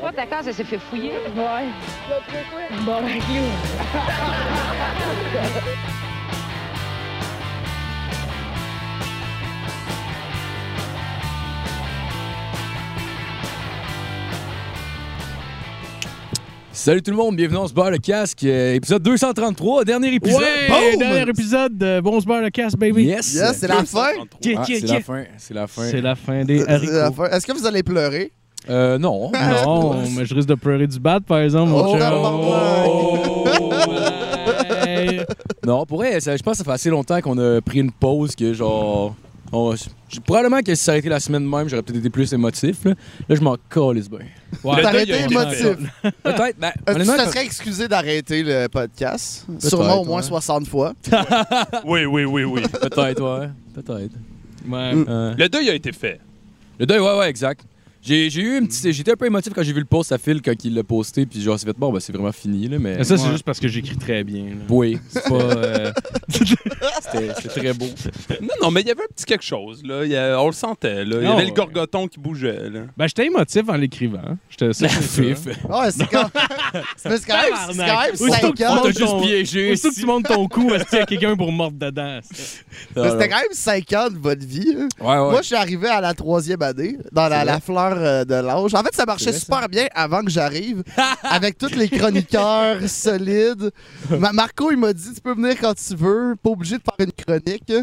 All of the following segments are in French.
Toi, ta case, elle s'est fait fouiller. Ouais. Bon, ben, you. Salut tout le monde, bienvenue dans ce bar le casque, euh, épisode 233, dernier épisode. Ouais, Boom! dernier épisode de Bon se barre le casse, baby. Yes, Yes, c'est la fin. Yeah, Ah, yeah, c'est yeah. la fin, c'est la fin. C'est la fin des C'est- c'est la haricots. fin. Est-ce que vous allez pleurer? Euh, non. Non, mais je risque de pleurer du bat, par exemple, mon Ah, Oh, chum. Oh, tabarnak. ouais. Non, pour vrai, ça- je pense que ça fait assez longtemps qu'on a pris une pause que genre. on- je- probablement que si ça avait été la semaine même, j'aurais peut-être été plus émotif. Là, Là, je m'en calisse bien. Ouais. T'as deuil a arrêté été émotif. Peut-être, ben, Est-ce que tu honnêtement, te serais excusé d'arrêter le podcast? Sûrement au moins ouais. 60 fois. Oui, oui, oui, oui. peut-être, ouais. Peut-être. Ouais. Mm. Euh, Le deuil a été fait. le deuil, ouais, ouais, exact. J'ai j'ai eu une petite. J'étais un peu émotif quand j'ai vu le post à Phil quand il l'a posté, puis genre, c'est fait bon, ben, c'est vraiment fini, là, mais. Mais ça, c'est Ouais. juste parce que j'écris très bien. là. Oui, c'est pas. euh, C'était c'était très beau. Non, non, mais il y avait un petit quelque chose, là. Il y a- on le sentait, là. Il y Ah, avait ouais. le gorgoton qui bougeait, là. Ben, j'étais émotif en l'écrivant. J'étais ça, c'est Fif. ça. Ah Ouais, c'est quand Mais c'est quand même, c'est quand même Tabarnak. Aussitôt que 5 tu ans. montes T'as juste juste piégé. Surtout que tu montes ton cou, est-ce qu'il y a quelqu'un pour mordre dedans? c'est- mais C'était quand même 5 ans de votre vie. hein. Ah, Ouais, ouais. Moi, je suis arrivé à la troisième année, dans la, C'est vrai. la fleur euh, de l'âge. En fait, ça marchait C'est vrai, super bien avant que j'arrive, avec tous les chroniqueurs solides. Ma- Marco, il m'a dit Tu peux venir quand tu veux, pas obligé de faire une chronique. hein.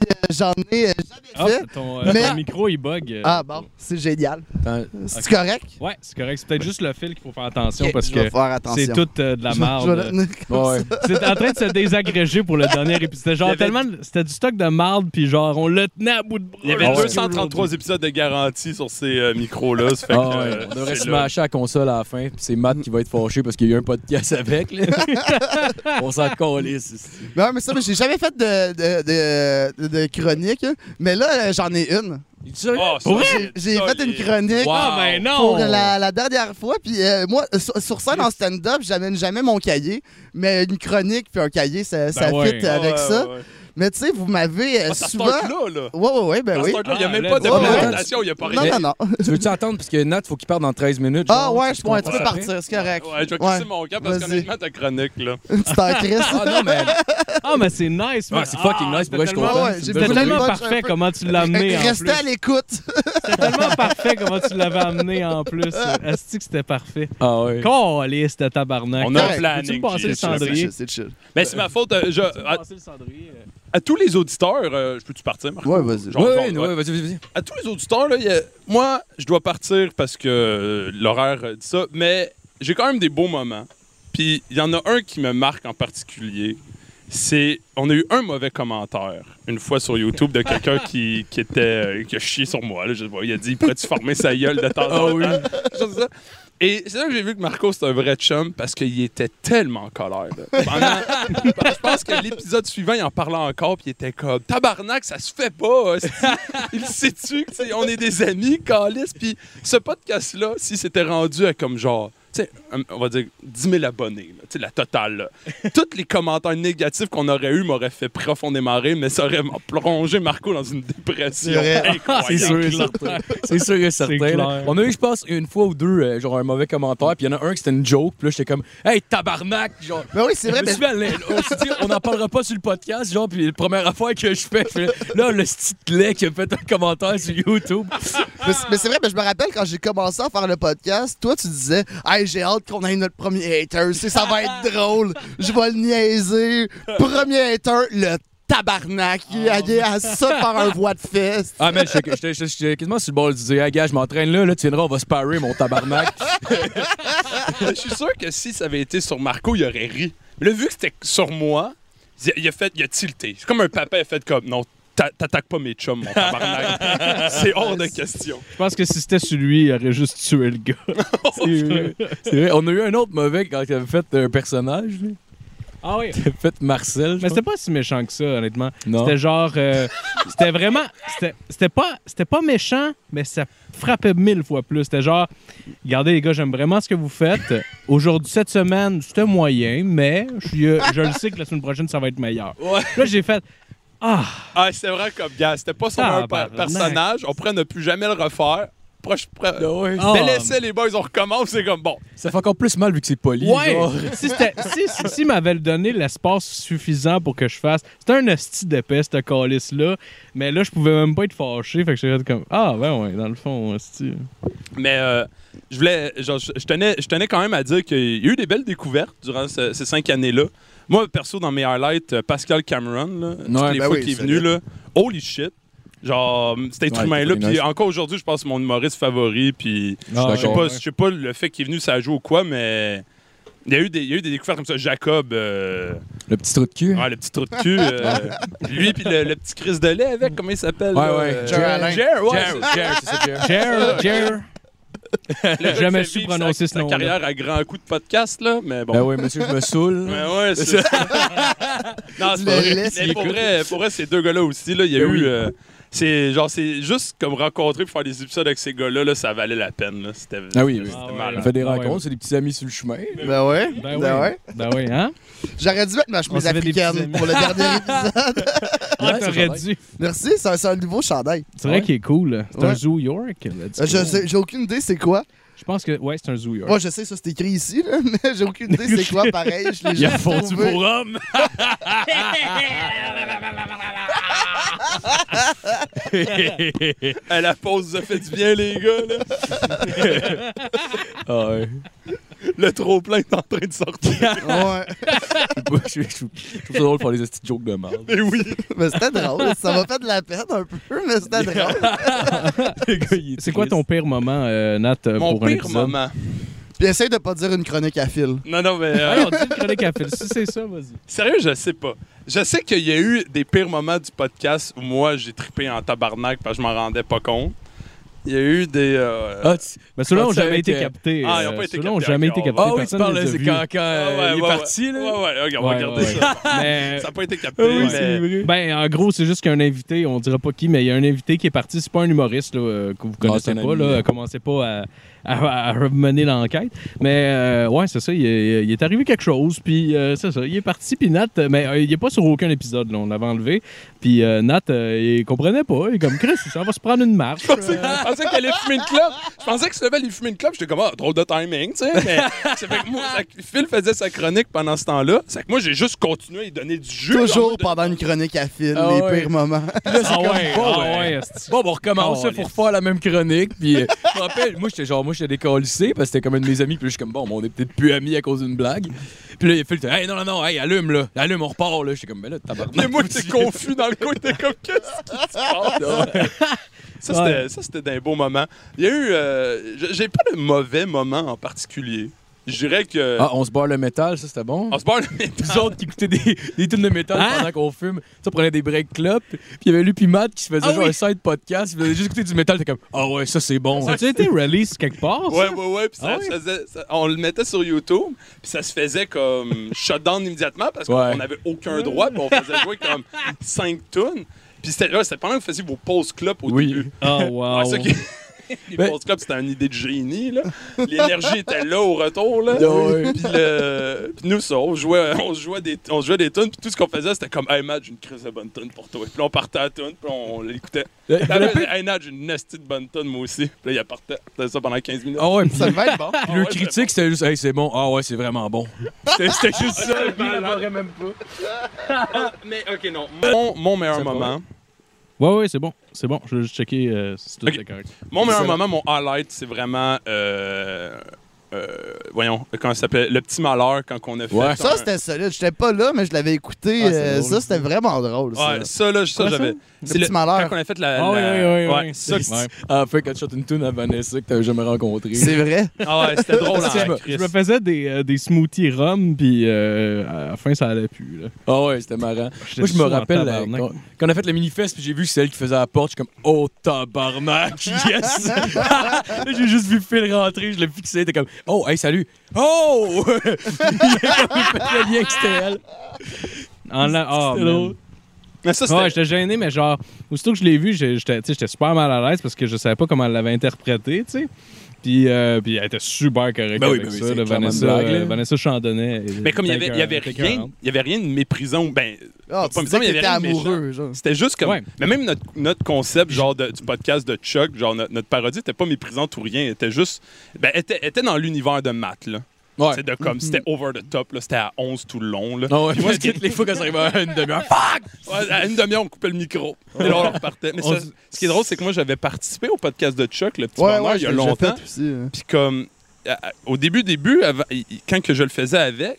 Puis euh, j'en ai euh, jamais Hop, fait. ton, euh, Mais- ton micro, il bug. euh. Ah bon, c'est génial. Attends, C'est Ok. correct? Ouais, c'est correct. C'est peut-être juste le fil qu'il faut faire attention Ok, parce je vais que faire attention. c'est toute euh, de la Je- je vais marde. le tenir comme ouais. Ah, ça. C'est en train de se désagréger pour le dernier épisode. C'était Il genre y avait- tellement. C'était du stock de marde, puis genre, on le tenait à bout de bras. Il y avait Ah ouais. 233 épisodes de garantie sur ces euh, micros-là. ça fait que, Ah ouais, euh, on devrait c'est se là. mâcher à la console à la fin, puis c'est Matt qui va être fâché parce qu'il y a eu un podcast avec. là. on s'en calisse. ici. Non, mais ça, mais j'ai jamais fait de, de, de- de chronique, hein. mais là, euh, j'en ai une. Es-tu sérieux? Ah, Pour vrai? solide, J'ai fait une solide. chronique Ah, ben non! pour la, la dernière fois, puis euh, moi, sur, sur scène en stand-up, j'amène jamais mon cahier, mais une chronique puis un cahier, ça, ça Ben ouais. fit Ah, avec ouais, ça. ouais, ouais. Mais tu sais, vous m'avez euh, Ah, ça souvent... start là, là. Ouais, ouais, ouais, ben Ça oui. start là, Il n'y a Ah, même là, pas de ouais, ouais. présentation, il n'y a pas Non, rien. non, non. Tu veux-tu attendre? Parce que Nat, faut qu'il parte dans 13 minutes. Ah genre, ouais, parce je suis un qu'on petit passe peu après. partir, c'est correct. Ouais, je vais Ouais. crisser mon camp parce Vas-y. qu'honnêtement, ta chronique, là. Tu t'en crisses. Ah non, mais Ah, mais c'est nice, Ouais, mais- c'est fucking Ah, nice, pour vrai, je suis c'était content. tellement- Ouais, j'ai C'était pas- tellement j'ai pas- parfait comment tu l'as amené en plus. Restez à l'écoute. C'était tellement parfait comment tu l'avais amené en plus. Asti que c'était parfait. Ah ouais. Calé, c'était tabarnak. On a un Correct. Peux-tu me planning. passer le Gilles. C'est cendrier? chill, C'est chill. Mais c'est ma faute. euh, je- à, à tous les auditeurs, euh, je peux-tu partir, Marc? Ouais, vas-y. Genre, Ouais, genre, ouais, ouais, vas-y, vas-y. vas-y. à tous les auditeurs, là, il y a- moi, je dois partir parce que euh, l'horaire euh, dit ça, mais j'ai quand même des beaux moments. Puis il y en a un qui me marque en particulier. C'est, on a eu un mauvais commentaire une fois sur YouTube de quelqu'un qui, qui était euh, qui a chié sur moi. là. Je sais pas, il a dit pourrais-tu former sa gueule de temps en temps. Chose comme ça. Et c'est là que j'ai vu que Marco c'est un vrai chum parce qu'il était tellement en colère. là. Pendant- je pense que l'épisode suivant il en parlait encore puis il était comme tabarnak ça se fait pas. hostie. Il sait-tu que, tu sais, on est des amis, Calis? Puis ce podcast-là, si c'était rendu à comme genre, tu sais, un- on va dire 10 000 abonnés, là, tu sais, la totale, là. tous les commentaires négatifs qu'on aurait eu m'auraient fait profondément rire, mais ça aurait plongé Marco dans une dépression C'est vrai. incroyable. C'est sûr et certain. C'est sûr et certain. clair. là. On a eu, je pense, une fois ou deux, euh, genre un mauvais commentaire, puis il y en a un qui c'était une joke, puis là j'étais comme, hey tabarnak! Genre, Ben oui, c'est vrai, Je me mais suis allé- on s'est dit, on n'en parlera pas sur le podcast, genre, puis la première affaire que je fais, je fais, là, le petit lait qui a fait un commentaire sur YouTube. Mais c'est- mais c'est vrai, mais je me rappelle quand j'ai commencé à faire le podcast, toi tu disais Hey, j'ai hâte qu'on ait notre premier hater, c'est- ça va être drôle, je vais le niaiser. Premier hater, le tabarnak, il est allé à ça de faire un voix de fesse. Ah, mais j'étais- j'étais j'étais quasiment sur le bord du dire, hey, gars, je m'entraîne là, là, tu viendras, on va se parer, mon tabarnak. Je suis sûr que si ça avait été sur Marco, il aurait ri. Mais là, vu que c'était sur moi, il a- il a fait, il a tilté. C'est comme un papa, il a fait comme, non, t'a- t'attaques pas mes chums, mon tabarnak. C'est hors de question. Je pense que si c'était celui, il aurait juste tué le gars. C'est vrai. C'est vrai. On a eu un autre mauvais quand il avait fait un personnage, là. Ah oui. Il avait fait Marcel. je Mais pense. c'était pas si méchant que ça, honnêtement. Non. C'était genre. euh, c'était vraiment. c'était- C'était pas, c'était pas méchant, mais ça frappait mille fois plus. C'était genre. Regardez, les gars, j'aime vraiment ce que vous faites. Aujourd'hui, cette semaine, c'était moyen, mais je, suis, euh, je le sais que la semaine prochaine, ça va être meilleur. Ouais. Là, j'ai fait. Ah! Ah, c'est vrai comme gars, c'était pas son un per- Tabarnak. personnage, on pourrait ne plus jamais le refaire. proche. pro- ouais. Ah. Délaissez les boys, on recommence. C'est comme bon. Ça fait encore plus mal vu que c'est poli. Ouais! genre. si c'était- si, si, si m'avait donné l'espace suffisant pour que je fasse. C'était un hostie d'épais, ce calice-là. Mais là, je pouvais même pas être fâché. Fait que j'étais comme. Ah, ben ouais, dans le fond, hostie. Mais euh, je voulais, genre, je je tenais, je tenais quand même à dire qu'il y a eu des belles découvertes durant ce- ces cinq années-là. Moi, perso, dans mes highlights, euh, Pascal Cameron, là, toutes les ben fois oui, qu'il est c'est venu, vrai. là, holy shit. Genre, cet être Ouais, humain-là. il est Puis nice. encore aujourd'hui, je pense que c'est mon humoriste favori. Puis Ah, je sais ouais, pas, ouais. je sais pas le fait qu'il est venu, ça joue ou quoi, mais. Il y, a eu des, il y a eu des découvertes comme ça. Jacob, euh, Le petit trou de cul. ah, le petit trou de cul. euh, lui, puis le, le petit Chris de lait avec, comment il s'appelle? Ouais, là, ouais. euh, Jer Alain. Jer, ouais, Jer, c'est- Jer, c'est ça, Jer. Jer, Jer. Le gars qui jamais fait su vivre prononcer sa- ce nom-là. Sa carrière à grands coups de podcast, là, mais bon. Ben oui, Ben monsieur, je me saoule. Mais ouais, c'est ça. non, c'est pas Le vrai. laisse, Mais il pour écoute. vrai, pour vrai, ces deux gars-là aussi, là, il y a Ben eu. oui. euh, c'est genre, c'est juste comme rencontrer pour faire des épisodes avec ces gars-là, là, ça valait la peine. là. C'était Ah oui, oui. c'était Ah ouais. malade. On fait des Ah ouais. rencontres, c'est des petits amis sur le chemin. Ben ouais. Ben oui. Ben ouais. Ben oui, hein? J'aurais dû mettre ma chemise s'est fait des petits africaine amis. pour le dernier épisode. Ah, Ouais, ça t'aurais va. dû. Merci, c'est un, c'est un nouveau chandail. C'est vrai qu'il est cool. C'est un Ouais. Zoo York. let's Euh, Je go. sais- J'ai aucune idée c'est quoi. Je pense que. Ouais, c'est un Zoo York. Moi, je sais, ça c'est écrit ici, là, mais j'ai aucune idée c'est quoi, pareil. Je l'ai juste Fondu trouvé. pour homme. à la pause, ça fait du bien, les gars. Là. Euh, Ah ouais. Le trop-plein est en train de sortir. Ouais. je, je- je trouve ça drôle de faire des petites jokes de merde. Mais oui. Mais c'était drôle. Ça m'a fait de la peine un peu, mais c'était drôle. C'est quoi ton pire moment, euh, Nat, euh, Mon pour un pire épisode? moment. Puis essaye de pas dire une chronique à fil. Non, non, mais. euh, Alors, dis une chronique à Phil. Si c'est ça, vas-y. Sérieux, je sais pas. Je sais qu'il y a eu des pires moments du podcast où moi j'ai trippé en tabarnak parce que je m'en rendais pas compte. Il y a eu des. euh, Ah, tu, Mais ceux-là Ah, n'ont tu sais, jamais été que- captés. Ah, ils ont euh, pas été Ceux-là n'ont captés jamais été encore. captés. ah oui, tu personne parles, les là, a c'est vus. quand, quand ah, euh, ouais, il est ouais, parti, ouais. là. Ouais, ouais, ok, on va Ouais, regarder ouais, ça. Mais- Ça n'a pas été capté. Ah oui, mais- c'est vrai. Ben, en gros, c'est juste qu'un invité, on dira pas qui, mais il y a un invité qui est parti. C'est pas un humoriste là, euh, que vous connaissez Ah, c'est un pas. ami, hein. Là, là. Commencez pas à, à- à mener l'enquête. Mais euh, ouais, c'est ça. Il est, il est arrivé quelque chose. Puis euh, c'est ça. Il est parti. Puis Nat, euh, mais euh, il est pas sur aucun épisode. Là, on l'avait enlevé. Puis euh, Nat, euh, il comprenait pas. Il est comme Chris, ça va se prendre une marche. Je pensais, je pensais qu'elle allait fumer une clope. Je pensais que ce level, il fumait une clope. J'étais comme, ah, drôle de timing, tu sais. Mais ça fait que moi, ça- Phil faisait sa chronique pendant ce temps-là. C'est que moi, j'ai juste continué à lui donner du jus. Toujours pas. pendant une chronique à fil, Ah les ouais. pires moments. ah ouais, bon, ah ouais. ouais, c'est- Bon, ben, on recommence là, Caliste. pour refaire la même chronique. Puis, euh, je me rappelle, moi, j'étais genre, moi, j'étais décalissé parce que c'était comme un de mes amis. Puis, là, je suis comme, bon, ben, on est peut-être plus amis à cause d'une blague. Puis là, il a fait le hey, non, non, non, hey, allume, là, allume, on repart, là. J'étais comme, ben là, Mais tabarnak. moi, j'étais confus dans le coin. T'es comme, qu'est-ce qui se passe? Ça, c'était- ça, c'était d'un beau moment. Il y a eu. euh, j- J'ai pas de mauvais moment en particulier. Je dirais que. Ah, on se barre le métal, ça, c'était bon. On se parle, mais Nous autres qui écoutaient des, des tunes de métal Hein? pendant qu'on fume, ça on prenait des break clubs. Puis il y avait lui puis Matt qui se faisait Ah genre oui. un side podcast. Il faisait juste écouter du métal. T'es comme, ah ouais, ça c'est bon. Ça a-tu été release quelque part? ça? Ouais, ouais, ouais. Puis ça, Ah ouais? ça faisait- ça- on le mettait sur YouTube, puis ça se faisait comme shutdown immédiatement parce Ouais. qu'on n'avait aucun droit, puis on faisait jouer comme 5 tonnes. Puis c'était ouais, c'était pendant que vous faisiez vos pauses clopes au Oui. Ah début. Oh, wow. Ouais, ça qui- Les Ben- pauses clopes, c'était une idée de génie, là. L'énergie était là au retour, là. Ouais. Puis, le- puis nous, ça, on jouait, on jouait des, on jouait des tunes, puis tout ce qu'on faisait, c'était comme « Hey, Matt, j'ai une crise de bonne tune pour toi. » Puis là, on partait à la tune, puis on l'écoutait. Le- Puis après, Hey, Nat, j'ai une nasty de bonne tune, moi aussi. » Puis là, il partait. C'était ça pendant 15 minutes. Ah ouais, puis Ça devait être bon. Puis le ouais, c'est critique, c'était juste, hey, c'est bon, ah ouais, c'est vraiment bon. C'était c'était juste ça. Mais ok, non. Mon, mon meilleur C'est pas moment. Ouais, ouais, c'est bon. C'est bon. Je vais juste checker euh, si tout Ok. est correct. Mon meilleur C'est- moment, mon highlight, c'est vraiment. Euh, euh, voyons, comment ça s'appelait Le petit malheur quand on a fait. Ouais. un- Ça, c'était solide. J'étais pas là, mais je l'avais écouté. Ah, c'est euh, drôle, ça, c'était vraiment drôle. ça. Ouais, ça, là, ça, Quoi, ça? j'avais. petit malheur. Quand on a fait la. Ah, la- ouais, ouais, ouais, ouais. ça, C'est- c'est- Ah, fait quand tu une tune à Vanessa que t'avais jamais rencontrée. C'est vrai. ah ouais, c'était drôle, C'est- hein, Je Chris. me faisais des, euh, des smoothies rhum, puis euh, à la fin, ça allait plus. Là. Ah ouais, c'était marrant. J'étais Moi, je me sous en rappelle euh, tabarnak. quand, quand on a fait le mini-fest, puis j'ai vu celle qui faisait la porte, je suis comme, oh tabarnak, yes! Là, j'ai juste vu Phil rentrer, je l'ai fixé, t'es comme, oh, hey, salut! Oh! Il a comme fait le lien que c'était elle. En la- ah, C'était man. drôle. Mais ça, Ouais, c'était. j'étais gêné, mais genre, aussitôt que je l'ai vu, j'ai- j'étais tu sais, j'étais super mal à l'aise parce que je savais pas comment elle l'avait interprété, tu sais. Puis, euh, puis elle était super correcte Ben oui, avec ben oui, ça, c'est là, clairement une Vanessa, blague, là. euh, Vanessa Chandonnet. mais comme il y avait, il y avait rien, il y avait rien de méprisant, ben, Ah, pas tu me dire, disais que il y t'étais avait rien de amoureux, genre. C'était juste comme. Ouais. Mais même notre, notre concept, genre, de- du podcast de Chuck, genre, notre, notre parodie était pas méprisante ou rien. Était juste. Ben, était, était dans l'univers de Matt, là. Ouais. C'est de Mm-hmm. comme. C'était over the top, là. C'était à 11 tout le long, là. Non, ouais, Puis moi, moi, je ce qui- quitte les fois quand ça arrive à une demi-heure. Fuck! Ouais, à une demi-heure, on coupait le micro. Et là, on repartait. Mais On ça- se- ce qui est drôle, c'est que moi, j'avais participé au podcast de Chuck, le petit Ouais, bonheur, ouais, il y a je l'ai déjà longtemps. fait aussi. euh. Puis comme à- à- au début, début, avant- il- il- quand que je le faisais avec,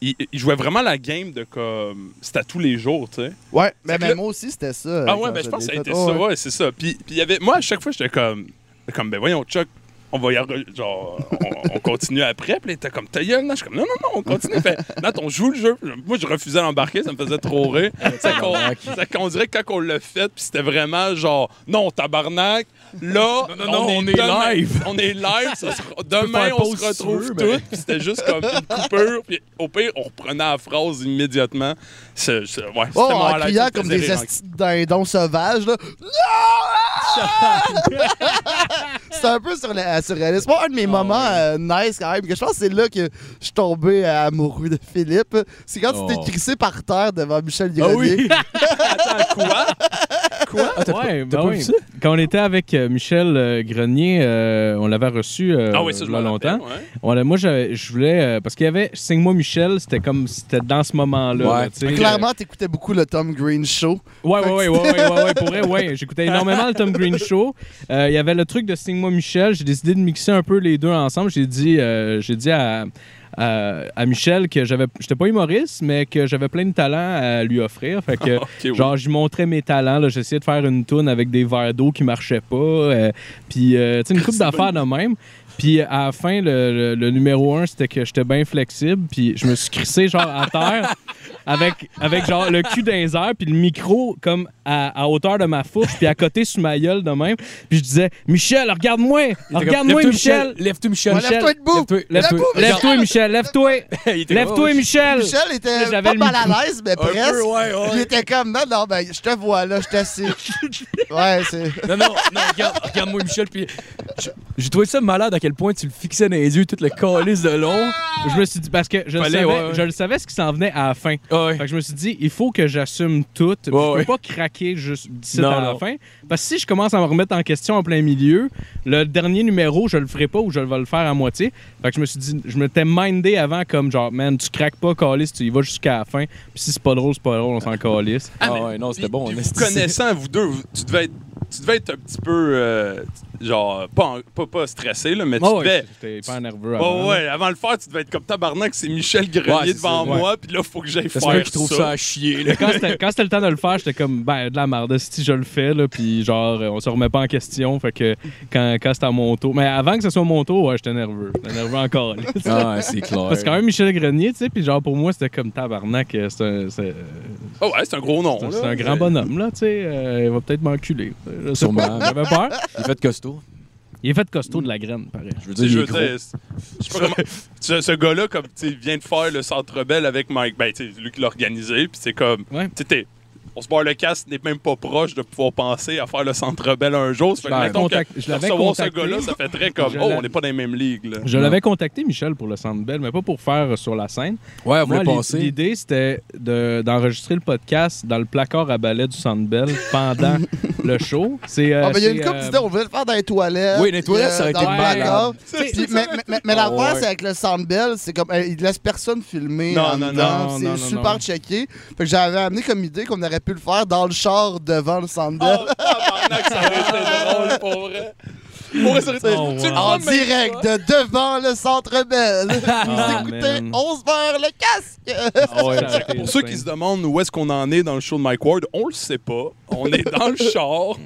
il, il jouait vraiment la game de comme c'était à tous les jours, tu sais. Ouais, mais que même là- moi aussi, c'était ça. Ah quand ouais, ben je pense que ça a l'ai été fait. Oh, ça, ouais. ouais, c'est ça. Puis puis il y avait moi à chaque fois, j'étais comme comme ben voyons Chuck, on va y aller, genre on, on continue après, puis il était comme ta gueule, non, je suis comme non non non, on continue. Fait, non, on joue le jeu. Moi je refusais d'embarquer, ça me faisait trop rire. Ça qu'on ça qu'on dirait que quand on l'a fait, puis c'était vraiment genre non, tabarnak, là Non, non, non, on est demain- live. On est live, ça sera- faire demain on pause se si tu retrouve veux, tous. mais- Puis c'était juste comme une coupure, puis au pire on reprenait la phrase immédiatement. C'est- c'est- ouais, Oh, c'était mon en highlight, ça criant me comme faisait des rire en estis de dindons sauvages, là. Non! C'est un peu sur le surréalisme. Moi, un Ah de mes moments euh, nice quand même, que je pense que c'est là que je suis tombé euh, amoureux de Philippe, c'est quand tu Oh. t'es crissé par terre devant Michel Ah Grenier. oui! Attends, quoi? Ouais, ben Ah, pas oui. vu ça? Quand on était avec euh, Michel euh, Grenier, euh, on l'avait reçu euh, Ah oui, ça, je il y a me longtemps. rappelle, ouais. On a- moi, j'avais- je voulais. euh, parce qu'il y avait Signe-moi Michel, c'était comme. C'était dans ce moment-là. Ouais. là, tu sais. Clairement, t'écoutais beaucoup le Tom Green Show. Ouais, ouais, ouais, ouais, ouais, ouais, ouais, pour vrai, ouais. J'écoutais énormément le Tom Green Show. Euh, Il y avait le truc de Signe-moi Michel. J'ai décidé de mixer un peu les deux ensemble. J'ai dit, euh, j'ai dit à, à, à Michel que j'avais, j'étais pas humoriste, mais que j'avais plein de talents à lui offrir. Fait que, Ok, oui. genre, j'y montrais mes talents. Là. J'essayais de faire une toune avec des verres d'eau qui marchaient pas. euh, puis, euh, tu sais, une coupe d'affaires de même. Puis à la fin, le, le- le numéro un, c'était que j'étais bien flexible. Puis je me suis crissé genre à terre avec, avec genre le cul dans les airs, puis le micro comme à, à hauteur de ma fourche, puis à côté sous ma gueule de même. Puis je disais, Michel, regarde-moi! Regarde-moi, Michel! Lève-toi, Michel! Ouais, lève-toi debout. Lève-toi! Lève-toi, Lève-toi, Michel! Lève-toi! Il était comme, Lève-toi, oh, Michel! Michel était J'avais pas le mal à l'aise, mais Un presque. peu, ouais, Il ouais. était comme, non, non, ben, je te vois là, je t'assieds. ouais, c'est. Non, non, non, regarde- regarde-moi, Michel, puis je- j'ai trouvé ça malade à quel point tu le fixais dans les yeux, tout le calice de long. Je me suis dit, parce que je, le Fallait, savais, ouais, ouais. je le savais ce qui s'en venait à la fin. Ah ouais. Fait que je me suis dit, il faut que j'assume tout. puis je peux ouais. pas craquer juste d'ici Non, à la non. fin. Parce que si je commence à me remettre en question en plein milieu, le dernier numéro, je le ferai pas ou je vais le faire à moitié. Fait que je me suis dit, je m'étais mindé avant comme genre, man, tu craques pas, calice, tu y vas jusqu'à la fin. Puis si c'est pas drôle, c'est pas drôle, on s'en calisse. Ah, ouais, non, c'était Puis- bon. puis on vous est- connaissant, vous deux, vous- tu devais être, tu devais être un petit peu, euh, genre, pas, en- pas, pas stressé, là, mais tu Oh, Eh. ouais, devais... j'étais hyper nerveux avant. Oh, ouais, avant de le faire, tu devais être comme tabarnak, c'est Michel Ouais, Grenier c'est devant ça, moi, puis là, faut que j'aille Ça se peut faire qu'il trouve ça à chier, là. Mais quand c'était quand c'était le temps de le faire, j'étais comme, ben, de la merde, si je le fais, là, puis genre, euh, on se remet pas en question, fait que quand, quand c'était à mon tour. Mais avant que ce soit mon tour, ouais, j'étais nerveux. J'étais nerveux encore. là. Ah, c'est clair. Parce que quand même, Michel Grenier, tu sais, puis genre, pour moi, c'était comme tabarnak, euh, c'est un, c'est- Ah ouais, c'est un gros nom, c'est un- là. c'est un grand bonhomme, là, tu sais, euh, il va peut-être m'enculer. Je sais Sûrement. pas, j'avais peur. Il fait costaud. Il est fait costaud de la graine, pareil. Je veux Tu dire, sais, il je est veux gros. dire, c'est- je sais pas comment- ce, ce gars-là, comme, tu sais, vient de faire le Centre Bell avec Mike, ben, tu sais, lui qui l'a organisé, puis c'est comme, Ouais. tu sais, t'es- on se barre le casque, n'est même pas proche de pouvoir penser à faire le Centre Bell un jour. Ça fait que, Ben, mettons contact- que je l'avais recevoir ce contacté. gars-là, ça fait très comme, Je oh, l'avais- on n'est pas dans les mêmes ligues, là. Je Ouais. l'avais contacté, Michel, pour le Centre Bell, mais pas pour faire euh, sur la scène. Ouais, on Moi, voulait l'i- passer. l'idée, c'était de- d'enregistrer le podcast dans le placard à balai du Sandbell pendant le show. C'est, euh, Ah, ben, il y a une c'est, couple euh, d'idées, on voulait le faire dans les toilettes. Oui, dans les toilettes, ça aurait dans été le malade. placard. C'est- Puis- c'est- mais mais, mais, mais Ah, l'affaire, ouais. c'est avec le Soundbell, c'est comme. euh, il laisse personne filmer. Non, en non, dedans, non, C'est non, non, super non. checké. Fait que j'avais amené comme idée qu'on aurait pu le faire dans le char devant le Ah, Soundbell. Oh, tabarnak, ça aurait été drôle, pour vrai. Pour vrai, ça aurait été- Oh, tu le wow. vois en même direct pas. de devant le centre Bell. Ah, Vous écoutez man. 11 vers le casque. Ah ouais, ça a été Pour ceux qui se insane. demandent où est-ce qu'on en est dans le show de Mike Ward, on le sait pas. On est dans le char.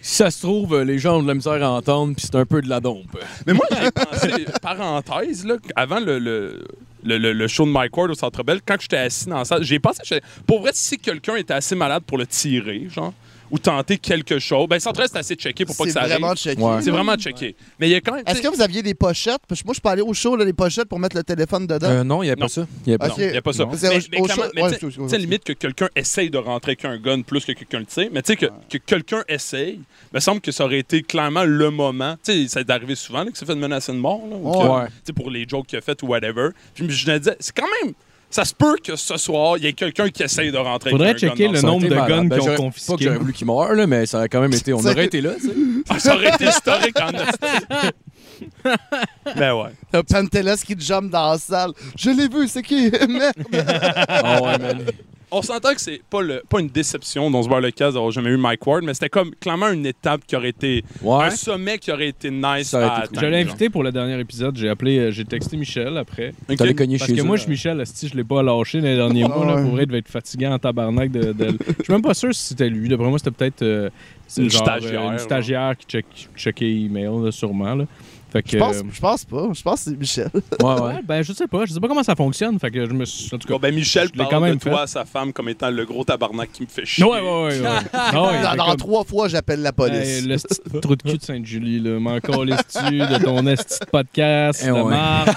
Si ça se trouve, euh, les gens ont de la misère à entendre, puis c'est un peu de la dompe. Mais moi, j'ai pensé, parenthèse, là, avant le, le, le- le- le show de Mike Ward au Centre Bell, quand j'étais assis dans la salle, j'ai pensé, j'étais- pour vrai, si quelqu'un était assez malade pour le tirer, genre, ou tenter quelque chose, ben, Centre Bell, c'est assez checké pour pas que C'est ça arrive. vraiment checké. Ouais. C'est vraiment checké. Mais il y a quand même. Est-ce que vous aviez des pochettes? Parce que moi, je peux aller au show, là, les pochettes pour mettre le téléphone dedans. Euh, non, il n'y avait Non. pas ça. Il y Ah, avait pas Ok. Il n'y a pas ça. Non. C'est Mais, au- mais au clairement, show- mais ouais, tu sais- excuse- tu sais, limite que quelqu'un essaye de rentrer avec un gun plus que quelqu'un le tire, mais tu sais, que, que quelqu'un essaye, me semble que ça aurait été clairement le moment. Tu sais, ça est arrivé souvent là, que ça fait une menace de mort, là, ou que- Ouais. tu sais, pour les jokes qu'il a fait ou whatever. Puis je me disais, c'est quand même. Ça se peut que ce soir, il y ait quelqu'un qui essaye de rentrer Faudrait avec un gun checker dans le son- nombre de guns Ben, qu'ils ont j'aurais- Pas que confisqués. j'aurais voulu qu'il meure, là, mais ça aurait quand même été. On aurait été là, tu sais. Ah, ça aurait été historique en Mais ouais. T'as Pantelis qui jump dans la salle. Je l'ai vu, c'est qui? Merde! Ah ouais, man. On s'entend que c'est pas, le, pas une déception dans ce bar le cas d'avoir jamais eu Mike Ward, mais c'était comme clairement une étape qui aurait été. Ouais. Un sommet qui aurait été nice Ça aurait à été cool. atteindre. Je l'ai invité pour le dernier épisode. J'ai appelé, euh, j'ai texté Michel après. Ok. T'allais cogner Parce chez que eux. moi, je Michel, si je l'ai pas lâché dans les derniers mois, là, Ah Ouais. pour vrai, il devait être fatigant en tabarnak. De, de- Je suis même pas sûr si c'était lui. D'après moi, c'était peut-être euh, c'est Une genre, euh, stagiaire, une genre. stagiaire qui, check, qui checkait email, là, sûrement. Là. Fait que, Je pense, euh, je pense pas. Je pense que c'est Michel. Ouais, ouais. ouais, ben, je sais pas. Je sais pas comment ça fonctionne. Fait que je me suis. En tout cas, Bon, ben Michel Je l'ai parle quand même de toi à sa femme comme étant le gros tabarnak qui me fait chier. Ouais, ouais, ouais. ben, ouais. Ah ouais, dans fait dans comme- trois fois, j'appelle la police. Hey, le petit trou de cul de Sainte-Julie, là. Mais encore les tu de ton esti de podcast, Eh de ouais. merde.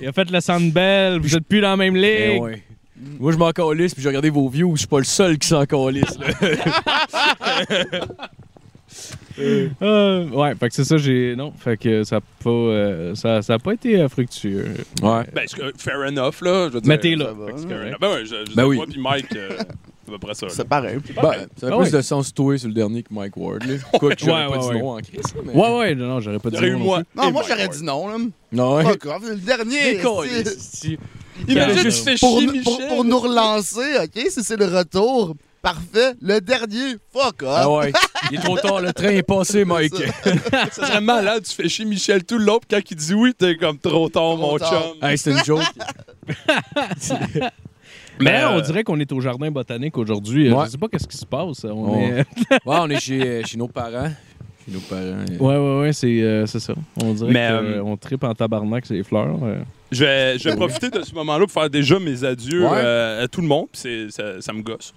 Il a fait la Sandbell, vous êtes plus dans la même Eh ligue. ouais. Moi, je m'en calisse, puis j'ai regardé vos views. Je suis pas le seul qui s'en calisse. là. Euh, ouais, fait que c'est ça, j'ai. Non, fait que ça a pas, euh, ça, ça a pas été euh, fructueux. Ouais. Ben, c'est que- fair enough, là. Je veux dire, Mais t'es là. ça va. Fait que c'est fair enough. correct. Ben, ouais, je, je Ben oui. oui. Moi, puis Mike, euh, c'est à peu près ça. là. C'est pareil. Ben, ça Ah a plus ouais. de sens toi sur le dernier que Mike Ward. là. Quoi que j'aurais Ouais, pas ouais, dit ouais. non en Chris. mais- Ouais, ouais, non, non, j'aurais pas Il dit. y aurait eu non non moi. plus. Non, et moi, Mike j'aurais Ward. dit non. Là. Non, ouais. Pas grave, le dernier. Des câlisses, c'est- si. Imagine, Calme. tu fais Pour, chier nous- pour, Michel. pour nous relancer, OK? Si c'est le retour, parfait. Le dernier, fuck off. Ah ouais. Il est trop tard, le train est passé, Mike. Ça serait malade, tu fais chier Michel tout le long, puis quand il dit oui, t'es comme trop tard, mon tard. chum. hey, c'était une joke. Mais euh, on dirait qu'on est au jardin botanique aujourd'hui. Euh, Ouais. Je sais pas qu'est-ce qui se passe. On Ouais. est- Ouais, on est chez, chez nos parents. Chez nos parents. euh. Ouais, ouais, ouais, c'est euh, c'est ça. On dirait Mais, euh, qu'on tripe en tabarnak sur les fleurs. euh. Je vais, je vais profiter de ce moment-là pour faire déjà mes adieux Ouais. euh, à tout le monde, puis c'est- ça, ça me gosse.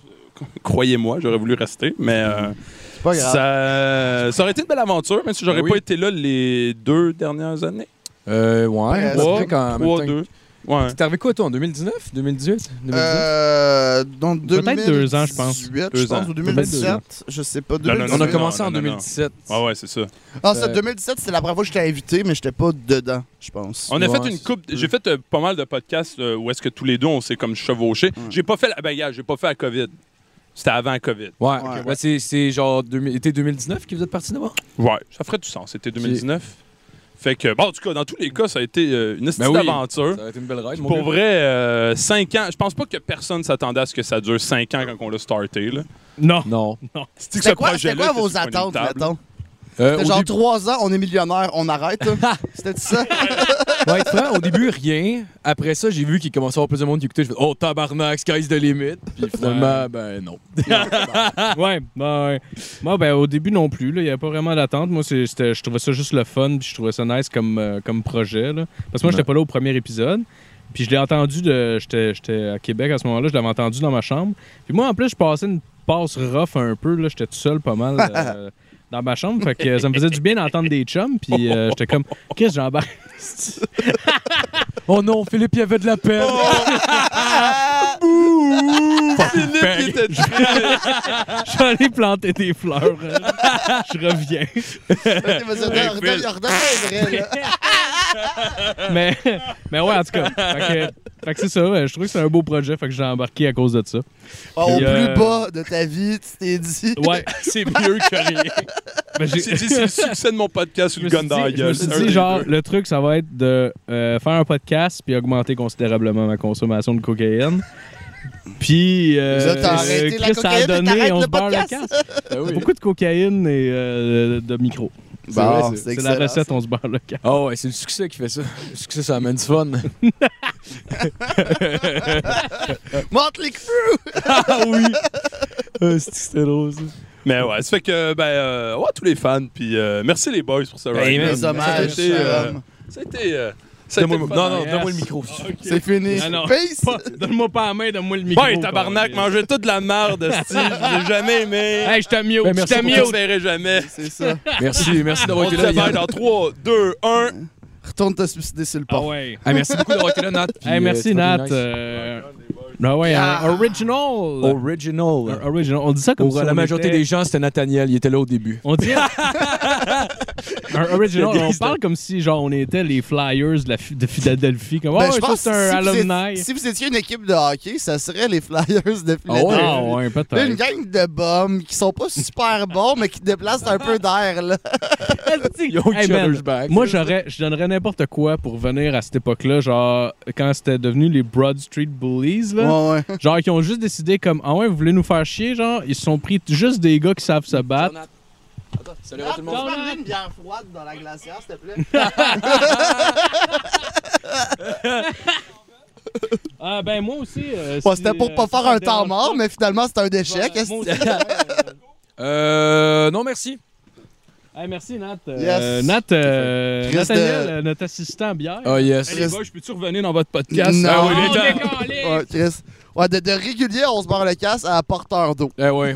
Croyez-moi, j'aurais voulu rester, mais euh, C'est pas grave. ça, ça aurait été une belle aventure, même si j'aurais Ben oui. pas été là les deux dernières années. Euh, ouais. Ouais, après, quand, en même temps- 3-2. Ouais. T'es arrivé quoi, toi, en 2019 2018 2019 Euh, dans 2018, deux ans, je pense. Je Deux pense, ans. ou Deux ans. 2017, je sais pas. non, non, 2018. On a non, commencé non, en non, non. 2017. Ouais, ouais, c'est ça. Ah, ça, Euh, 2017, c'était la première fois que j'étais invité, mais j'étais pas dedans, je pense. On a Ouais, fait une c'est coupe. peu. J'ai fait euh, pas mal de podcasts euh, où est-ce que tous les deux on s'est comme chevauchés. J'ai pas fait la bagarre, j'ai pas fait la COVID. C'était avant la COVID. Ouais, Ouais. Ben, c'est- c'est genre 2000 été 2019 que vous êtes parti d'abord? Ouais, ça ferait du sens. C'était 2019. Fait que, bon, en tout cas, dans tous les cas, ça a été euh, une petite Ben oui. aventure. Ça a été une belle ride, mon Pour gars. vrai, 5 ans, je pense pas que personne s'attendait à ce que ça dure 5 ans quand on l'a starté. là. Non. Non. C'est-tu que C'était ce quoi, projet-là c'était quoi était vos sur une attentes, table? mettons? Euh, au C'était genre début- trois ans, on est millionnaire, on arrête. là. C'était ça? Ouais, être franc, au début, rien. Après ça, j'ai vu qu'il commençait à avoir plus de monde qui écoutait. Je fais, oh, tabarnak, sky's the limit. Puis finalement, ben non. ouais, ben, ouais. Moi, ben, au début non plus. là, Il n'y avait pas vraiment d'attente. Moi, c'est- c'était- je trouvais ça juste le fun. Puis je trouvais ça nice comme, euh, comme projet. là. Parce que moi, j'étais Ouais. pas là au premier épisode. Puis je l'ai entendu de. J'étais j'étais à Québec à ce moment-là. Je l'avais entendu dans ma chambre. Puis moi, en plus, je passais une passe rough un peu. là, J'étais tout seul pas mal. euh, Dans ma chambre, fait que euh, ça me faisait du bien d'entendre des chums, puis euh, j'étais comme, qu'est-ce que j'embarque? oh non, Philippe, il avait de la peine. Philippe, Ben, il était J'allais planter des fleurs, euh, je reviens. Ok, vas-y, Hey, redonne- Phil. redonne- redonne- vrai, là. mais, mais ouais, en tout cas, fait que, fait que c'est ça, ouais, je trouve que c'est un beau projet, fait que j'ai embarqué à cause de ça. Ah, Au Puis, euh, plus bas de ta vie, tu t'es dit. Ouais. C'est mieux que rien. Ben, j'ai- C'est c'est le succès de mon podcast je sur me suis le gun dit, dans la je me gueule. suis C'est un des dit, genre, deux. le truc, ça va être de euh, faire un podcast puis augmenter considérablement ma consommation de cocaïne. Puis, euh, Là, t'as arrêté la Chris, ça a cocaïne, donné, t'arrêtes on le se barre le podcast. casque. Ben oui. Beaucoup de cocaïne et euh, de micro. Bon, vrai, C'est la Ah, excellent, recette, on se barre le casque. Oh, ouais, c'est le succès qui fait ça. Le succès, ça amène du fun. ça. Montre les crews! ah oui! C'était drôle, ça. Mais ouais, ça fait que, ben, euh, ouais, tous les fans. Puis euh, merci les boys pour ce ride. man, Les hommages, Ça a été, euh, Sam. ça a été, euh, ça a été Non, le fun. non, yes. donne-moi le micro. c'est fini. Ah non. Peace! Pas- Donne-moi pas la main, donne-moi le micro. Ouais, tabarnak, man. mangez toute de la merde, Steve. J'ai jamais aimé. Hey, Ah je t'aime mieux. Ben, je merci t'aime Camille, mieux. on se verrait jamais. C'est ça. Merci, merci d'avoir On se été là. verrait Yann. dans 3, 2, 1. Retourne te suicider sur le Ah port. ouais. Ah, merci beaucoup d'avoir été là, Nat. Puis, Hey, euh, merci c'était Nat. nice. euh, Ben ouais, un original. Oh, Original. Un original. On dit ça comme Pour ça. la majorité des gens, c'était Nathaniel. Il était là au début. On dit, Un original. Il y a On des- parle comme si genre on était les Flyers de, la fi- de Philadelphie. Comme, Ben, oh, je ça, pense c'est que un si vous alumni. étiez- si vous étiez une équipe de hockey, ça serait les Flyers de Ah ouais, Philadelphie. ah ouais, Là, une peut-être. gang de bums qui sont pas super bons, mais qui déplacent un peu d'air, là. Ils ont Hey, each man, other's back. Moi, j'aurais, je donnerais n'importe quoi pour venir à cette époque-là, genre quand c'était devenu les Broad Street Bullies, là. Ouais, ouais. Genre, qui ont juste décidé comme, ah ouais, vous voulez nous faire chier, genre, ils se sont pris t- juste des gars qui savent se battre. Attends, salut à tout le monde. Jonathan. Ah, une bière froide dans la glacière, s'il te plaît? Ah ben moi aussi. euh, Ouais, si, c'était pour euh, pas si faire ça un te temps dérange mort, pas, mais finalement, c'était un bah, échec. est-ce moi que- aussi, ouais, Euh, non, merci. euh, hey, merci Nat. Euh, Yes. Nat, euh, Chris de- Nathaniel, euh, notre assistant bière. Oh, yes. Hey, les boys, je peux-tu revenir dans votre podcast? Non. Ah, Oh, oui, il est temps. décalé! Ouais, Chris. Ouais, de, de régulier, on se barre le casse à porteur d'eau. Eh ouais.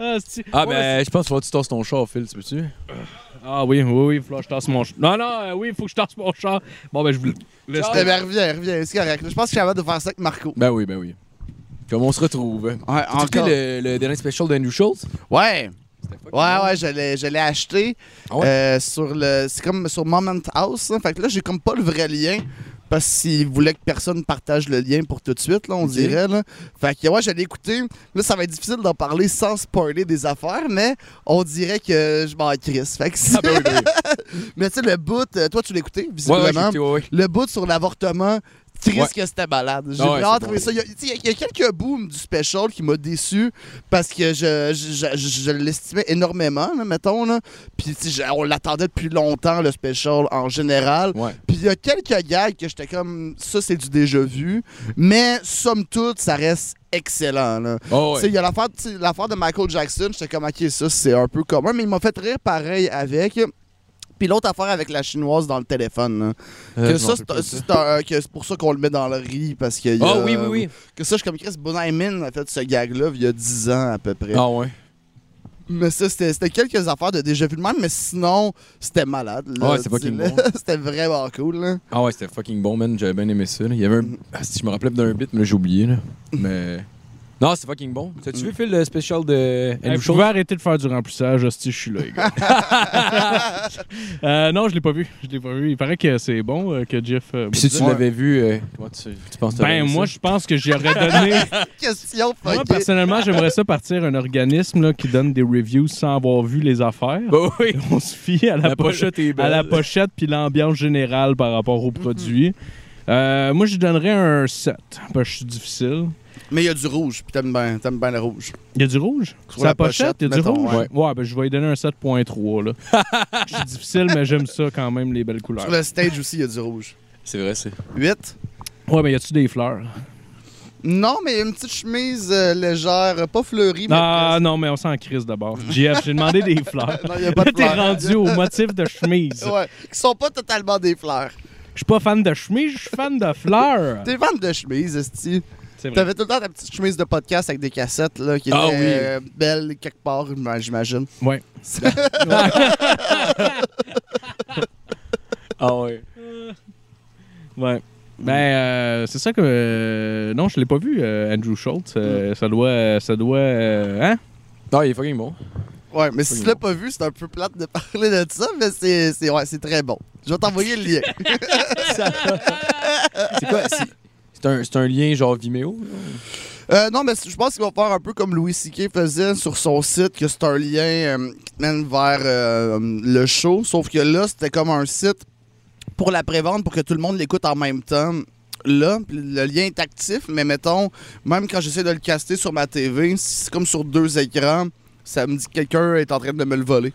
Ah, c'est- Ah, Ouais, ben, je pense qu'il faut que tu tasses ton char, Phil, tu peux-tu? c'est- ah oui, oui, oui, faut que je tasse mon char. Non, non, euh, oui, faut que je tasse mon char. Bon, ben, je vous le laisse. Eh ben, reviens, reviens, c'est correct. Je pense que je suis capable de faire ça avec Marco. Ben oui, ben oui. Comme on se retrouve. Ouais, T'as écouté le, le dernier special d'Andrew Schultz? Ouais. Ouais, ouais, je l'ai, je l'ai acheté Ah ouais? euh, sur le. C'est comme sur Moment House. hein. Fait que là, j'ai comme pas le vrai lien. Parce qu'ils voulaient que personne partage le lien pour tout de suite, là, on Ok. dirait. Là. Fait que ouais, je l'ai écouté. Là, ça va être difficile d'en parler sans spoiler des affaires, mais on dirait que je m'en crisse. Fait que si- ben oui, ben oui. Mais tu sais, le bout, euh, toi, tu l'as écouté, Ouais, ouais, j'ai visiblement. écouté, ouais, ouais. le bout sur l'avortement, triste Ouais. que c'était malade. J'ai Ah ouais, vraiment c'est trouvé bon. ça. Il y, a, tu sais, il y a- il y a quelques booms du special qui m'a déçu parce que je, je, je- je l'estimais énormément, là, mettons. Là. Puis tu sais, je- on l'attendait depuis longtemps, le special en général. Ouais. Puis il y a quelques gags que j'étais comme ça, c'est du déjà vu. Mais somme toute, ça reste excellent. là. Oh, Tu sais, ouais. Il y a l'affaire tu sais, l'affaire de Michael Jackson, j'étais comme, ok, ça c'est un peu commun, mais il m'a fait rire pareil avec. Puis l'autre affaire avec la chinoise dans le téléphone. là. Euh, Que je ça, m'en c'est rappelle plus. c'est un- euh, que c'est pour ça qu'on le met dans le riz, parce que... il y a- Ah oui, oui, oui. Que ça, je suis comme Chris Bonheimin a fait ce gag-là il y a 10 ans à peu près. Ah ouais. Mais ça, c'était c'était quelques affaires de déjà vu de même, mais sinon, c'était malade. là. Ouais, c'est fucking Dis-le. bon. c'était vraiment cool. Là. Ah ouais, c'était fucking bon, man. J'avais bien aimé ça. là. Il y avait un... Ah, si je me rappelais d'un bit, mais là, j'ai oublié. Là. Mais... Non, c'est fucking bon. T'as-tu vu, Phil, le special de Hey, Andrew vous Schultz? pouvez arrêter de faire du remplissage, hostie, je suis là, les gars. Euh, non, je l'ai pas vu. Je l'ai pas vu. Il paraît que c'est bon euh, que Jeff. euh, Puis me si tu disait. l'avais vu, euh, comment tu, tu penses que t'aurais Ben, aimé moi, ça? je pense que j'y aurais donné. Question moi, fuckée. personnellement, j'aimerais ça partir un organisme là, qui donne des reviews sans avoir vu les affaires. Bah Ben oui. On se fie à la, La po- pochette est belle. à la pochette puis l'ambiance générale par rapport Mhm. au produit. Euh, moi, je donnerais un 7. Ben, je suis difficile. Mais il y a du rouge, puis t'aimes bien t'aimes bien le rouge. Il y a du rouge? Sur Sa la pochette, pochette, il y a du mettons, rouge? ouais. ben, je vais lui donner un 7.3. là. Je suis difficile, mais j'aime ça quand même, les belles couleurs. Sur le stage aussi, il y a du rouge. C'est vrai, c'est. 8. Ouais, mais y a-tu des fleurs? Non, mais une petite chemise euh, légère, euh, pas fleurie, mais... Ah non, mais on s'en crise d'abord. JF, j'ai demandé des fleurs. presque. Non, il y a pas Là, de t'es fleurs. rendu au motif de chemise. Ouais, qui sont pas totalement des fleurs. Je suis pas fan de chemise, je suis fan de fleurs. T'es vente de chemise, esti. C'est vrai. T'avais tout le temps ta petite chemise de podcast avec des cassettes là, qui Ah était oui. euh, belle quelque part, j'im- j'imagine. Ouais. Ah ouais. Ouais. Ben, euh, c'est ça que. euh, non, je l'ai pas vu, euh, Andrew Schultz. Euh, Mm. Ça doit. euh, Ça doit. euh, hein? Non, il est fucking bon. Ouais, mais si Oui, tu l'as bon. pas vu, c'est un peu plate de parler de ça, mais c'est c'est- ouais, c'est très bon. Je vais t'envoyer le lien. C'est quoi? C'est, c'est un, c'est un lien genre Vimeo? Euh, non, mais c- je pense qu'il va faire un peu comme Louis C.K. faisait sur son site, que c'est un lien euh, qui te mène vers euh, le show. Sauf que là, c'était comme un site pour la prévente pour que tout le monde l'écoute en même temps. Là, Puis le lien est actif, mais mettons, même quand j'essaie de le caster sur ma TV, c'est comme sur deux écrans, ça me dit que quelqu'un est en train de me le voler.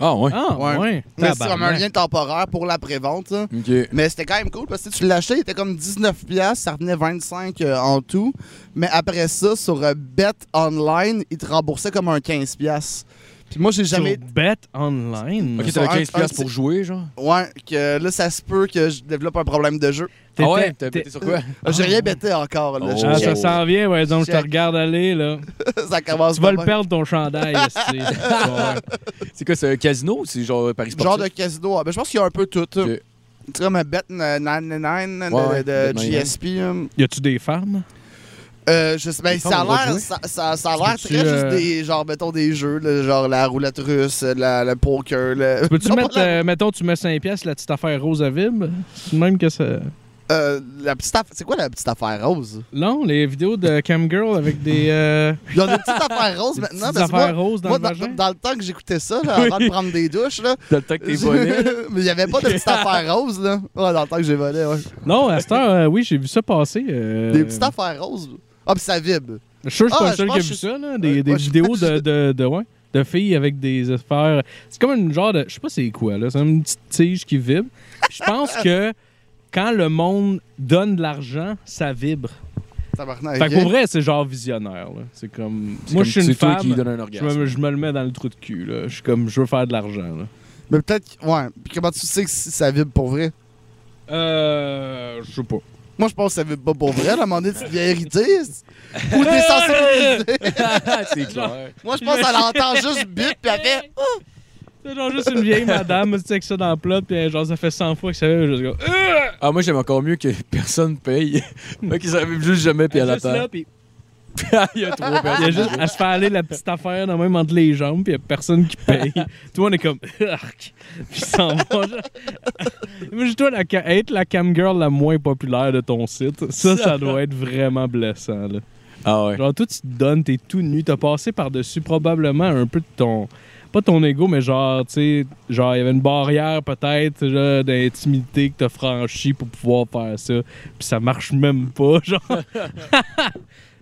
Ah ouais. Ah, ouais. Ouais. Mais c'est comme un Tabarnak. lien temporaire pour la prévente. hein. Ok. Mais c'était quand même cool parce que tu l'achetais, il était comme 19$, ça revenait 25$ euh, en tout. Mais après ça, sur euh, Bet Online, il te remboursait comme un 15$. Puis moi, j'ai jamais. Sur Bet Online. Ok, Sur un- t'avais 15$ un- pour jouer, genre? Ouais, que là, ça se peut que je développe un problème de jeu. T'étais- ah ouais? T'as t'étais- pété sur quoi? Euh, J'ai rien bêté encore, là. Oh. Je- Ah, ça Oh. s'en vient, ouais, donc je te Check. regarde aller, là. ça commence Tu vas pas le bien. perdre ton chandail, esti. Ouais. C'est quoi, c'est un casino ou c'est genre euh, Paris Sportif? Genre de casino. Ah, Ben, je pense qu'il y a un peu tout. hein. Ok. C'est comme un Bet 99 de- Ouais, ouais, de, Bet 99. GSP. hein. Y a-tu des femmes? Euh, je sais, ben, Les ça a femmes, on va l'air, jouer? ça, ça- ça a Tu l'air peux-tu, très juste euh, des, genre, mettons, des jeux, là, genre la roulette russe, euh, la, le poker, le... Peux-tu Non, pas mettre, la- euh, mettons, tu mets 5 pièces la petite affaire rose à vibre? C'est le même que ça. euh, la petite affaire... C'est quoi la petite affaire rose? Non, les vidéos de Camgirl avec des, euh, Ils ont des petites affaires roses des petites maintenant, parce que moi, affaires roses dans moi, le dans, vagin. dans le temps que j'écoutais ça, là, avant de prendre des douches, là, Dans le temps que t'es volé. mais il n'y avait pas de petites affaires roses, là. Ouais, dans le temps que j'ai volé, ouais. Non, à cette heure, euh, oui, j'ai vu ça passer. euh, Des petites affaires roses. Ah, puis ça vibre. Je suis sûr que je suis Ah, pas je le seul pense qui a que vu je suis- ça, là. Ouais, Des, des ouais, je- vidéos de, de, de, ouais, de filles avec des affaires. C'est comme une genre de. Je sais pas c'est quoi, là. C'est une petite tige qui vibre. Puis Je pense que quand le monde donne de l'argent, ça vibre. Tabarnak. Fait que ok. pour vrai, c'est genre visionnaire, là. C'est comme. C'est Moi, comme- je suis une C'est toi femme. qui donne un Je orgasme. me, je me le mets dans le trou de cul, là. Je suis comme, je veux faire de l'argent, là. Mais peut-être... que- Ouais. Puis comment tu sais que si ça vibre pour vrai? Euh. Je sais pas. Moi, je pense que ça vibre pas pour vrai. là, À un moment donné, tu deviens irrité. Ou désensibilisé. c'est clair. Moi, je pense qu'elle entend juste but, puis elle fait... C'est genre juste une vieille madame, tu sais, avec ça dans le plat, puis euh, genre, ça fait 100 fois que ça fait juste comme. Ah, moi, j'aime encore mieux que personne paye. Moi, qu'ils s'arrivent juste jamais, puis à la Juste là, terre. puis- Il y a trois Il y a personnes. juste à se faire aller la petite affaire de même entre les jambes, puis il y a personne qui paye. Tout le monde est comme arc, puis ils s'en vont. genre. Moi, je dois la ca- être la camgirl la moins populaire de ton site. Ça, ça doit être vraiment blessant. Là. Ah ouais. Genre, toi, tu te donnes, t'es tout nu, t'as passé par-dessus probablement un peu de ton. Pas ton ego, mais genre, tu sais, genre, il y avait une barrière peut-être là, d'intimité que t'as franchi pour pouvoir faire ça, puis ça marche même pas, genre.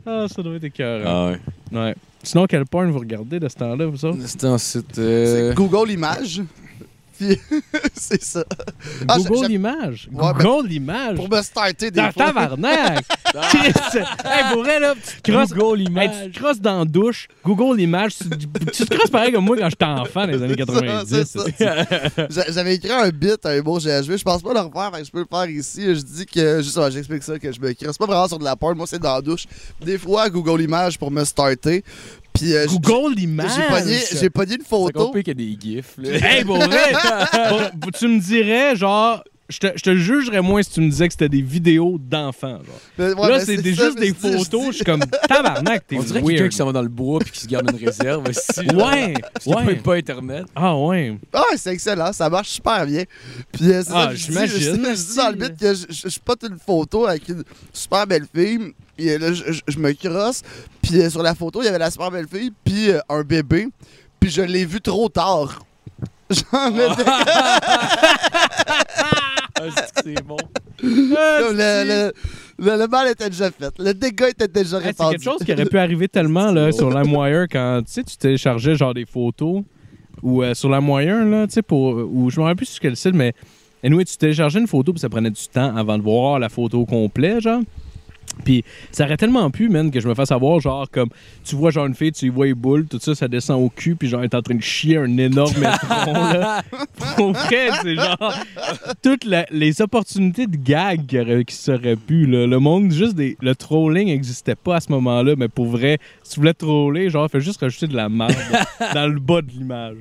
ah, ça doit être écœurant. Ah ouais. Ouais. Sinon, quel porn vous regardez de ce temps-là, vous autres? C'était ensuite. C'est euh, Google Images. Puis c'est ça. Ah, j'ai- Google j'ai- l'image. Ouais, ben- Google l'image. Pour me starter des Dans fois. tabarnak! Chris! hey, pour vrai, là, tu te crosses. Google tu te crosses dans la douche. Google l'image. Tu, tu te crosses pareil comme moi quand j'étais enfant dans les années 90. C'est ça, c'est J'a- J'avais écrit un bit, un mot GHB. Je pense pas le refaire, fait que je peux le faire ici. Je dis que, juste, ouais, j'explique ça, que je me crie. C'est pas vraiment sur de la porn, moi c'est dans la douche. Des fois, Google Images pour me starter. Puis euh, j- Google j'ai- l'image! j'ai pogné, j'ai pogné une C'est photo. encore pire qu'il y a des gifs, là. Hey, pour vrai! pour- tu me dirais, genre. Je te, je te jugerais moins si tu me disais que c'était des vidéos d'enfants. genre. Mais, là, ouais, mais c'est ça, des- je juste me des suis dit, je photos. Je dis- suis comme tabarnak, t'es On dirait weird. quelqu'un qui s'en va dans le bois puis qui se garde une réserve. aussi, là. Ouais, Parce qu'il paye ouais. pas Internet. Ah ouais. Ah, c'est excellent, ça marche super bien. Puis euh, c'est Ah, ça que je dis, j'imagine, Je, je dis dans le but que je, je, je pote une photo avec une super belle fille. Puis euh, là, je, je- je me crosse. Puis euh, sur la photo, il y avait la super belle fille, puis euh, un bébé. Puis je l'ai vu trop tard. Genre, le, Ah, c'est que c'est bon. Euh, le, le, le- le mal était déjà fait. Le dégât était déjà Hey, c'est répandu. quelque chose qui aurait pu arriver tellement là, sur LimeWire quand tu sais, tu téléchargeais genre des photos ou euh, sur LimeWire, là, tu sais, pour. Ou je me rappelle plus sur quel site, mais. Anyway, tu téléchargeais une photo, puis ça prenait du temps avant de voir la photo au complet, genre. Puis ça aurait tellement pu, man, que je me fasse avoir, genre, comme tu vois, genre, une fille, tu y vois les boules, tout ça, ça descend au cul, puis genre, elle est en train de chier un énorme étron, là. Pour vrai, c'est genre. Toutes la- les opportunités de gag qui auraient- qui seraient pu, là. Le monde, juste des. Le trolling n'existait pas à ce moment-là, mais pour vrai, si tu voulais troller, genre, fais juste rajouter de la merde dans le bas de l'image.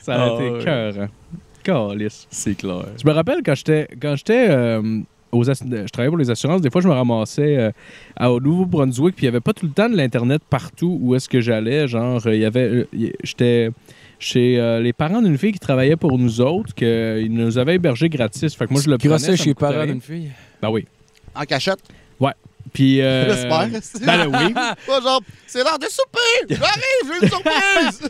Ça aurait Ah, été ouais. cœur. Calice. C'est clair. Je me rappelle quand j'étais quand j'étais euh, aux ass- je travaillais pour les assurances, des fois je me ramassais euh, à- au Nouveau-Brunswick, puis il n'y avait pas tout le temps de l'internet partout où est-ce que j'allais, genre euh, il y avait euh, y- j'étais chez euh, les parents d'une fille qui travaillait pour nous autres que ils nous avaient hébergés gratis. Fait que moi je le prenais, ça Grossais me chez les coûtait parents rien. d'une fille. Ben oui. En cachette, Puis euh, ben là, j'espère. oui. Pas genre, c'est l'heure de souper! J'arrive, j'ai une surprise!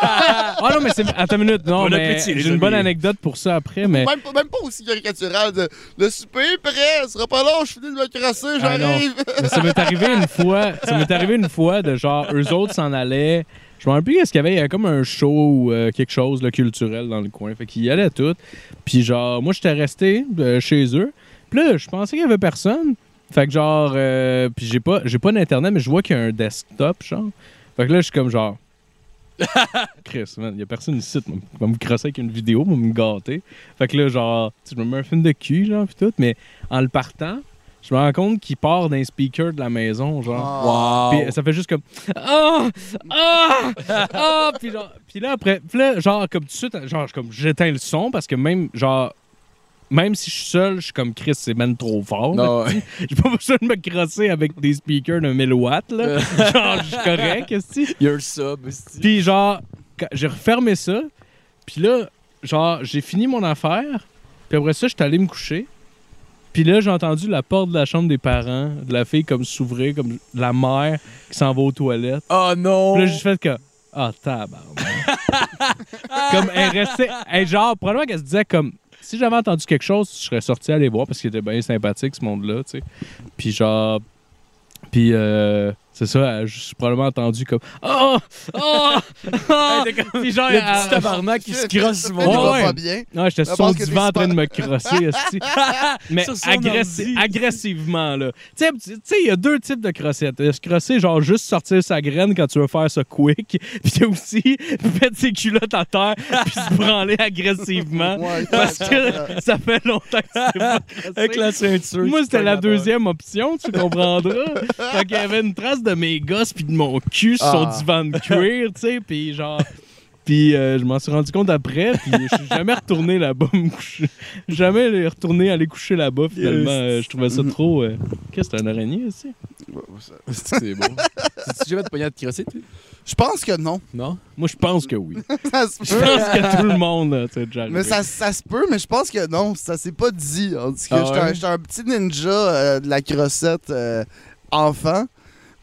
Ah non mais c'est attends une minute. Non Bon mais appétit, les j'ai une bonne amis. anecdote pour ça après mais Même, pas- même pas aussi caricatural de le souper est prêt, ce sera pas long, je finis de me crasser, Ah, non. j'arrive. Mais ça m'est arrivé une fois. Ça m'est arrivé une fois de genre, eux autres s'en allaient. Je me rappelle plus qu'est-ce qu'il y avait. Il y avait comme un show ou euh, quelque chose là, culturel dans le coin. Fait qu'ils y allaient tous. Puis genre, moi, j'étais resté euh, chez eux. Puis là, je pensais qu'il y avait personne. Fait que genre, euh, puis j'ai pas, j'ai pas d'internet, mais je vois qu'il y a un desktop, genre. Fait que là, je suis comme genre. Chris, man, y a personne ici qui va me crosser avec une vidéo, va me gâter. Fait que là, genre, tu sais, je me mets un film de cul, genre, pis tout, mais en le partant, je me rends compte qu'il part d'un speaker de la maison, genre. Ah. Wow. Puis ça fait juste comme ah ah ah puis genre puis là après puis là genre comme tout de suite genre comme j'éteins le son parce que même genre même si je suis seul, je suis comme Chris, c'est même trop fort. Non, ouais. J'ai pas besoin de me crosser avec des speakers de 1000 watts, là. genre, je suis correct, esti. You're sub, esti. Puis genre, quand- j'ai refermé ça. Puis là, genre, j'ai fini mon affaire. Puis après ça, j'étais allé me coucher. Puis là, j'ai entendu la porte de la chambre des parents, de la fille comme s'ouvrir, comme la mère qui s'en va aux toilettes. Oh non! Puis là, j'ai juste fait que. Ah, tabarnak. comme elle restait. Elle, genre, probablement qu'elle se disait comme. Si j'avais entendu quelque chose, je serais sorti aller voir parce qu'il était bien sympathique, ce monde-là, tu sais. Puis genre. Puis, euh, c'est ça, elle a juste probablement entendu comme. Oh! Oh! oh! Puis genre, Le elle- petit tabarnak qui se crosse sur Tu mon vas ouais. pas bien. non, j'étais Je sur son pense que divan en t'es train de me crosser, esti. Mais Sur son agresse- ordi. agressivement, là. Tu sais, tu sais, il y a deux types de crossettes. Se crosser, genre juste sortir sa graine quand tu veux faire ça quick. Puis il y a aussi mettre ses culottes à terre puis se branler agressivement. Ouais, Parce ouais, que ouais. ça fait longtemps que tu t'es pas Avec crossé. la ceinture. Moi, c'était la Tabarnak. deuxième option, tu comprendras. fait qu'il y avait une trace de mes gosses puis de mon cul sur son Ah. divan de cuir, tu sais, puis genre... Puis euh, je m'en suis rendu compte après, puis je suis jamais retourné là-bas me coucher. Jamais aller- retourné aller coucher là-bas, finalement. Euh, je trouvais ça trop... euh, Qu'est-ce que c'est, un araignée, aussi? Esti, C'est beau. Tu jamais de poignard de crosser, tu Je pense que non. Non? Moi, je pense que oui. Ça se Je peut. pense que tout le monde, euh, tu sais, déjà Mais arrivé. ça, ça se peut, mais je pense que non, ça s'est pas dit. En tout Ah cas, j'étais un- ouais? j'étais un, petit ninja euh, de la crossette euh, enfant.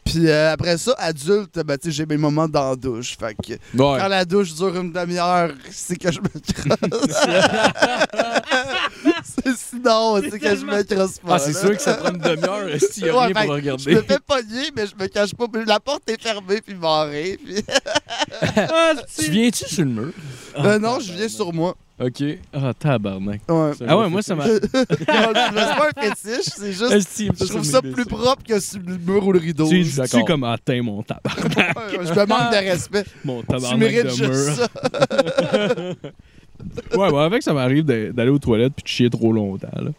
Puis euh, après ça, adulte, ben, tu sais, j'ai mes moments dans la douche. Fait que Ouais. quand la douche dure une demi-heure, c'est que je me crosse. C'est- Sinon, c'est que je me crosse pas. Ah, c'est là. sûr que ça prend une demi-heure, esti, y a rien Ouais, fait pour que regarder. Je me fais pogner, mais je me cache pas. La porte est fermée puis barrée. Puis... Ah, Tu c'est- viens-tu sur le mur? Euh, non, je viens sur moi. OK. Ah, tabarnak. Ouais. Ah ouais, moi, ça m'a... Non, c'est pas un fétiche, c'est juste. Esti, Je trouve ça plus propre que sur le mur ou le rideau. Tu Ouais, suis dis d'accord. comme, ah, teint mon tabarnak. Je me manque de respect. Mon Tu tabarnak mérites de mur. juste ça. Ouais, ouais, avec ça m'arrive de- d'aller aux toilettes puis de chier trop longtemps, là.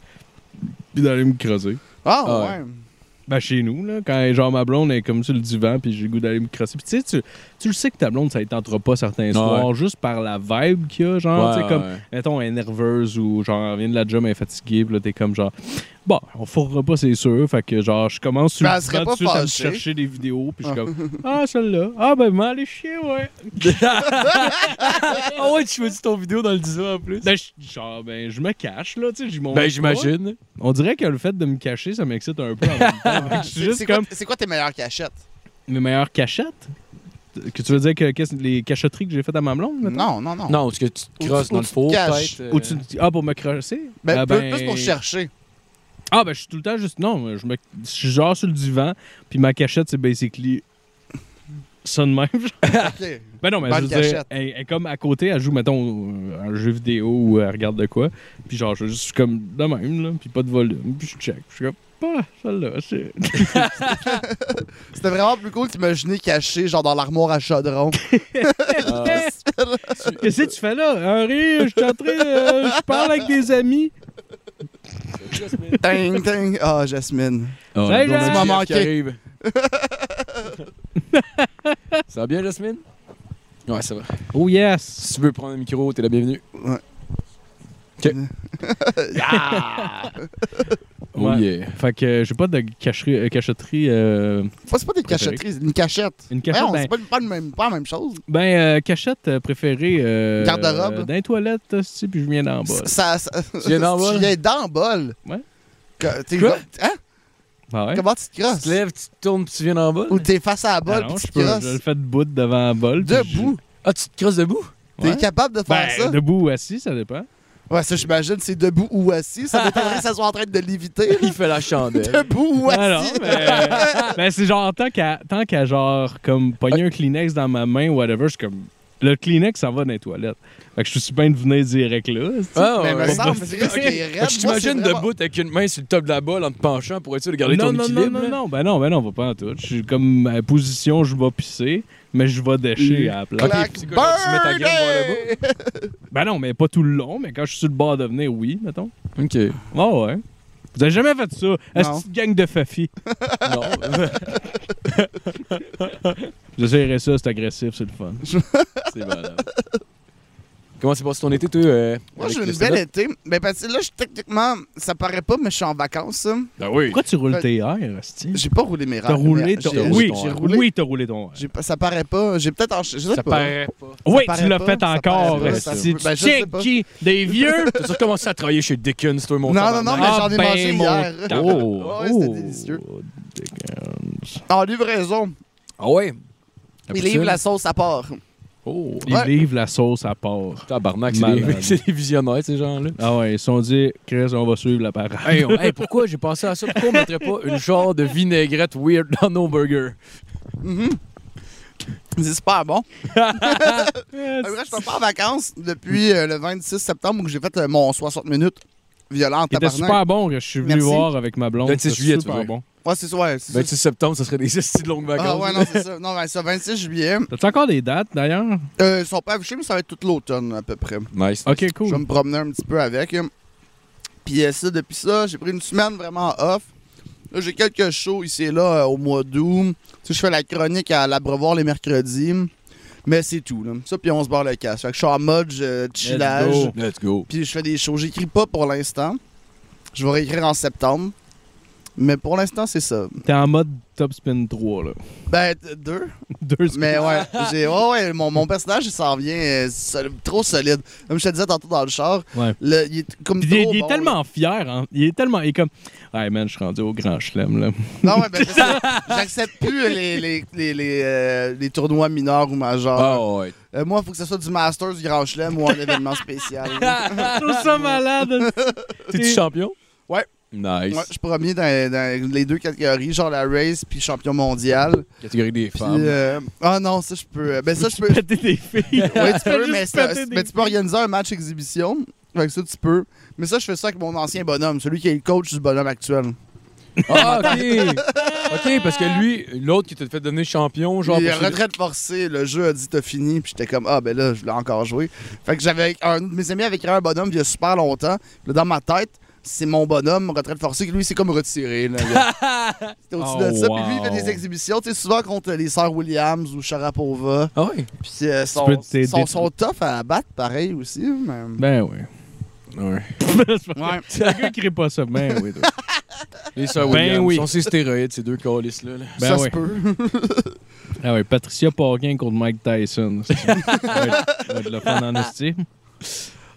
Puis d'aller me creuser. Ah Ah ouais. Ben, chez nous, là, quand genre ma blonde est comme sur le divan puis j'ai le goût d'aller me creuser. Puis tu sais, tu- tu le sais que ta blonde, ça ne tentera pas certains soirs, juste par la vibe qu'il y a, genre, tu sais, comme, mettons, elle est nerveuse ou genre, elle vient de la job, elle est fatiguée, puis là, t'es comme genre, bon, on fourrera pas, c'est sûr. Fait que genre, je commence sur Ben, le elle serait divan pas tout de suite à me fâchée. chercher des vidéos, puis je suis comme, ah, celle-là, ah, ben, m'en aller chier, ouais. Ah ouais, tu fais-tu ton vidéo dans le 10 ans en plus? Là, je- genre, ben, je me cache, là, tu sais, j'y monte pas. Ben, j'imagine. On dirait que le fait de me cacher, ça m'excite un peu en même temps. Fait que je suis C'est- juste C'est quoi, comme c'est quoi tes meilleures cachettes? mes meilleures cachettes. Que tu veux dire que qu'est-ce- les cacheteries que j'ai faites à ma blonde? mettons? Non, euh, non, non. Non, parce que tu te Ou crosses tu- dans ou le tu te four, caches. peut-être. euh, Ou tu ah pour me crosser? Ben, Ah, plus- ben- Plus pour chercher. Ah ben je suis tout le temps juste non, je me je suis genre sur le divan, puis ma cachette c'est basically ça de même. genre. Ok. Ben non, mais Bonne je veux dire, cachette. elle, elle est comme à côté, elle joue mettons euh, à un jeu vidéo ou elle regarde de quoi, puis genre je je suis comme de même là, puis pas de volume, puis je check, puis je suis comme ah celle-là c'est C'était vraiment plus cool d'imaginer caché, genre dans l'armoire à chaudron. ah, Qu'est-ce que tu fais là? Henri, je suis en train, euh, je parle avec des amis. Ting, ting. Ah, Jasmine. Oh, Salut, Jean. Tu m'as manqué. Ça va bien, Jasmine? Ouais, ça va. Oh yes! Si tu veux prendre un micro, t'es la bienvenue. Ouais. OK. Ah! Oh Ouais. yeah. Fait que euh, j'ai pas de cacherie, euh, cacheterie. euh, Faut- C'est pas des Préféré. cachetteries, c'est une cachette. une cachette. Voyons, ben, c'est pas, pas, le même- pas la même chose. ben, euh, cachette euh, préférée. euh, Garde-robe. euh, dans les toilettes, aussi, puis je viens d'en bas. Ça, ça- tu viens dans le bol? viens dans le bol. Ouais. Que- t'es- Quoi? Hein? Ah ouais? Comment tu te Tu te crosses? lèves, tu te tournes, puis tu viens en bas? Ou t'es face à la Ah bol non, pis je, tu te peux, je le crosses? fais debout devant la bol. puis je- Debout? Ah, tu te crosses debout? T'es Ouais. capable de Ben, faire ça? debout ou assis, ça dépend. Ouais, ça, j'imagine, c'est debout ou assis. Ça m'étonnerait que ça soit en train de léviter. Il fait la chandelle. debout ou Ah non, assis. mais- ben, c'est genre, tant qu'à, tant qu'à genre, comme, pogner un Kleenex dans ma main, whatever, je suis comme. Le Kleenex, ça va dans les toilettes. Fait que je suis bien de venir direct là. c'est-tu? Ah, Mais ouais. Ben, me semble, c'est Fait qu'il est que raide. Tu Moi, c'est t'imagines vraiment- debout avec une main sur le top de la balle en te penchant pour être sûr de garder non, ton non, équilibre? Non, non, là? non, ben non, ben non, on va pas en tout. Je suis comme à position, je vais pisser, mais je vais décher à la place. Clac, c'est quoi, quand tu mets ta graine burner! Ben non, mais pas tout le long, mais quand je suis sur le bord de venir, oui, mettons. OK. Oh ouais. Vous avez jamais fait ça? Est-ce Non. que gang de fafi? Non, J'essaierai ça, c'est agressif, c'est le fun. c'est malade. Comment s'est passé ton été, toi? euh, Moi, avec j'ai le une stand-up? belle été. Mais parce que là, je, techniquement, ça paraît pas, mais je suis en vacances. ça. Ben oui. Pourquoi tu roules Ben, tes airs, hostie? J'ai pas roulé mes T'as rails. roulé mais ton j'ai- Oui, j'ai j'ai roulé. Oui, t'as roulé ton air. J'ai pas- ça paraît pas. J'ai peut-être enchaîné. Je sais Ça pas. paraît pas. Oui, paraît tu l'as pas, fait ça encore, paraît pas, ça hostie. peut- ben, je sais Check pas. qui? Des vieux? T'as recommencé à travailler chez Dickens, toi, mon Non, non, tabarnak? non, mais j'en ai ben, mangé mon hier. tabarnak. Oh, Oh, Ouais, c'était délicieux. En livraison, Ah ouais? ils livrent la sauce à part. Oh. Ils Ouais. livrent la sauce à part. Tabarnak, c'est Malade. des, c'est des visionnaires, ces gens-là. Ah ouais, ils se sont dit, Chris, on va suivre la parade. Hey, on- hey, pourquoi j'ai pensé à ça? Pourquoi on mettrait pas une genre de vinaigrette weird dans nos burgers? C'est super bon. En vrai, je suis pas en vacances depuis euh, le 26 septembre où j'ai fait euh, mon 60 minutes violente C'était tabarnak. super bon que je suis venu Merci. voir avec ma blonde. 26 C'était juillet, tu super veux dire. bon. Ouais, c'est ça, ouais, c'est ça. 26 Ben, septembre, ça serait des estis de longues vacances. Ah ouais, non, c'est ça. Non, ben, ça, 26 juillet. T'as-tu encore des dates, d'ailleurs? Euh, ils sont pas affichés, mais ça va être tout l'automne à peu près. Nice. OK, Je vais cool. me promener un petit peu avec. Puis euh, ça, depuis ça, j'ai pris une semaine vraiment off. Là, j'ai quelques shows ici et là euh, au mois d'août. Tu sais, je fais la chronique à l'abreuvoir les mercredis. Mais c'est tout, là. Ça, puis on se barre le casse. Fait que je suis en mode euh, chillage. go. Let's go. Puis je fais des shows. J'écris pas pour l'instant. Je vais réécrire en septembre. Mais pour l'instant, c'est ça. T'es en mode Top Spin 3, là. Ben, t- deux. Deux secondes. Mais ouais, j'ai, ouais, ouais, mon, mon personnage, il s'en vient euh, sol- trop solide. Comme je te disais tantôt dans le char, Ouais. le- il est comme Puis il, est- trop il est bon, là. tellement fier, hein. Il est tellement... Il est comme... Hey, man, je suis rendu au grand chelem, là. Non, ouais, ben, c'est ça. j'accepte plus les, les, les, les, euh, les tournois mineurs ou Ah majeurs. ouais. Euh, moi, il faut que ce soit du Masters, du Grand Chelem ou un événement spécial. Je trouve ça malade. T'es-tu champion? Ouais. Nice. Moi, je suis premier dans, dans les deux catégories, genre la race puis champion mondial. Catégorie des Puis, femmes. euh, ah non, ça, je peux. Ben, ça, je peux. Péter des filles. Oui, tu peux, Juste mais, ça- péter des mais tu peux organiser un match exhibition. Fait que ça, tu peux. Mais ça, je fais ça avec mon ancien bonhomme, celui qui est le coach du bonhomme actuel. Ah, ok. ok, parce que lui, l'autre qui t'a fait devenir champion, genre. Il pour- retraite forcée, le jeu a dit t'as fini, puis j'étais comme ah ben là, je voulais encore jouer. Fait que j'avais un de mes amis avait créé un bonhomme il y a super longtemps. Là, dans ma tête, c'est mon bonhomme retraite forcée, que lui c'est comme retiré. là. C'était au-dessus Oh, de ça, puis lui il wow. fait des exhibitions, tu sais, souvent contre les sœurs Williams ou Sharapova. Ah ouais. Puis euh, sont, peux t'aider. sont, sont tough à battre pareil aussi. Mais... Ben oui. Ben, Ouais. C'est pas- Ouais. Le gars crie pas ça. Ben oui. toi. Les sœurs Ben Williams oui. sont ces stéroïdes, ces deux calices-là. là. Ben ça oui. se peut. Ah ouais, Patricia Paquin contre Mike Tyson. Ça va être- ça va être le fun en esti.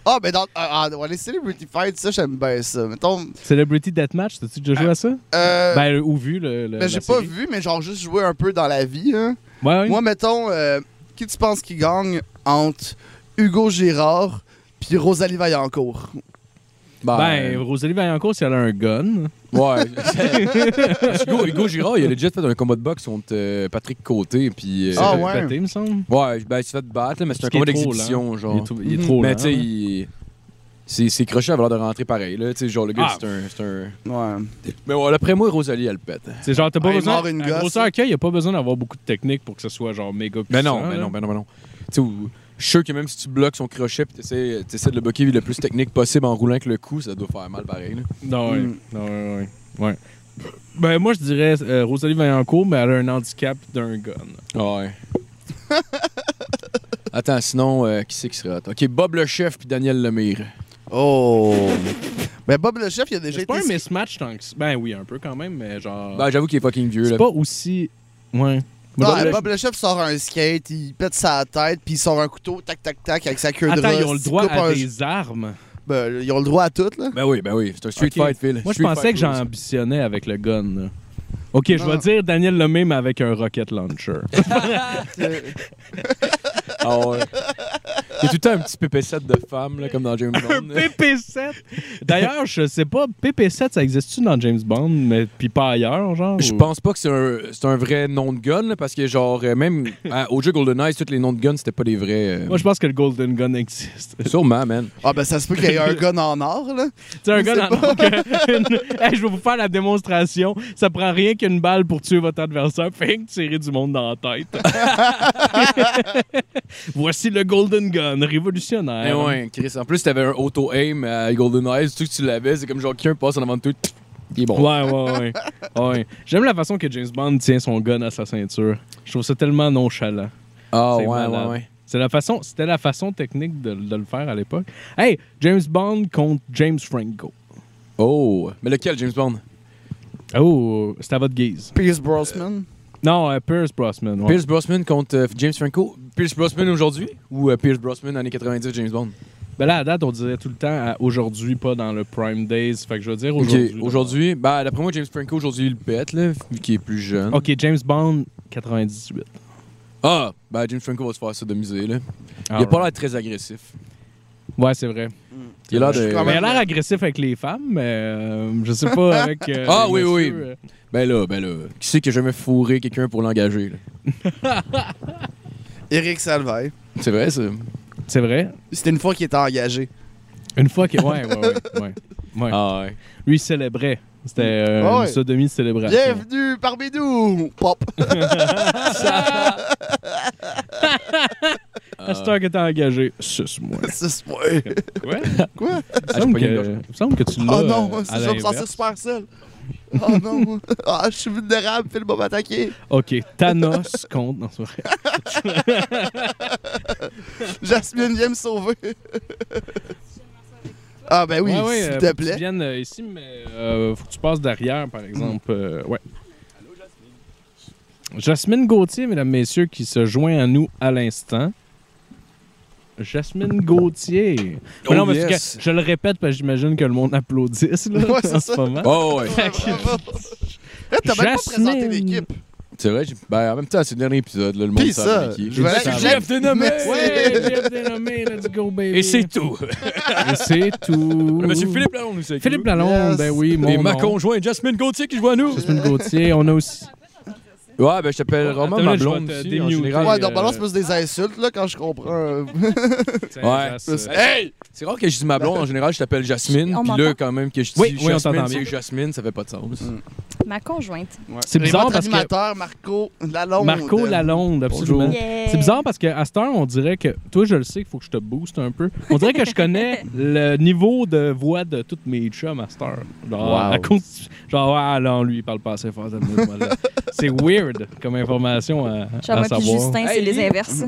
Ah, ben dans. ah, ah, ouais, les Celebrity Fights, ça, j'aime bien ça. Mettons. Celebrity Deathmatch, t'as-tu déjà joué à ça? Euh, ben, Ben, ou vu le. le- la j'ai pas série. vu, mais genre juste jouer un peu dans la vie. Hein. Ouais, ouais. Moi, mettons, euh, qui tu penses qui gagne entre Hugo Girard puis Rosalie Vaillancourt? Ben, Rosalie Vaillancourt, si elle a un gun. euh, Ouais. Parce que Hugo, Hugo Girard, il a déjà fait un combat de boxe contre euh, Patrick Côté, puis. euh, Ah Elle s'est fait ouais. péter, il me semble. Ouais, ben, il s'est fait battre, là, mais c'est un Parce qu'il combat est trop d'exhibition, Il est genre. trop, il est Mhm. trop Mais lent, Ben, tu sais, là. il- ses ses crochets avaient l'air de rentrer pareil, là. Tu sais, genre, le gars, Ah. c'est un, c'est un. Ouais. Mais ouais, d'après moi, Rosalie, elle le pète. C'est genre, t'as pas Ah, il besoin. mord une à gosse, grosseur qu'il y a pas besoin d'avoir beaucoup de technique pour que ce soit genre méga puissant. Mais Ben, non, mais là. non, mais non, mais non. Tu sais, où- je suis sûr que même si tu bloques son crochet puis t'essaies euh, t'essaies de le bloquer le plus technique possible en roulant avec le cou, ça doit faire mal pareil. là. Non, ouais. Mm. Non, ouais, ouais. ouais. Ben, moi, je dirais euh, Rosalie Vaillancourt, mais elle a un handicap d'un gun. Ah Ouais. Attends, sinon, euh, qui c'est qui serait hot? Ok, Bob le chef puis Daniel Lemire. Oh. ben, Bob le chef, il a déjà C'est été. pas un mismatch tant que. Ben oui, un peu quand même, mais genre. Ben, j'avoue qu'il est fucking vieux. Ah. c'est Là. pas aussi. Ouais. Ouais, Moi, je- Bob le chef sort un skate, il pète sa tête, puis il sort un couteau, tac, tac, tac, avec sa queue de Attends, rat, ils ont le il droit coupe à un- des armes. Ben, ils ont le droit à tout, là. Ben oui, ben oui, c'est un street Ok. fight, Phil. Moi, je Street pensais fight que j'ambitionnais rules. avec le gun. là. Ok, je Non. vais dire Daniel Lemay, mais avec un rocket launcher. Ah ouais. Il y a tout le temps un petit pépécette de femme, là, comme dans James Bond. PP7! D'ailleurs, je sais pas, PP7, ça existe-tu dans James Bond, mais puis pas ailleurs, genre? Je ou- pense pas que c'est un, c'est un vrai nom de gun, là, parce que, genre, euh, même à- au jeu GoldenEye, tous les noms de gun, c'était pas des vrais. euh, Moi, je pense que le Golden Gun existe. Sûrement, man. Ah, ben, ça se peut qu'il y ait un gun en or, là. C'est un Je gun sais en Hey, je vais vous faire la démonstration. Ça prend rien qu'une balle pour tuer votre adversaire. Fait que tirer du monde dans la tête. Voici le Golden Gun, révolutionnaire. Eh ouais, Chris. En plus, t'avais un auto-aim à GoldenEye. C'est tout que tu l'avais. C'est comme genre, quelqu'un passe en avant de toi. tch, Il est bon. Ouais, ouais, ouais. Ouais. J'aime la façon que James Bond tient son gun à sa ceinture. Je trouve ça tellement nonchalant. Ah, C'est ouais, malade. ouais, ouais. C'est la façon, c'était la façon technique de, de le faire à l'époque. Hey, James Bond contre James Franco. Oh, mais lequel, James Bond? Oh, c'est à votre guise. Pierce Brosnan. Non, euh, Pierce Brosnan. ouais. Pierce Brosnan contre euh, James Franco. Pierce Brosnan aujourd'hui ou euh, Pierce Brosnan années 90 James Bond? Ben là, à date, on dirait tout le temps à aujourd'hui, pas dans le Prime Days. Fait que je veux dire Ok, aujourd'hui. Aujourd'hui, bah d'après moi James Franco aujourd'hui il pète là, vu qu'il est plus jeune. OK, James Bond, 98. Ah, bah James Franco va se faire sodomiser là. Il a Alright. pas l'air très agressif. Ah, Ouais, c'est vrai. Il a l'air Je suis quand de Mais il a même- l'air agressif avec les femmes, mais euh, je sais pas avec. euh, Ah, les oui, oui. messieurs, euh. ben là, ben là, qui c'est qui a jamais fourré quelqu'un pour l'engager là? Eric Salvay. C'est vrai ça. C'est vrai. C'était une fois qu'il était engagé. Une fois que. Ouais, ouais, ouais. ouais. Ouais. Ah ouais. Lui, il célébrait. C'était euh, Ah ouais. une sodomie de célébration. Bienvenue parmi nous! Pop! À cette heure que t'es engagé, Ah, suce-moi. C'est moi! Quoi? Quoi? Il me semble j'ai pas eu le que- gorge. il me semble que tu l'as. Oh non, euh, c'est à ça, me sentir l'inverse. super seul. Oh non, moi. Ah, je suis vulnérable, Phil va m'attaquer. Ok, Thanos contre. Non, c'est vrai. Jasmine vient me sauver. Ah ben oui, Ouais, ouais, s'il euh, faut que te Tu plaît. viennes euh, ici, mais euh, faut que tu passes derrière, par exemple. euh, ouais. Jasmine Gauthier, mesdames, messieurs, qui se joint à nous à l'instant. Jasmine Gauthier. Oh, Mais non, mais c'est yes. que je le répète parce que j'imagine que le monde applaudisse là, Ouais, c'est en ça. ce moment. Oh ouais. Bravo. Là, T'as même pas présenté Jasmine. l'équipe. C'est vrai, j'ai- ben en même temps c'est le dernier épisode là, le monde Pis s'en ça, va qui. je vais aller- J'ai dénommé. Merci. Ouais, Jeff Dénommé, let's go, baby. Et c'est tout. Et c'est tout. Monsieur Philippe Lalonde nous c'est Ah, Philippe Lalonde, Yes. ben oui, mon et ma nom. conjointe Jasmine Gauthier qui joue à nous. Jasmine Gauthier, on a aussi... Ouais, ben je t'appelle Attends, Romain là, ma je vais blonde te aussi, en démuter. général. Ouais, euh, normalement, c'est plus des insultes, là, quand je comprends. euh, Ouais. Saint-Jacques, euh, Hey! C'est rare que je dise ma Bah, blonde. En général, je t'appelle Jasmine. On Puis là, m'entend? quand même, que je dis Oui, oui, on Jasmine, t'entend c'est bien. Jasmine, ça fait pas de sens. Mm. Ma conjointe. C'est Et bizarre votre parce que animateur, euh, Marco Lalonde. Marco Lalonde, absolument. Bonjour. Yeah. C'est bizarre parce qu'à cette heure, on dirait que. Toi, je le sais qu'il faut que je te booste un peu. On dirait que je connais le niveau de voix de toutes mes chums à cette heure. Genre, Wow. à cause- genre ah non, lui, il parle pas assez fort. cette minute, voilà. C'est weird comme information à, à Charles et savoir. Justin, c'est Hey, les lui. inverses.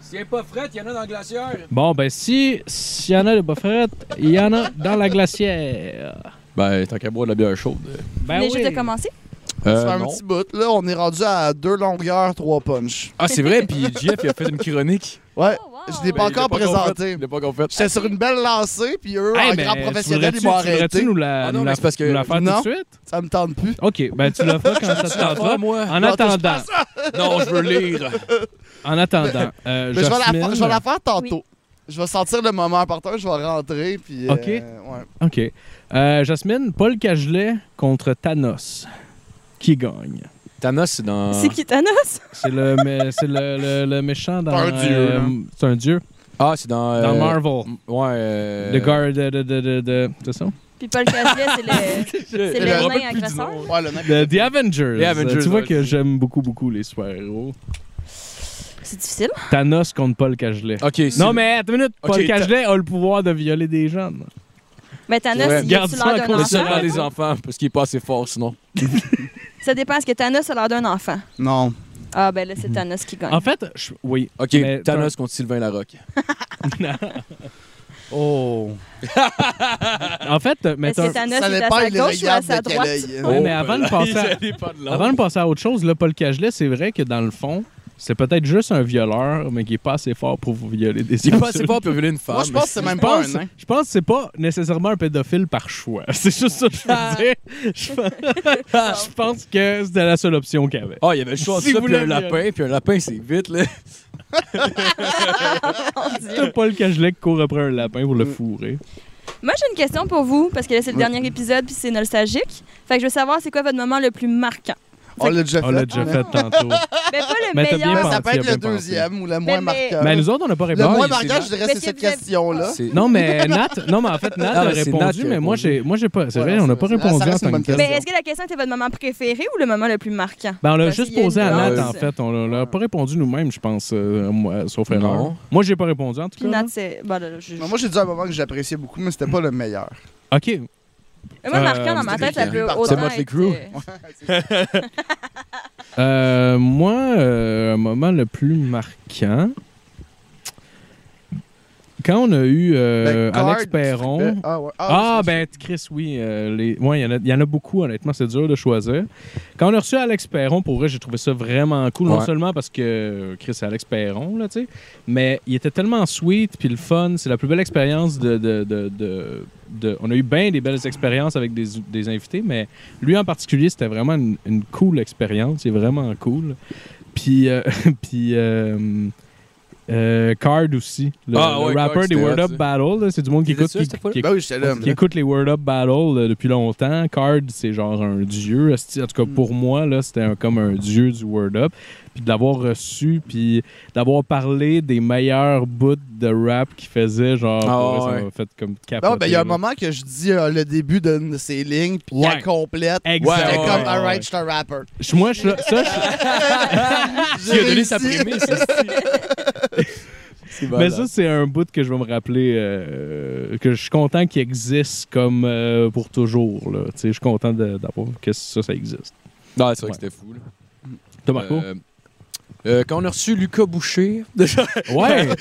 C'est pas fret, il y en a dans le glacière. Bon, ben, si s'il y en a de buffettes, il y en a dans la glacière. Ben, tant qu'à boire de la bière chaude. Ben les oui. jeux de commencer? Ça fait Euh, un non. petit bout, là, on est rendu à deux longueurs, trois punches. Ah, c'est vrai, puis JF, il a fait une chronique. Ouais, Oh, wow. Euh, je l'ai Ben, pas il l'a encore encore présenté. fait. Il l'a pas encore fait. J'étais sur une belle lancée, puis eux, Hey, en mais grand tu professionnel, ils voudrais-tu- m'ont tu voudrais-tu arrêté. nous la, Ah non, nous mais la- c'est parce que- nous la faire Non. tout de suite? Ça me tente plus. OK, ben tu la feras quand ça te tentera. moi. En Non, touche pas attendant, Non, je veux lire. en attendant, euh, Mais je vais la Jasmine- faire, je vais la faire tantôt. Je vais sentir le moment important, je vais rentrer, puis. euh, Ok. ouais. OK. Euh, Jasmine, Paul Cagelet contre Thanos. Qui gagne? Thanos, c'est Euh. dans. C'est qui Thanos? C'est le, mé- c'est le, le- le méchant dans... C'est un dieu, euh, là. c'est un dieu. Ah, c'est dans. euh, Dans Marvel. Ouais. euh, Le guard de... de, de, de, de- c'est ça? Puis Paul Cagelet, c'est le... c'est le le Robert nain agresseur? Ouais, le mec. The, The Avengers. The Avengers, Euh, tu vois ouais. que j'aime beaucoup, beaucoup les super-héros. C'est difficile. Thanos contre Paul Cagelet. Ok, c'est. Non, mais attends une minute. Ok, ta- Paul Cagelet a le pouvoir de violer des jeunes. Mais C'est vrai. Thanos, il a Garde tu ça en l'air d'un Mais ça rend enfant? des enfants, parce qu'il est pas assez fort sinon. Ça dépend, est-ce que Thanos a l'air d'un enfant? Non. Ah, ben là, c'est Mhm. Thanos qui gagne. En fait, je- oui. Ok, Mais Thanos contre Sylvain Larocque. Oh. En fait, mais Est-ce t'as- que Thanos Ça il est à dépend, sa il le gauche ou à regarde sa de quel droite? œil. Ouais, mais avant de passer à- Avant de passer à autre chose, le Paul Cagelet, c'est vrai que dans le fond, c'est peut-être juste un violeur, mais qui est pas assez fort pour vous violer des Il est pas assez adultes. fort pour violer une femme. Moi, je pense que c'est Je même pas un hein. pense, nain. je pense que c'est pas nécessairement un pédophile par choix. C'est juste ça que je Ah. veux dire. Je pense, je pense que c'était la seule option qu'il y avait. Ah, il y avait le choix de Si ça, vous puis un l'aviez- lapin, puis un lapin, c'est vite, là. C'est Paul Cagelet qui court après un lapin pour le Mm. fourrer. Moi, j'ai une question pour vous, parce que là, c'est le dernier épisode, puis c'est nostalgique. Fait que je veux savoir, c'est quoi votre moment le plus marquant? On l'a déjà On l'a fait. déjà Ah, fait Ah, non. tantôt. Mais pas le Mais t'as bien meilleur. Ça peut Pensez, être bien le pensé. deuxième ou le Mais- moins mais- marquant. Mais nous autres, on n'a pas Le répondu. moins il- marquant, je dirais, Mais c'est si cette vous avez- question-là. C'est- Ah. Non, mais Nat, non, mais en fait, Nat Non, a mais c'est Nat répondu, qui a mais moi, répondu. j'ai, moi, j'ai pas. C'est Ouais, vrai, non, on n'a ça- pas ça- ça répondu en reste une tant bonne que tel. Mais Ben, est-ce que la question était votre moment préféré ou le moment le plus marquant? Ben, on l'a Parce juste qu'il y a posé une à nuance. Nat, en fait. On l'a- l'a pas répondu nous-mêmes, je pense, euh, moi, sauf erreur. Non. Moi, j'ai pas répondu, en tout Puis cas. Nat, c'est. Bon, là, je- Mais Moi, j'ai dit un moment que j'appréciais beaucoup, mais c'était pas le meilleur. OK. Mais Moi, Euh, marquant dans ma c'était tête, ça Motley peut Crue. autant. C'est Motley être, Crue. euh, Euh, moi, euh, un moment le plus marquant, quand on a eu euh, Ben, Alex Card, Perron. Ben, ah, ouais. Ah, c'est- ben, Chris, oui. euh, les... ouais, il y en a- il y, en a beaucoup, honnêtement, c'est dur de choisir. Quand on a reçu Alex Perron, pour vrai, j'ai trouvé ça vraiment cool. Non Ouais. seulement parce que euh, Chris est Alex Perron, là, tu sais, mais il était tellement sweet, puis le fun. C'est la plus belle expérience de. de- de- de- de- On a eu bien des belles expériences avec des, des invités, mais lui en particulier, c'était vraiment une, une cool expérience. Il est vraiment cool. Puis. euh, puis euh, euh, Card aussi, le, Ah, le ouais, Card, rapper c'était des Word hot, Up ça. Battle, là, c'est du monde qui T'étais écoute, sûr, qui- cette fois-là? qui- Ben oui, j'étais là. qui écoute les Word Up Battle euh, depuis longtemps. Card, c'est genre un dieu. esti. En tout cas, Mm. pour moi, là, c'était un- comme un dieu du Word Up. Puis de l'avoir reçu, puis d'avoir parlé des meilleurs bouts de rap qu'il faisait, genre, Ah, pour vrai, ouais. ça m'a fait comme capoter. Non, ben, il y a là. un moment que je dis euh, le début de de ces lignes, puis Ouais. la complète. Exact. J'étais Ouais, comme, ouais, Ah alright, ouais. je suis un rapper. Je- Moi, je, ça, je- Il a donné sa réussi. prémisse. C'est Mais ça, c'est un bout que je vais me rappeler, euh, que je suis content qu'il existe comme euh, pour toujours. Là. Tu sais, Je suis content de- d'avoir que ça, ça existe. Non, c'est vrai Ouais. que c'était fou. là. Toi, Marco? Euh, euh, quand on a reçu Lucas Boucher. Déjà. Euh, Ouais! non, non,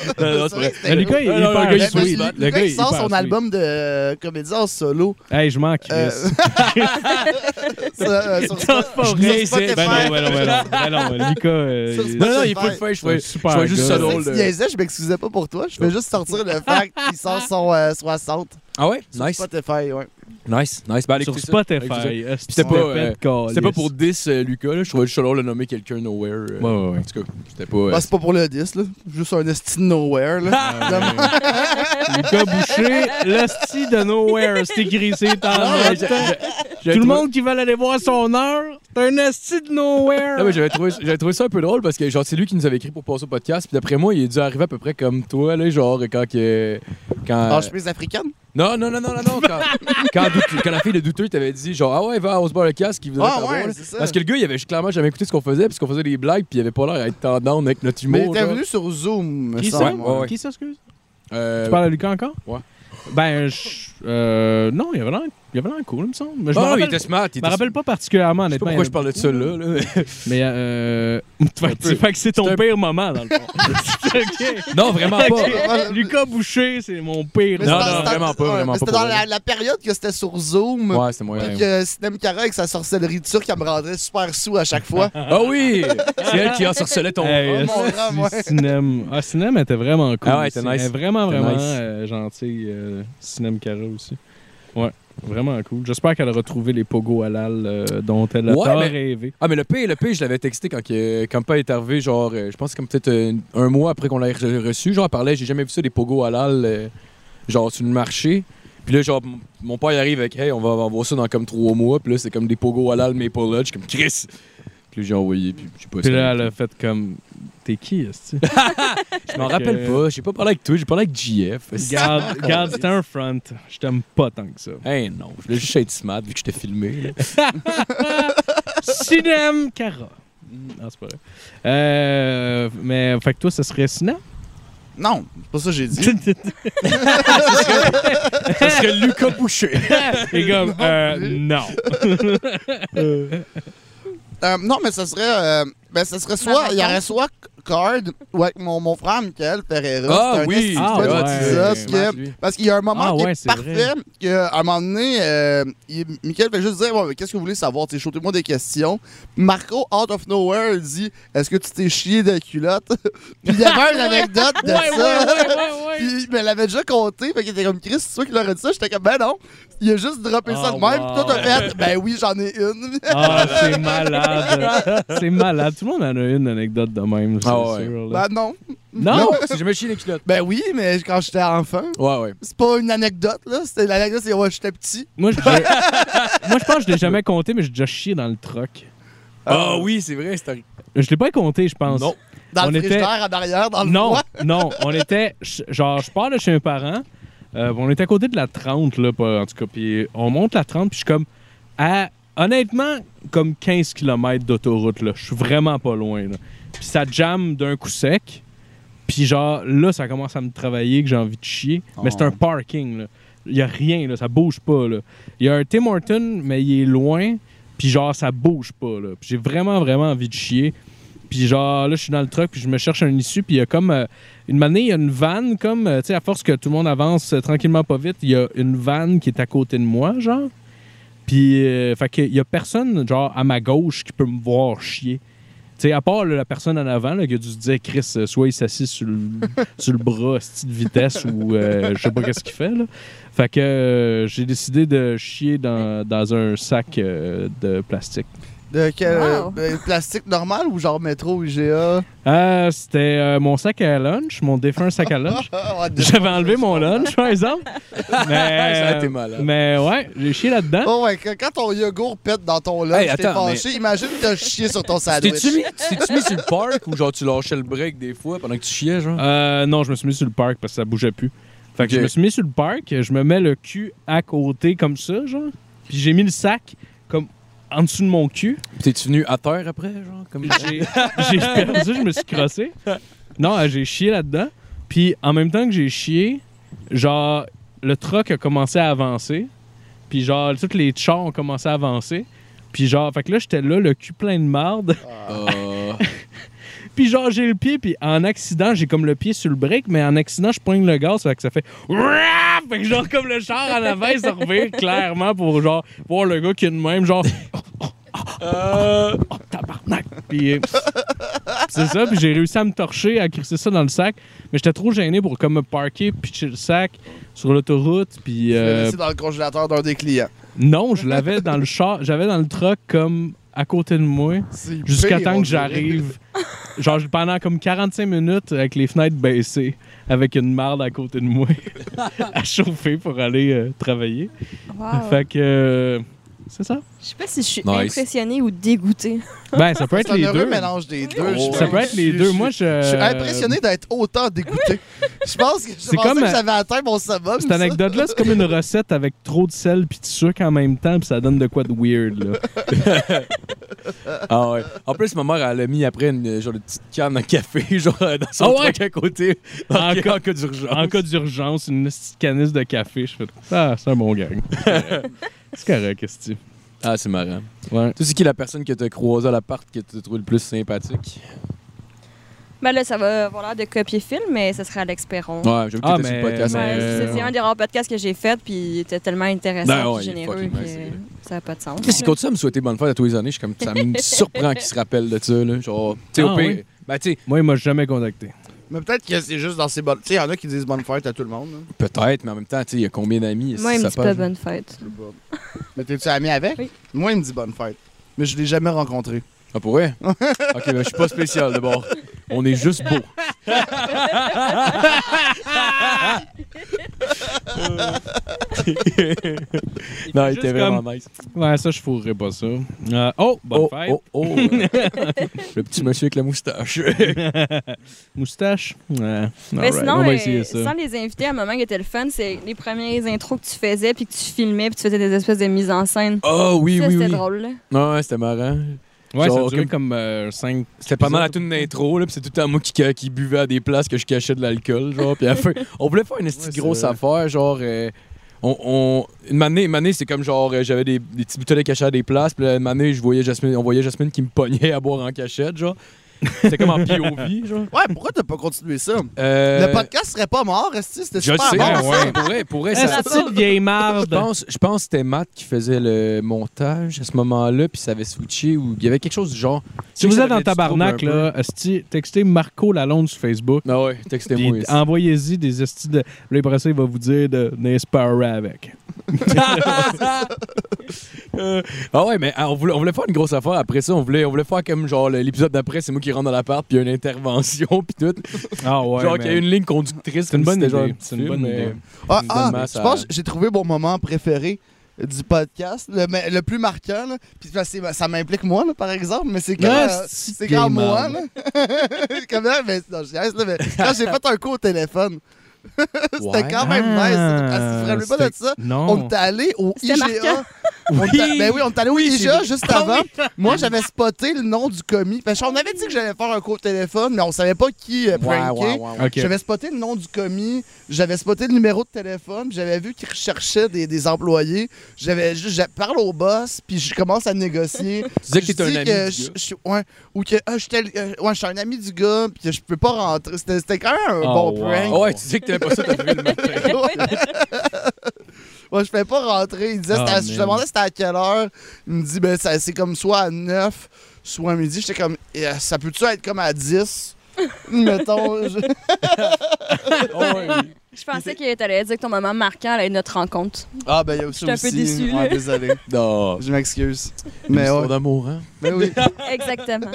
c'est vrai. C'était- Mais le gars, il Non, non, est le pas gars, il est Ben, sweet. le- Le Le gars, gars, il il sort part son sweet. album de euh, comédie en solo. Hey, je m'en crisse. euh, sur, euh, sur- Je niaisais. Ben Spotify. non, ben non, ben non. Ben non, ben Lucas, euh, Sur il- Non, non, il faut le faire. Je C'est un trouvais- je super trouvais juste gars. ça Je drôle. euh. sais que tu de- niaisais, je m'excusais pas pour toi. Je fais juste sortir le fact qu'il sort son euh, 60 Ah ouais? sur Nice. Spotify. Ouais. Nice. Nice. Ben, allez, sur écoutez ça. Écoutez Spotify. C'était pas, euh, ça. C'était C'était pas pour 10 Lucas. là. Je trouvais juste ça drôle de nommer quelqu'un Nowhere. euh, Ouais, ouais, ouais. En tout cas, c'était pas. euh, Bah, c'est pas pour le 10, là. Juste un esti de nowhere. Là. Ah, euh, Lucas Boucher, l'hostie de Nowhere, c'est écrit, c'est en Non, mais j'ai- note. j'ai- Ah, Tout le j'ai- monde qui veut aller voir son heure, c'est un hostie de Nowhere. Non, mais j'avais trouvé, j'avais trouvé ça un peu drôle parce que genre c'est lui qui nous avait écrit pour passer au podcast. Puis d'après moi, il est dû arriver à peu près comme toi, là, genre quand que. Quand, En chemise africaine. Non, non, non, non, non, non. Quand, quand, Douteux- quand la fille de douteux t'avait dit, genre, ah ouais, va on se barre le casque, il voudrait Ah t'avoir, ouais, là. c'est ça. Parce que le gars, il avait clairement jamais écouté ce qu'on faisait, puisqu'on faisait des blagues, puis il avait pas l'air à être tendant avec notre Mais humour. t'es genre. venu sur Zoom, me Qui semble. ça? Ouais, ouais, ouais. Qui ça, excuse? Euh, Tu parles à Lucas encore? ouais. Ben, je- euh, non, il avait l'air- il avait l'air cool, il me semble. Mais Je non, non, me Ah il rappelle- était smart. Il je était me rappelle pas particulièrement, Je sais pas honnêtement. pourquoi je il y en a parlais de ça là. là. beaucoup. Mais, euh... fait que- peu. fait que c'est ton C'est un- pire moment, dans le fond. OK. non, vraiment pas. Ok. Lucas Boucher, c'est mon pire. Non, Mais c'est non, dans- c'est vraiment pas, ouais, vraiment mais pas C'était pour dans la, elle. la période que c'était sur Zoom. Ouais, c'était moyen. Puis que Sinem Cara avec sa sorcellerie turque, elle me rendrait super sous à chaque fois. Ah oui! C'est elle qui ensorcelait ton. Hey, Oh, mon esti, grand, ouais. Sinem. Ah, Sinem était vraiment cool. Ah ouais, était aussi. nice. Elle est Vraiment, Était vraiment nice. euh, gentille. euh, Sinem Cara aussi. Ouais, vraiment cool. J'espère qu'elle a retrouvé les pogos halal euh, dont elle a Ouais, tant mais- rêvé. Ah, mais le P, le P, je l'avais texté quand, que, quand Papa est arrivé, genre, euh, je pense comme peut-être euh, un mois après qu'on l'ait re- reçu. Genre, elle parlait, j'ai jamais vu ça, des pogos halal, euh, genre, sur le marché. Puis là, genre, m- mon père il arrive avec, hey, on va avoir ça dans comme trois mois. Puis là, c'est comme des pogos halal maple lodge, comme Chris. Puis là, j'ai envoyé, puis je sais pas Puis ça- là, elle a fait comme. T'es qui, est Je m'en rappelle pas, j'ai pas parlé avec toi, j'ai parlé avec JF. Garde, garde, c'était un front. Je t'aime pas tant que ça. Hey, non, je voulais juste être smart vu que j'étais filmé. là. Sinem Cara. Non, c'est pas vrai. Euh, mais, fait que toi, ce serait Sinem? Non, c'est pas ça que j'ai dit. Ça serait Lucas Boucher. Et comme, euh, non. Euh, non, mais ça serait. euh, ben, ça serait soit. Il y aurait soit Card ou avec mon, mon frère Michael Ferreira. Ah C'est un oui, esti de ah bon ouais. petit os C'est que- smart, lui. parce qu'il y a un moment Ah qui ouais, est c'est parfait, qu'à un moment donné, euh, il- Michael fait juste dire Bon, mais Qu'est-ce que vous voulez savoir Tu sais, Shootez-moi des questions. Marco, out of nowhere, il dit Est-ce que tu t'es chié de la culotte Puis il y avait une anecdote de ça. Puis, mais elle avait déjà compté, fait qu'il était comme Chris, c'est toi qui l'aurais dit ça? J'étais comme, ben non. Il a juste droppé ça de Oh, Ah, même, wow. puis toi t'as fait, ben oui, j'en ai une. Ah, c'est malade. C'est malade. Tout le monde en a une anecdote de même, c'est Ah ouais. sûr. là. ben non. non! C'est jamais chier les culottes. Ben oui, mais quand j'étais enfant, Ouais, ouais. c'est pas une anecdote, là. C'était l'anecdote, c'est, ouais, j'étais petit. Moi, je, je- moi, je pense que je l'ai jamais compté, mais j'ai déjà chié dans le truck. Ah oui, c'est vrai, c'est Je l'ai pas compté, je pense. Non. Dans On le était- frigidaire, en arrière, dans le Non, froid. non, on était, je- genre, je pars de chez mes parents, euh, on était à côté de la 30, là, pas- en tout cas, puis on monte la 30, puis je suis comme, à, honnêtement, comme 15 km d'autoroute, là, je suis vraiment pas loin, là. Puis ça jamme d'un coup sec, puis genre, là, ça commence à me travailler, que j'ai envie de chier, mais c'est Oh. un parking, là. Il y a rien, là, ça bouge pas, là. Il y a un Tim Horton, mais il est loin, puis genre, ça bouge pas, là. Puis j'ai vraiment, vraiment envie de chier. Puis genre, là, je suis dans le truck, puis je me cherche un issue, puis il y a comme. euh, une manée, il y a une vanne, comme, euh, tu sais, à force que tout le monde avance euh, tranquillement pas vite, il y a une vanne qui est à côté de moi, genre. Puis, euh, fait qu'il y a personne, genre, à ma gauche qui peut me voir chier. Tu sais, à part là, la personne en avant, là, qui a dû se dire, Chris, euh, soit il s'assit sur le, sur le bras, style de vitesse, ou euh, je sais pas qu'est-ce qu'il fait, là. Fait que euh, j'ai décidé de chier dans, dans un sac euh, de plastique. De quel euh, Wow. euh, plastique normal ou genre métro IGA? Ah, c'était euh, mon sac à lunch, mon défunt sac à lunch. Ah, ouais, J'avais enlevé mon lunch, par exemple. Mais, Ah, euh, Ça a été malade. Mais ouais, j'ai chié là-dedans. Oh ouais, quand quand ton yogourt pète dans ton lunch, Hey, t'es attends, fâché. Imagine que t'as chié sur ton sandwich. T'es-tu mis, t'es-tu mis sur le parc ou genre tu lâchais le break des fois pendant que tu chiais, genre? Euh, non, je me suis mis sur le parc parce que ça bougeait plus. Fait que Ok. je me suis mis sur le parc, je me mets le cul à côté comme ça, genre. Puis j'ai mis le sac comme en dessous de mon cul. Puis T'es-tu venu à terre après, genre? Comme... J'ai j'ai perdu, je me suis crossé. Non, euh, j'ai chié là-dedans. Puis en même temps que j'ai chié, genre, le truck a commencé à avancer. Puis genre, tous les chars ont commencé à avancer. Puis genre, fait que là, j'étais là, le cul plein de marde. Euh, Puis genre, j'ai le pied, puis en accident, j'ai comme le pied sur le break, mais en accident, je poigne le gaz, fait que ça fait... Ouah Fait que genre, comme le char en avant, il se revient clairement pour genre voir le gars qui est de même, genre... Euh, Oh, tabarnak! Puis euh, c'est ça, puis j'ai réussi à me torcher, à crisser ça dans le sac, mais j'étais trop gêné pour comme me parquer, pitcher le sac sur l'autoroute, puis... Tu l'as euh, laissé dans le congélateur d'un des clients. non, je l'avais dans le char, j'avais dans le truck comme à côté de moi. C'est Jusqu'à pire, temps on que dirait. j'arrive. Genre, pendant comme 45 minutes, avec les fenêtres baissées, avec une marde à côté de moi, à chauffer pour aller euh, travailler. Wow. Fait que. euh, c'est ça? Je sais pas si je suis Nice. impressionnée ou dégoûtée. Ben, ça peut C'est être un les heureux deux. mélange des deux. Oh. je Ça pense. peut être les Je- deux. je- Moi, je. euh, Je suis impressionné d'être autant dégoûté. Je pense que je pensais comme, que euh, j'avais atteint mon summum. Cette anecdote-là, c'est comme une recette avec trop de sel puis de sucre en même temps, puis ça donne de quoi de weird, là. ah ouais. En plus, ma mère, elle a mis après une euh, genre de petite canne à café, genre euh, dans son Ah ouais? truc à côté. En En cas, en cas- cas d'urgence. En cas d'urgence, une petite canisse de café, je fais. Ah, c'est un bon gang. C'est correct, qu'est-ce Ah, c'est marrant. Ouais. Tu sais qui est la personne que t'as croisée à l'appart que t'as trouvé le plus sympathique? Ben là, ça va avoir l'air de copier film, mais ce serait Alex Perron. Ouais, j'ai vu que Ah, t'étais sur le mais- podcast. Ouais, Euh, c'est- c'est un des rares podcasts que j'ai fait, puis il était tellement Ben intéressant ouais, et il est généreux fucking que nice, lui. ça n'a pas de sens. Qu'est-ce qu'il continue à me souhaiter bonne fête à tous les années? Je suis comme, ça me surprend qu'il se rappelle de ça, là. Genre, tu sais, Ah, au pire. oui. Ben, tu sais, Moi, il m'a jamais contacté. Mais peut-être que c'est juste dans ces bonnes. Tu sais, il y en a qui disent bonne fête à tout le monde. hein. peut-être, mais en même temps, tu sais, il y a combien d'amis? Moi, si il me ça dit passe, pas bonne fête. hein. Mais t'es-tu ami avec Oui. Moi, il me dit bonne fête. Mais je l'ai jamais rencontré. Ah, pour vrai? ok, ben, je suis pas spécial d'abord. On est juste beau. non, il juste était vraiment nice. Ouais, ça, je fourrais pas ça. Euh, oh, bonne oh, fête. oh, oh, le petit monsieur avec la moustache. Moustache. Ouais. Mais Alright, sinon, on va euh, essayer ça. sans les inviter, à un moment qui était le fun, c'est les premières intros que tu faisais, puis que tu filmais, puis tu faisais des espèces de mises en scène. oh, oui, ça, oui, c'était oui. drôle. là. Non, ouais, c'était marrant. Ouais, ça a genre, duré comme- comme euh, 5. C'était pendant la tune d'intro, là, pis c'est tout le temps moi qui, qui buvais à des places que je cachais de l'alcool, genre. Puis à la fin, on voulait faire une petite Ouais, c'est grosse vrai. affaire, genre. euh, on, on- une année, une année, c'est comme genre, euh, j'avais des, des petits bouteilles cachées à des places, puis là, une année, je voyais Jasmine, on voyait Jasmine qui me pognait à boire en cachette, genre. C'était comme en POV, genre. Ouais, pourquoi t'as pas continué ça Euh, Le podcast serait pas mort, Esti. C'était je le super sais, hein. bon. Eh, ouais, ouais. Pour vrai, pour vrai, Hey, ça- cette petite vieille marde. Je pense, je pense que c'était Matt qui faisait le montage à ce moment-là, puis ça avait switché, ou il y avait quelque chose du genre. Si vous Ça êtes en avait du tabarnak, trouble un là, esti, textez Marco Lalonde sur Facebook. peu. Ah ouais, textez-moi. Puis ici. envoyez-y des estis de. Là, après ça, il va vous dire de n'est-ce pas avec. Euh, ah ouais, mais ah, on voulait, on voulait faire une grosse affaire après ça. On voulait, on voulait faire comme genre le- l'épisode d'après, c'est moi qui rentre dans l'appart, puis il y a une intervention, puis tout. Ah ouais. genre man. qu'il y a une ligne conductrice. C'est une comme bonne si c'était genre un idée. petit C'est une film, bonne mais- idée. Ah, Une ah, bonne masse je à- pense que j'ai trouvé mon moment préféré du podcast, le, me- le plus marquant. là. Puis parce que c'est- ça m'implique moi, là, par exemple, mais c'est quand, Ah, euh, c'est c'est quand gay, moi. man. Là. Comme là, mais, non, je niaise, là, mais quand j'ai fait un coup au téléphone, c'était Ouais. quand même nice. Ah, Oh. Ah, si tu te rappelles pas de ça? Non. On était allé au C'était IGA. On était- ben oui, on est allé au Oui, IGA c'est- juste Ah avant. oui. Moi, j'avais spoté le nom du commis. Parce qu'on avait dit que j'allais faire un coup au téléphone, mais on savait pas qui euh, pranker. OK. J'avais spoté le nom du commis, j'avais spoté le numéro de téléphone, puis j'avais vu qu'il recherchait des, des employés. J'avais juste, je parle au boss, puis je commence à négocier. Tu disais que Je t'étais un dis ami que du je- gars. je suis- ouais, ou que ah, je suis tel- euh, ouais, je suis un ami du gars, puis que je peux pas rentrer. C'était c'était quand même un Oh, bon wow. prank. Ah ouais, tu disais que t'avais pas ça, t'as vu le matin. Ouais, je pouvais pas rentrer. Il disait, Ah, c'était à- je man. demandais c'était à quelle heure. Il me dit, ben, ça- c'est comme soit à 9, soit à midi. J'étais comme, Eh, ça peut-tu être comme à 10? Mettons. je- Ah ouais. Je pensais que t'allais dire que ton moment marquant allait être notre rencontre. Ah, ben, il y a aussi. J'étais un peu déçue, Ouais, là. désolé. Non. Je m'excuse. Une Mais histoire ouais. d'amour, hein? Mais oui. Exactement.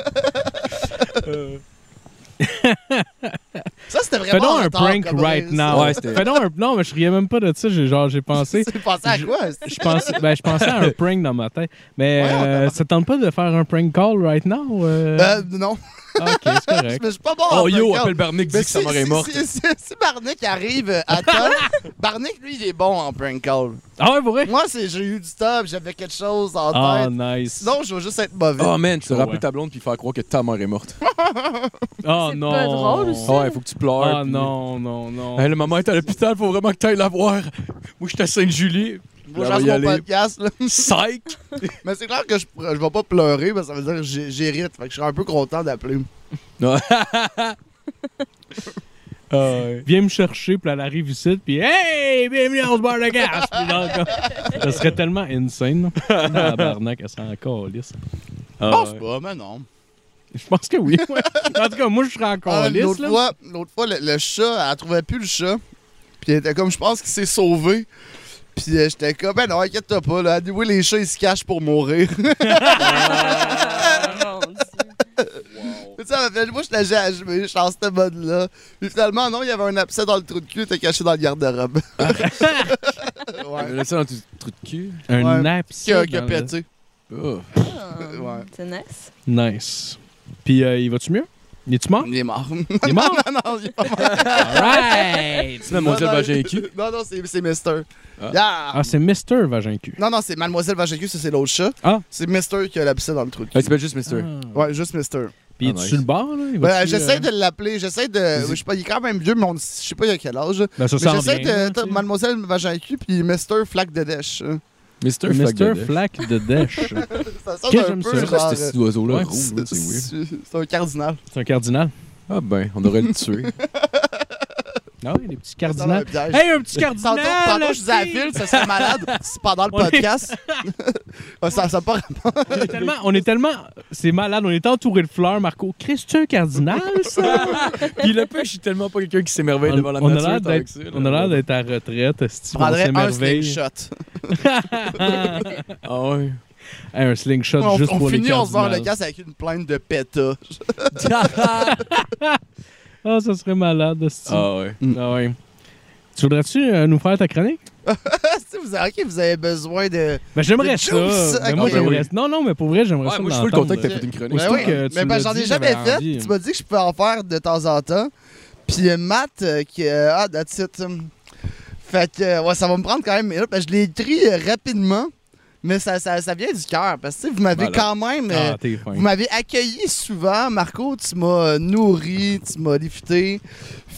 Ça, c'était vraiment. Fais-donc en un retard, prank comme right ça. now. Ouais, c'était- Fais-donc un... Non, mais je riais même pas de ça. J'ai, genre, j'ai pensé... C'est passé à Je- quoi? c'est- Je pensais, ben, je pensais à un prank dans ma tête. Mais Ouais, on euh, ça tente pas de faire un prank call right now? euh? Euh, non. Ah, OK, c'est Mais correct. je suis pas bon. en Oh yo, prank appelle call. Barnick, dit Mais que sa ben si- mort est si- morte. Si, si, si Barnick arrive euh, à temps, Barnick, lui, il est bon en prank call. Ah ouais, pour vrai? Moi, c'est j'ai eu du top, j'avais quelque chose en Ah, tête. nice. Sinon, je vais juste être mauvais. Oh man, tu te Ah Ouais. rappelles ta blonde puis faire croire que ta mère est morte. Ah C'est non. pas drôle, ça. Ouais, faut que tu pleures. Ah puis- non, non, non. Hey, le maman est à l'hôpital, faut vraiment que t'ailles la voir. Moi, j'étais à Sainte-Julie. Moi, Là, je lance on va y mon aller. podcast, là. Psych! Mais c'est clair que je, je vais pas pleurer, parce que ça veut dire que j'ai- j'hérite. Fait que je serais un peu content d'appeler. Ah, Viens me chercher, puis elle arrive ici, puis hey, bienvenue au bar de gaz. Puis là, encore. ça serait tellement insane. là. Tabarnak, elle serait encore lisse. Ah, Je pense Oh, pas, mais non. Je pense que oui. ouais. En tout cas, moi, je serais encore Ah, lisse. L'autre Là. fois, l'autre fois le, le chat, elle trouvait plus le chat. Puis elle était comme, je pense qu'il s'est sauvé. Puis euh, j'étais comme, ben non, inquiète-toi pas, là. Anyway, les chats, ils se cachent pour mourir. Ah, Mon Dieu. Tu sais, elle m'a fait- moi, j'étais gêné, je me- j'étais en ce mode-là. Puis finalement, non, il y avait un abcès dans le trou de cul, il était caché dans le garde-robe. Elle ouais. a ça dans ton trou de cul. Un Ouais. abside Qui a, qui a dans le- pété. Oh. Euh, Ouais. C'est nice. Nice. Puis, euh, il va-tu mieux? Il est-tu mort? Il est mort. Il est mort? non, non, il est pas mort. Alright! C'est mademoiselle Non, non, vagin cul. Non, non, c'est c'est Mister. Ah. Yeah. Ah, c'est Mr. Vagin Q. Non, non, c'est Mademoiselle Vagin Cul, ça c'est l'autre chat. Ah. C'est Mister qui a l'abcès dans le trou de cul. Elle s'appelle juste Mister. Ah. Ouais, juste Mister. Puis, Ah, est-tu nice. sur le bar? Là? Il Ben, va-tu, j'essaie euh, de l'appeler, j'essaie de. Je sais pas, il est quand même vieux, mais on- je sais pas il a quel âge. Ben, ça Mais s'en j'essaie vient, là, de. tu sais. Mademoiselle Vagin Cul, puis Mister Flac de Dèche. hein. Mister Mr. Flag. Flack de Dèche. Ça sonne Que un j'aime ça. peu C'est genre, quoi cet oiseau là Ouais, rouge? là, euh, C'est weird. C'est c'est un cardinal. C'est un cardinal. Ah ben, on aurait le tué. Ah oui, les petits Ça sonne un cardinals. piège. Hey, un petit Tantôt, cardinal! tantôt, je disais à hostie. Phil, ça serait malade si pendant le On est- podcast. Ah, ça, ça part. On est tellement... On est tellement... C'est malade, on est entouré de fleurs, Marco. Chris, tu un cardinal, ça? Puis le peu, je suis tellement pas quelqu'un qui s'émerveille on, devant la on nature. a l'air tant que d'être, ça, là. on a l'air d'être à retraite, si Je tu prendrais un s'émerveille. slingshot. Ah ouais. Hey, un slingshot On, juste on pour les finit, on se vend cardinals. le casse avec une plainte de PETA. Ah, ça serait malade, hostie. Ah ouais. Ah ouais. Tu voudrais-tu euh, nous faire ta chronique? Si vous avez, ok, vous avez besoin de. Ben, j'aimerais The juice! ça. Ah, Ben, moi, ben oui. j'aimerais... Non, non, mais pour vrai, j'aimerais Ouais, ça moi, je suis full l'entendre. content que t'aies fait une chronique. Ben Surtout oui, que tu mais me ben, l'as j'en ai dit, jamais j'avais fait. envie. Tu m'as dit que je pouvais en faire de temps en temps. Puis euh, Matt, euh, qui. euh, ah, that's it. hum. Fait que, euh, ouais, ça va me prendre quand même. une minute, parce que je l'ai écrit euh, rapidement, mais ça, ça, ça vient du cœur. Parce que tu sais, vous m'avez Malade. quand même. euh, Ah, t'es fin. Vous m'avez accueilli souvent, Marco, tu m'as euh, nourri, tu m'as lifté,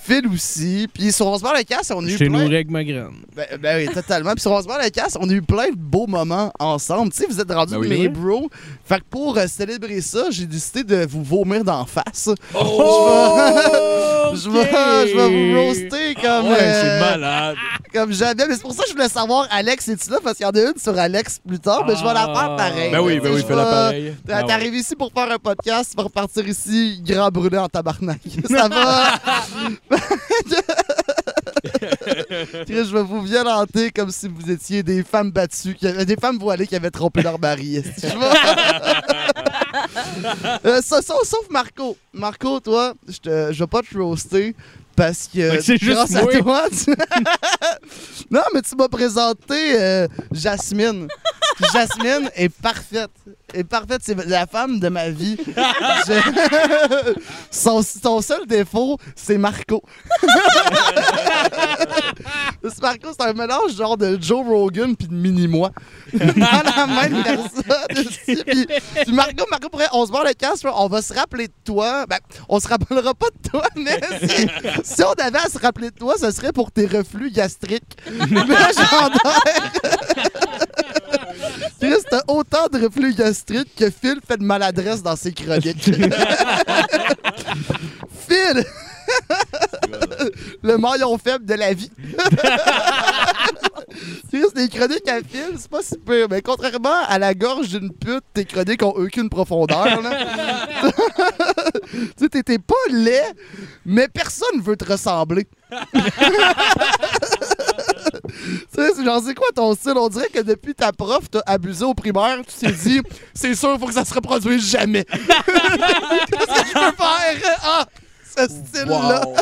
Phil aussi. Puis sur On se barre le casse, on a Je eu t'ai plein... nourri avec ma graine. Ben, ben oui, totalement. Puis sur On se barre le casse, on a eu plein de beaux moments ensemble. Tu sais, vous êtes rendus Ben oui. mes Ouais. bros. Fait que pour euh, célébrer ça, j'ai décidé de vous vomir d'en face. Oh! Oh! Je vais je vais vous roaster comme... Ah Ouais, c'est euh, malade. Comme jamais. Mais c'est pour ça que je voulais savoir, Alex, es-tu là? Parce qu'il y en a une sur Alex plus tard, mais je vais la faire Ah. pareil. Ben oui, Tu ben sais, oui, je fais vais- la pareille. T'es Ah t'es ouais. arrivé ici pour faire un podcast, tu vas repartir ici, grand brûlé en tabarnak. Ça va? Chris, je vais vous violenter comme si vous étiez des femmes battues, qui- des femmes voilées qui avaient trompé leur mari. Est-ce que je vais- Euh, sa- sa- sauf Marco. Marco, toi, je te- je vais pas te roaster parce que Fait que c'est juste grâce moi. à toi, tu- non, mais tu m'as présenté euh, Jasmine. Jasmine est parfaite. Est parfaite. C'est la femme de ma vie. Je- son, son seul défaut, c'est Marco. Ce Marco, c'est un mélange genre de Joe Rogan puis de mini-moi. Dans la même personne. aussi. Puis- puis Marco, Marco pourrait, on se barre le casque, on va se rappeler de toi. Ben, on se rappellera pas de toi, mais si, si on avait à se rappeler de toi, ce serait pour tes reflux gastriques. Légendaire! Chris, t'as autant de reflux gastriques que Phil fait de maladresse dans ses chroniques. Phil! Le maillon faible de la vie. Chris, les chroniques à Phil, c'est pas si pire. Mais contrairement à la gorge d'une pute, tes chroniques ont aucune profondeur. là. tu sais, t'es- t'es pas laid, mais personne veut te ressembler. Tu sais, c'est genre, c'est quoi ton style? On dirait que depuis ta prof, t'as abusé au primaire, tu t'es dit, c'est sûr, faut que ça se reproduise jamais. Qu'est-ce que je peux faire? Ah, ce style-là. Wow!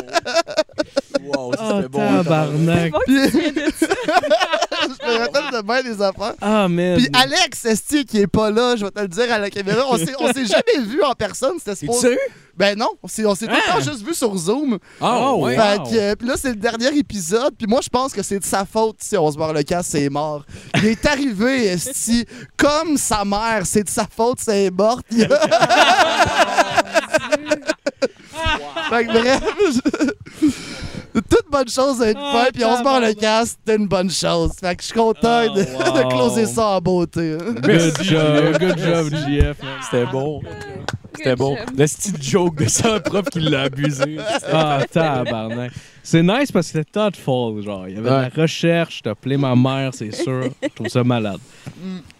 wow, Oh, c'était bon. tabarnak. Je me rappelle de bien les affaires. Ah, man. Puis Alex Esti qui est pas là, je vais te le dire à la caméra, on s'est, on s'est jamais vu en personne, c'était T'es supposé- sûr? Ben non, on s'est, on s'est tout le Ah! temps juste vu sur Zoom. Ah, Oh, ouais. ouais. Fait que, euh, puis là, c'est le dernier épisode. Puis moi, je pense que c'est de sa faute si on se barre le casse, c'est mort. Il est arrivé, Esti, comme sa mère, c'est de sa faute, c'est morte. fait que bref, je- toute bonne chose à une Ah, fin, puis on se barre le tabarnak. casse, c'était une bonne chose. Fait que je suis content Oh, de, de wow. closer ça en beauté. hein. Good job, good job, JF. man. C'était bon. C'était bon. Le petit joke de ça, prof qui l'a abusé. Ah, tabarnak. C'est nice parce que c'était thoughtful, genre. Il y avait Ouais. de la recherche, t'as appelé ma mère, c'est sûr. Je trouve ça malade.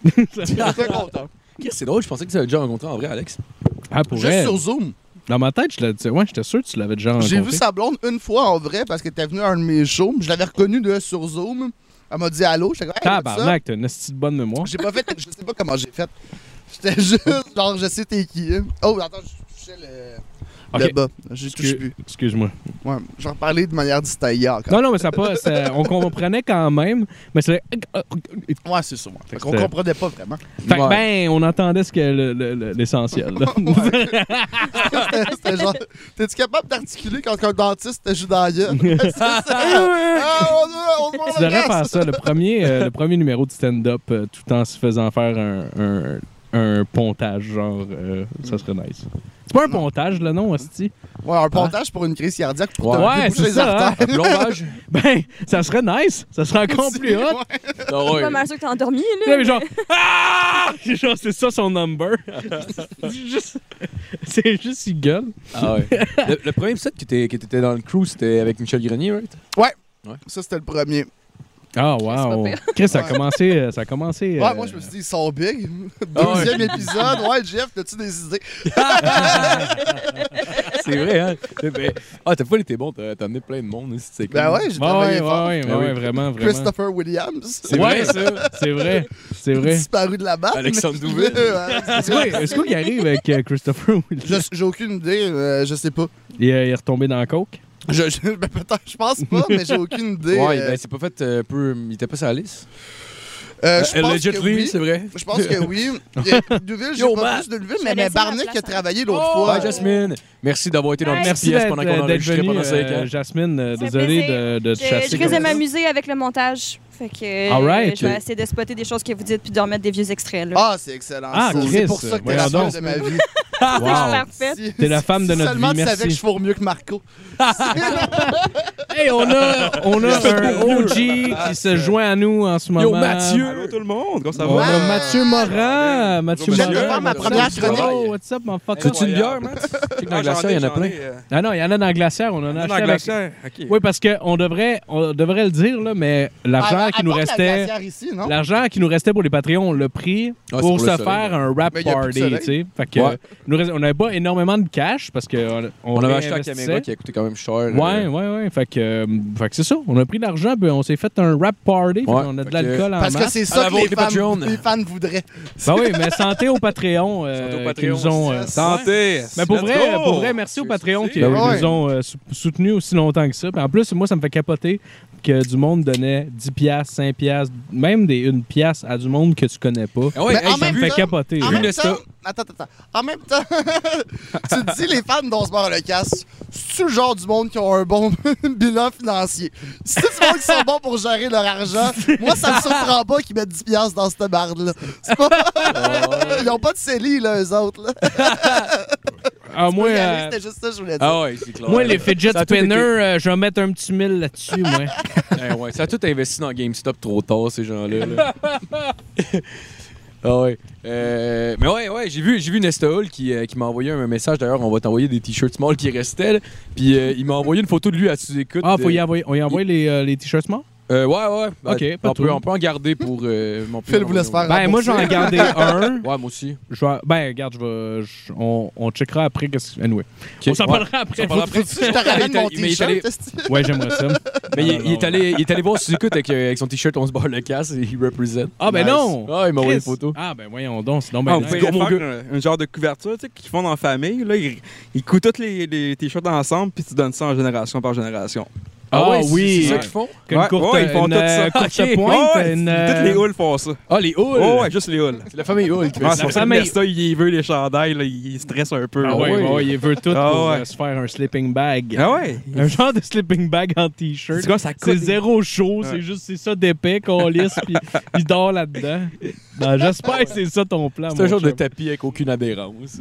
Je suis très content. Qu'est-ce que C'est drôle, je pensais que tu avais déjà rencontré en vrai, Alex. Ah, pour Juste vrai, sur Zoom. dans ma tête, je l'ai dit, ouais, j'étais sûr que tu l'avais déjà rencontré. J'ai vu sa blonde une fois en vrai parce qu'elle était venue à un de mes shows. Je l'avais reconnue de sur Zoom. Elle m'a dit allô. J'étais comme, Hey, what's up? Tabarnak, t'as une esti de bonne mémoire. J'ai pas fait. Je sais pas comment j'ai fait. J'étais juste genre, je sais t'es qui. hein. Oh, attends, je touchais le. Ok. Le bas. Je touche Excuse- plus. Excuse-moi. Ouais, j'en parlais de manière distinguée encore. Non, non, mais ça pas. ça- on comprenait quand même, mais c'est. Ouais, c'est ça. Ouais. Fait Fait que qu'on c'était- comprenait pas vraiment. Fait que, Ouais. ben, on entendait ce que le- le- le- l'essentiel. là. C'était c'était genre. T'es-tu capable d'articuler quand un dentiste te joue dans la gueule? C'est ça. Ah, on, on, on, on, tu devrais faire ça, le premier, euh, le premier numéro de stand-up, euh, tout en se faisant faire un, un, un pontage, genre, euh, ça serait nice. C'est pas un pontage, le nom, hostie? Ouais, un pontage pour une crise cardiaque pour Ouais. te Ouais, déboucher c'est les ça, artères. hein. Un plombage? Ben, ça serait nice! Ça serait encore plus hot! Non, Pas Ah ouais. mal sûr que t'as endormi, Là, là. mais genre, ah! Genre, c'est ça son number. C'est juste- c'est juste, il gueule. Ah, ouais. Le, le premier épisode qui était, qui était dans le crew, c'était avec Michel Grenier, right? Ça, c'était le premier. Ah, wow. wow! C'est pas Chris, ça a commencé. euh, Ça a commencé Ouais, euh, moi je me suis dit, ils sont big. Ah ouais. Deuxième épisode, ouais, Jeff, t'as-tu des idées? C'est vrai, hein? Ben, ah, t'as pas été bon, t'as t'as amené plein de monde. hein, C'est Ben cool. ouais, j'ai Ouais, travaillé Mm. euh, ouais, fort. ouais, Ben ouais, oui. vraiment, vraiment. Christopher Williams, C'est Ouais. vrai, ça? C'est vrai, c'est vrai. disparu de la balle. Alexandre Douville. C'est quoi, c'est quoi qui arrive avec euh, Christopher Williams? J'ai aucune idée, euh, je sais pas. Il, euh, il est retombé dans la coke? Je, je- ben, peut-être, je pense pas, mais j'ai aucune idée. Ouais, euh, ben, c'est pas fait euh, peu. Il était pas sur la liste. euh, je pense que Allegedly, oui. c'est vrai. Je pense que oui. Et Douville, j'ai Yo, pas Matt. plus de Douville, Je mais, vais mais laisser ma Barnick place qui a à- travaillé l'autre Oh, fois. Bye, Jasmine. Merci d'avoir été dans notre Hey, petite pièce pendant qu'on euh, d'être enregistrait venu, pendant 5 euh, ans. Jasmine, euh, Ça fait désolé de, plaisir. de te chasser. Je comme ça. vais m'amuser avec le montage. Fait que All right. euh, je vais essayer de spotter des choses que vous dites puis de remettre des vieux extraits. Là. Ah, c'est excellent. Ah, ça. c'est Chris, pour ça que t'es voyons la femme donc. de ma vie. Wow. Parfait. Si- T'es la femme de si notre seulement vie, tu savais merci. que je fourre mieux que Marco. Hey, on a, on a un OG qui se joint à nous en ce moment. Yo, Mathieu! Allô tout le monde, comment ça On va? a Mathieu Morin. Mathieu Je viens de Morin. faire ma première chronique. Oh, what's up, mon fuck? Veux-tu une bière, Incroyable. Matt? Tu sais que Ah, dans glacière, il y en a plein. Ah non, il y en a dans la glacière. On en a Dans acheté la avec- glacière, ok. Oui, parce qu'on devrait, on devrait le dire, là, mais Ah, l'argent À- à qui nous part Ah, la restait... glacière ici, non? L'argent qui nous restait pour les Patreons, on l'a pris c'est pour pour le se soleil, faire là. un rap Mais il y a plus party, de soleil. tu sais. Fait que, euh, Ouais. nous reste- on n'avait pas énormément de cash parce qu'on On avait acheté la caméra qui a coûté quand même cher. euh, Ouais, ouais, ouais. Fait que, euh, fait que c'est ça. On a pris de l'argent, puis on s'est fait un rap party. puis Ouais. on a de Fait que- l'alcool en Parce que masse. c'est À ça la que vôtre, les les fans, Patreons. les fans voudraient. Ben oui, mais santé aux Patreons euh, Santé aux qui Patreons. nous ont... euh, Santé! mais pour Let's vrai, go! pour vrai, merci aux Cheers, Patreons merci. qui Ben euh, oui. nous ont euh, sou- soutenus aussi longtemps que ça. Puis en plus, moi, ça me fait capoter que du monde donnait 10 piastres, 5 piastres, même des 1 piastre à du monde que tu connais pas. Ah ouais, Mais hey, en j'ai même vu- Fait temps- capoter. En là. Une même Insta. temps, attends, attends, attends. En même temps, tu te dis, les fans dont se mord le casse, c'est le genre du monde qui ont un bon bilan financier. C'est du monde qui sont bons pour gérer leur argent. Moi, ça me surprend pas qu'ils mettent 10 piastres dans cette barde-là. C'est pas- Ils n'ont pas de CELI, là, eux autres. Là. Ah, moi, euh, C'était juste ça que je voulais dire. Ah ouais, c'est clair. moi, les fidget Ça a tout été- spinners, euh, je vais mettre un petit mille là-dessus, moi. Eh ouais, ça a tout investi dans GameStop trop tard, ces gens-là. là. ah ouais. Euh, mais ouais, ouais, j'ai vu, j'ai vu Nesta Hall qui, euh, qui m'a envoyé un message. D'ailleurs, on va t'envoyer des t-shirts small qui restaient. là. Puis euh, il m'a envoyé une photo de lui à sous-écoute. Ah, faut y Euh, envoyer, on y envoie les, euh, les t-shirts morts? euh, ouais, ouais. Bah, on, Ok, pas de peut, trouble. on peut en garder pour euh, mon Phil voulait se faire Ben, moi, je vais en garder un. Ouais, moi aussi. Je vais- ben, regarde, je vais, je- on, on checkera après. qu'est-ce- Anyway. Ok. On s'en Ouais. parlera après. On s'en parlera après. Je te ramène Mais mon il est allé- t-shirt. esti. Ouais, j'aimerais ça. Mais Non, il, non, il est non. allé, il est allé voir sous-écoute avec, euh, avec son t-shirt On se barre le casse et il représente. Ah, ben non! Ah, il m'a envoyé une Chris. photo. Ah, ben voyons donc, sinon, Ah, ben, on nice. pourrait gars, mon faire un, un genre de couverture tu sais, qu'ils font dans la famille. Là, ils, ils coupent tous les, les t-shirts ensemble puis tu donnes ça en génération par génération. Ah, ouais, c'est- oui! C'est ça qu'ils font? Une Ouais, courte, ouais, ils font une, tout ça. euh, courte Ok. pointe, Ouais, ouais, une, euh, Toutes les houles font ça. Ah, les Hull! Ouais, ouais, juste les houles. Ah, C'est la famille Hull qui fait Ouais, ça. c'est pour ça que famille- Nesta, il veut les chandails, là, il stresse un peu. Ah là. ouais, ouais, ouais, il veut tout Ah pour ouais. euh, se faire un sleeping bag. Ah ouais. Un genre de sleeping bag en t-shirt. C'est quoi, ça coûte C'est zéro chaud, Ouais. c'est juste c'est ça d'épais qu'on lisse puis il dort là-dedans. Ben, J'espère que c'est ça ton plan. C'est un mon genre de chum. tapis avec aucune aberrance.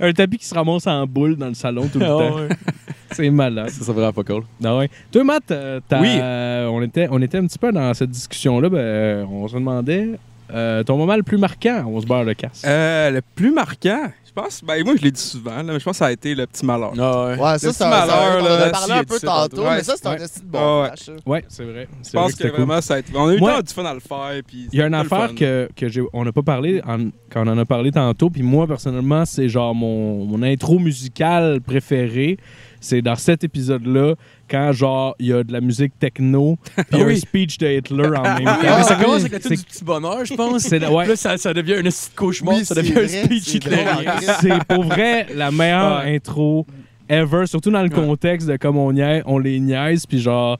un tapis qui se ramasse en boule dans le salon Ah Ah, tout le temps. C'est malade. Ça, c'est vraiment pas cool. Ah ouais. Toi, Matt, euh, t'as- Oui. euh, on, était, on était un petit peu dans cette discussion-là. ben, euh, on se demandait euh, ton moment le plus marquant. On se barre le casse. Euh, le plus marquant, je pense, ben moi je l'ai dit souvent, là, mais je pense que ça a été le petit malheur. Ah, ouais. Ouais, ça, c'est Le petit un. malheur, ça, On en a là, parlé si, un peu tu sais, tantôt. tantôt, Ouais, mais ça, c'est un ouais. esti de bon Ouais. flash, ça. Ouais, c'est vrai. C'est Je pense vrai que, c'était cool. vraiment ça a été. On a eu Moi- le temps du fun à le faire. Puis Il y a une c'était le affaire fun. que, que j'ai, on n'a pas parlé en- quand on en a parlé tantôt, puis moi personnellement, c'est genre mon, mon intro musicale préférée. C'est dans cet épisode-là, quand genre il y a de la musique techno, puis un oui. speech de Hitler en même temps. Ah, mais ça oui. commence avec la tune C'est- du petit bonheur, je pense. C'est- ouais. Là, ça, ça devient un esti de cauchemar. Oui, ça c'est devient un vrai, speech c'est hitlérien. vrai. C'est pour vrai la meilleure Ouais. intro ever, surtout dans le contexte de comme on, niaise- on les niaise, puis genre.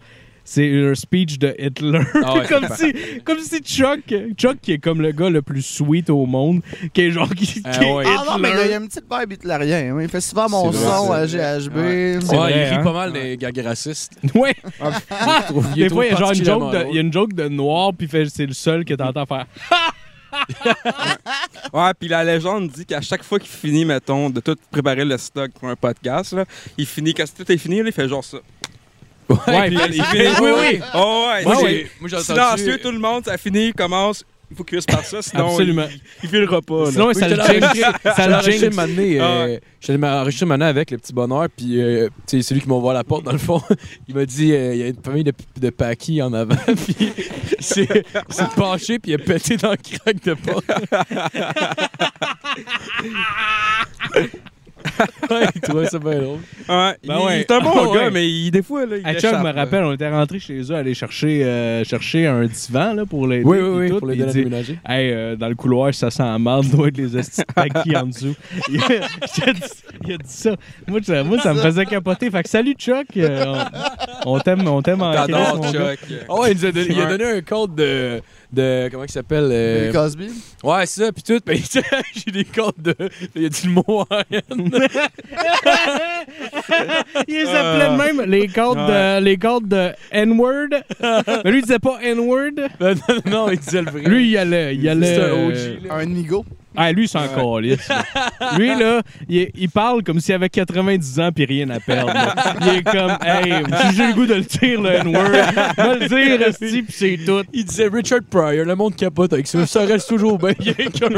C'est un speech de Hitler. Ah ouais, comme, si, comme si Chuck, Chuck, qui est comme le gars le plus sweet au monde, qui est genre. Qui, Ah qui est ouais. Ah non, mais Hitler. là, il y a une petite vibe hitlérien. hein. Il fait souvent mon C'est vrai, son à c'est GHB. Ouais, vrai, il rit hein. pas mal des gags racistes. Ouais. Ah, il est Des fois, il y a trop genre une joke de, particulièrement il y a une joke de noir, puis fait- c'est le seul que t'entends faire. Ouais, puis la légende dit qu'à chaque fois qu'il finit, mettons, de tout préparer le stock pour un podcast, là, il finit, quand tout est fini, là, il fait genre ça. Ouais, puis- Il finit- oui, oui. Oh, ouais, Moi, c'est- j'ai moi, j'ai entendu... Silencieux, tout le monde, ça finit, il commence. Il faut qu'il se par ça, sinon Absolument. il, il filera pas. là. Sinon, Oui, ça je le l'ai jinx. Ça J'allais le enregistrer jinx. une matinée, Ah euh, j'allais enregistrer une matinée avec le petit bonheur, puis euh, tu sais, celui qui m'a ouvert la porte, dans le fond, il m'a dit euh, il y a une famille de, de paquis en avant, puis il s'est s'est penché, puis il a pété dans le crack de porte. ouais, il trouvait ça bien drôle. Ouais, Ben il, ouais. c'est un bon Ah gars, ouais. mais il, des fois, là, il Hey, Chuck l'échappe, me là. rappelle, on était rentré chez eux aller chercher, euh, chercher un divan là, pour les. Oui, oui, oui, pour les l'aider à déménager. Hey, euh, dans le couloir, ça sent la marde, doit être les hosties de paquis en dessous. il, a, il a dit, il a dit ça. Moi, tu- moi, ça me faisait capoter. Fait que salut Chuck, Euh, on, on t'aime, on t'aime en crise, T'adores mon gars. Chuck. Oh, ouais, il, nous a donné, il a Ouais. donné un code de. de comment il s'appelle euh, Bill Cosby. Ouais, c'est ça, puis tout. Ben, j'ai des codes de. Il a dit le mot en Ils Euh, appelaient de même les cordes de, les cordes de N-word. Mais lui, il disait pas N-word. Non, non, non, il disait le vrai. Lui, il allait. Il allait C'est un euh, OG, là. Un nigo. Ah, lui, c'est encore Lui, là, il, il parle comme s'il avait 90 ans puis rien à perdre. là. Il est comme, hey, j'ai juste le goût de le dire, le N-word. Va le dire, Esti, puis c'est tout. Il disait Richard Pryor, le monde capote avec ça. Ça reste toujours bien gay qu'un.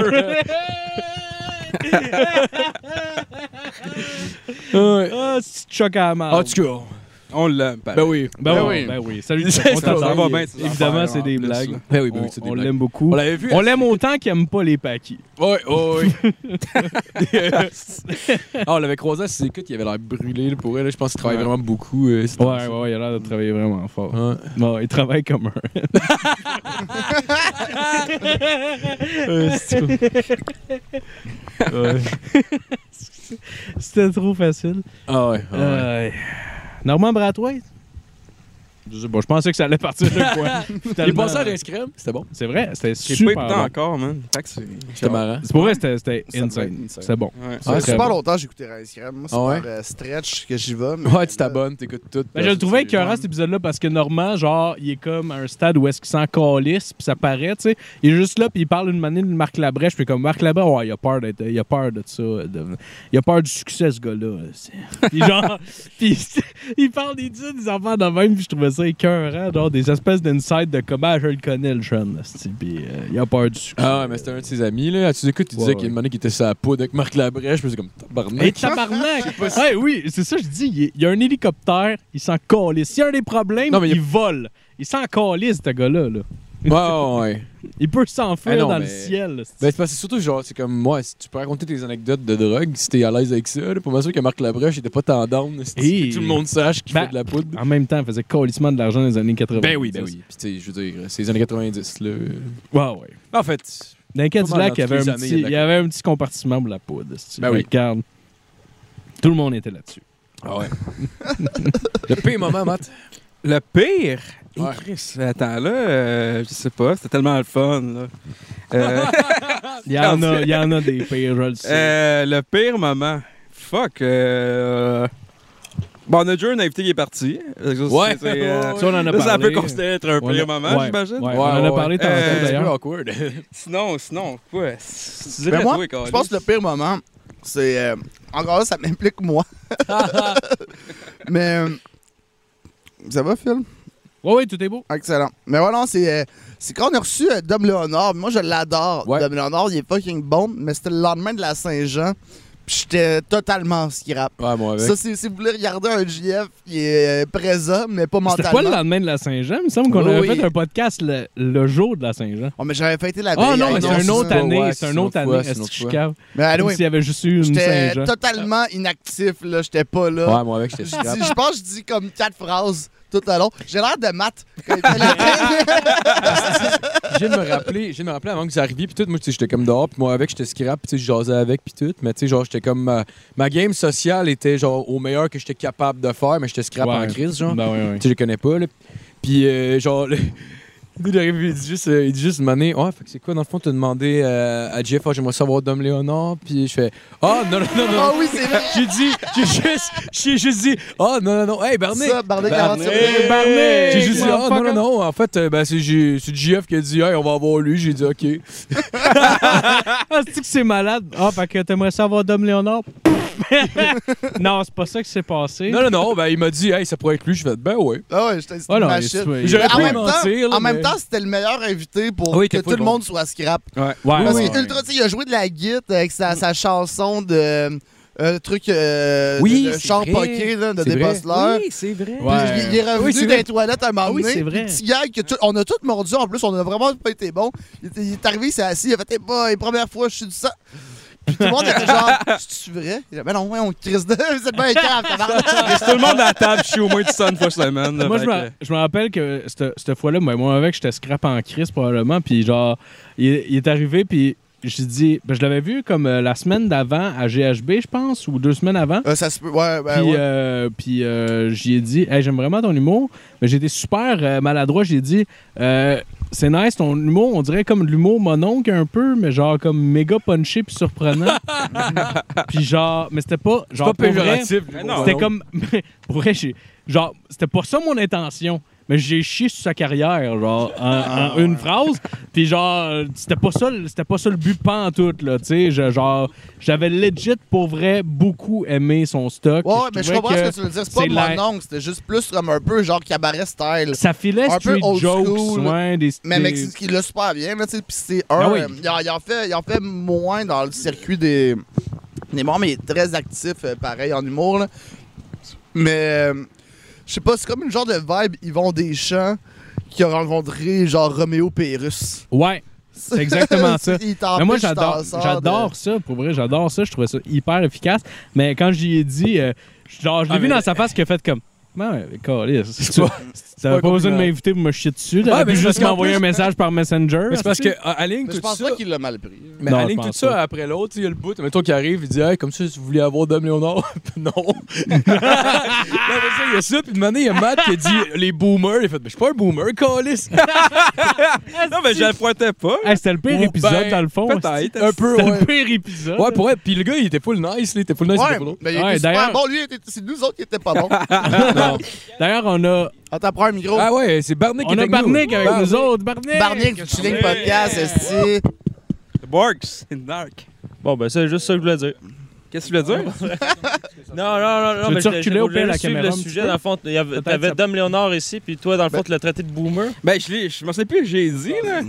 Ouais. Ah, c'est choc à la marde. En tout cas, On l'aime, pas. ben oui. Ben, Ben oui, oui. ben oui. Salut, Ça on va t'entend. bien, ces Évidemment, affaires, c'est en des plus, blagues. là. Ben oui, ben On, oui, c'est des on blagues. l'aime On beaucoup. l'avait vu. On l'aime autant qu'il aime pas les paquis. Ouais, ouais, ouais. ah, on l'avait croisé à ses écoutes, il avait l'air brûlé là, pour elle. là. Je pense qu'il travaille Ouais. vraiment beaucoup. euh, c'est Ouais, dans ouais, ça. ouais, il a l'air de travailler vraiment fort. Ouais. Bon, il travaille comme un. Euh, c'est tout. C'était trop facile. Ah ouais. ah ouais. Euh, Norman Brathwaite? Je, sais pas, je pensais que ça allait partir de quoi. Il est passé à l'inscrire, c'était bon. euh, C'est vrai, c'était J'ai pas eu le super temps bon. encore, man. Fait que c'est- C'était marrant. C'est pour vrai, c'était- c'était Ça devait être insane. insane. C'était bon. Ouais. Ça fait C'est très super bon. longtemps que j'écoutais Rince Crème. Moi, c'est Ah ouais? par euh, stretch que j'y vais. mais euh, Ouais, tu là- t'abonnes, t'écoutes tout. Ben, je le trouvais que écœurant cet épisode-là parce que Normand, genre, il est comme à un stade où est-ce qu'il s'en calisse, puis ça paraît, tu sais. Il est juste là, puis il parle d'une manière de Marc Labrèche, puis comme Marc Labrèche, ouais, il a peur d'être. Il a peur de ça. de- il a peur du succès, ce gars-là. C'est- Puis genre, puis c'est- il parle des dudes, des enfants de même, puis je trouvais ça écœurant, genre, des espèces d'insights de comment je le connais, le jeune, là, c'est- puis euh, il a peur du succès. Ah ouais, mais c'était un de ses amis, là. Tu écoutes, tu disais Ouais, qu'il y a une manière qui était sa poudre avec Marc Labrèche, je me suis comme Et tabarnak. tabarnak! Ouais, oui, c'est ça, je dis. Il y- il y a un hélicoptère, il s'en calisse. S'il y a un des problèmes, Non, mais il- il... vole. Il s'en calisse, ce gars-là. Là. Ouais, ouais, ouais. Il peut s'enfuir Ah non, dans mais- le ciel. là, c'est- Ben, c'est parce que surtout, genre, c'est comme moi, si tu peux raconter tes anecdotes de drogue, si t'es à l'aise avec ça, là, pour m'assurer que Marc Labrèche était pas tant down, si tu veux Et- que tout le monde sache qu'il Ben, ben fait de la poudre. En même temps, il faisait calissement de l'argent dans les années 80. Ben Puis, tu sais, je veux dire, c'est les années 90, là. Ouais, ouais. En fait, Dans le Cadillac, dans il y avait, toutes les un années, petit, il y a de la il y avait un petit compartiment pour la poudre. c'est- Ben oui. Regarde. Tout le monde était là-dessus. ah ouais. le pire moment, Matt. Le pire? Eh, Ouais. Chris, attends, là, euh, je sais pas, c'était tellement le fun, là. Euh, Il y en a, il y en a des pires, je le sais. euh, le pire moment. Fuck. euh, Bon, on a déjà un invité qui est parti. Euh, ça, Ouais. c'est, euh, Ça, on en a ça, parlé. ça peut considérer être un On pire a- moment, ouais, j'imagine. ouais, on en a parlé tantôt, Euh, C'est un peu d'ailleurs. awkward. Sinon, sinon, quoi? Tu Mais dirais Ben moi, toi, je pense que le pire moment, c'est. euh, encore là, ça m'implique moi. mais. euh, Ça va, Phil? Ouais, ouais, tout est beau. Excellent. Mais voilà, c'est euh, c'est quand on a reçu euh, Dom Léonard. Moi, je l'adore. Ouais. Dom Léonard, il est fucking bon, mais c'était le lendemain de la Saint-Jean. Puis j'étais totalement scrap. Ouais, moi avec. Ça, c'est- si vous voulez regarder un JF, il est euh, présent, mais pas C'était pas le mentalement. lendemain de la Saint-Jean. Il me semble qu'on Oui, avait oui. fait un podcast le, le jour de la Saint-Jean. Oh, mais j'avais fêté la veille. Ah non, Hey, mais c'est non, une ça. autre ça. année. Ouais, c'est c'est une une autre autre fois, année. c'est une Est-ce autre que je fois. cave? Mais Comme anyway, s'il y avait juste eu une j'étais Saint-Jean. totalement inactif, là. J'étais pas là. Ouais, moi avec, j'étais Je, scrap. dis- je pense que je dis comme quatre phrases tout à long. J'ai l'air de Matt. quand il fait la télé. J'ai de me rappeler, j'ai de me rappeler avant que vous arriviez puis tout, moi tu sais, j'étais comme dehors puis moi avec j'étais scrap, puis tu sais, je jasais avec puis tout, mais tu sais genre j'étais comme ma, ma game sociale était genre au meilleur que j'étais capable de faire, mais j'étais scrap Ouais. en crise genre. Ben oui, oui. Tu sais, je les connais pas là. Puis euh, genre le... Il arrive, il dit juste, euh, il dit juste une année, ouais, fait que c'est quoi dans le fond, t'as demandé euh, à Jeff, Ah, j'aimerais savoir Dom Léonard, puis je fais, ah non, non, non, non. Ah oui, c'est vrai. J'ai dit, j'ai juste, j'ai juste dit, ah non, non, non, hey Barney, Ça, Bardet Barney. Carentier. Barney! J'ai juste dit, ah non, Motherfucker. non, non, en fait, euh, ben, c'est J- c'est JF qui a dit, hey, on va avoir lui. J'ai dit, OK. Ah, c'est que c'est malade. Ah, fait que t'aimerais savoir Dom Léonard? non, c'est pas ça qui s'est passé. Non, non, non, ben, il m'a dit, hey, ça pourrait être lui. Je fais, ben, ouais. Ah ouais, j'étais Ah non, ma il- shit. il- J'aurais Mais en pu même, mentir, temps, là, en même mais- temps, c'était le meilleur invité pour Ah oui, que t'es tout pas le bon. monde soit scrap. Ouais, Parce ouais, que Ultra, tu sais, il a joué de la guitare avec sa, sa chanson de euh, truc euh, Oui, de, de c'est chant vrai. poqué là, de C'est vrai. Euh, déposteleur. c'est vrai. ouais. Ouais. Puis il est Oui, revenu c'est des vrai. toilettes à un moment Ah oui, donné, c'est vrai. petit gag que tout- on a tout mordu en plus, on a vraiment pas été bon. Il, était- il est arrivé, il s'est assis, il a fait Eh boy, première fois, je suis du sang. Puis tout le monde était genre, c'est-tu vrai? Il a dit, ben non, ouais, on crise de. Vous êtes bien cave, tabarnak. tout le monde à la table, je suis au moins du une fois semaine. là, Moi, je fait me- je me rappelle que cette, cette fois-là, ben, moi, moi, avec, j'étais scrap en crise probablement. Puis genre, il, il est arrivé, puis j'ai dit, ben, je l'avais vu comme euh, la semaine d'avant à GHB, je pense, ou deux semaines avant. Euh, ça se peut, ouais, ben Puis, ouais. euh, puis euh, j'y ai dit, Hey, j'aime vraiment ton humour, mais j'ai été super euh, maladroit. J'ai dit, Euh, c'est nice ton humour, on dirait comme de l'humour mononcle un peu, mais genre comme méga punché puis surprenant. puis genre, mais c'était pas genre Pas pour vrai, péjoratif. Mais Ah, non. C'était comme, pour vrai, j'ai- genre, c'était pas ça mon intention. Mais j'ai chié sur sa carrière, genre, en, Ah, en une phrase. Puis genre, c'était pas ça, le- c'était pas ça le but pas en tout, là, tu sais. je- Genre, j'avais legit, pour vrai, beaucoup aimé son stock. Ouais, mais je trouvais comprends ce que tu veux dire. C'est pas c'est la- mon oncle, c'était juste plus comme un peu genre cabaret style. Ça filait Un peu street old jokes, school, ouais, des... Mais des- Mexique, il l'a super bien, là, tu sais. Puis c'est un. Ah oui. euh, il, en, il en fait, il en fait moins dans le circuit des. des morts, mais il est très actif, euh, pareil, en humour, là. Mais. euh, je sais pas, c'est comme une genre de vibe Yvon Deschamps qui a rencontré, genre, Roméo Pérus. Ouais, c'est exactement ça. Il t'en Mais moi, pitch, j'adore, t'en sors de- j'adore ça, pour vrai, j'adore ça. Je trouvais ça hyper efficace. Mais quand j'y ai dit, euh, genre, je l'ai Ah, vu mais- dans sa face qui a fait comme Ben ouais, mais câlisse. Si C'est tu pas- n'avais pas pas besoin de compliment. m'inviter pour me chier dessus, t'aurais Ouais, mais pu c'est juste parce qu'en m'envoyer plus- un message par Messenger. Mais c'est parce que asti. euh, aligne Mais tout je pense ça. pas qu'il l'a mal pris. Mais Non, je aligne tout pense ça pas. après l'autre, il y a le bout, mettons qui arrive, il dit hey, comme ça, si vous voulez avoir Dom Léonard, ben, non. Là, après ça, il y a ça, puis de manière, il y a Matt qui a dit les boomers. Il a fait, mais je suis pas un boomer, Calis. Oh, Non, mais je le pointais pas. Hey, c'était le pire Ou épisode, ben, dans le fond. asti. Peut-être. Un peu, C'était ouais. le pire épisode. Ouais, pour être. Puis le gars, il était full nice, là, il était full nice. il était Ouais, full autre. mais il était Ouais, super d'ailleurs- bon. Lui, il était- c'est nous autres qui étaient pas bons. Ah, Non. D'ailleurs, on a, Attends, prends un micro. Ah ouais, c'est Barnick qui on était a avec nous. Barnick avec Barnick. nous autres. Barnick! Barnier, du Chilling Ouais. Podcast, esti. The Borgs in Dark. Bon, ben, c'est juste ça que je voulais dire. Qu'est-ce que tu voulais dire? Non, non, non, non, Veux-tu mais je voulais- reculer je au voulais pire la juste suivre caméra un le petit sujet, peu? dans le fond, il y avait- Peut-être t'avais ça- Dom Léonard ici, puis toi, dans le fond, Ben- tu l'as traité de boomer. Ben, je l'ai- je me souviens plus que j'ai dit, là.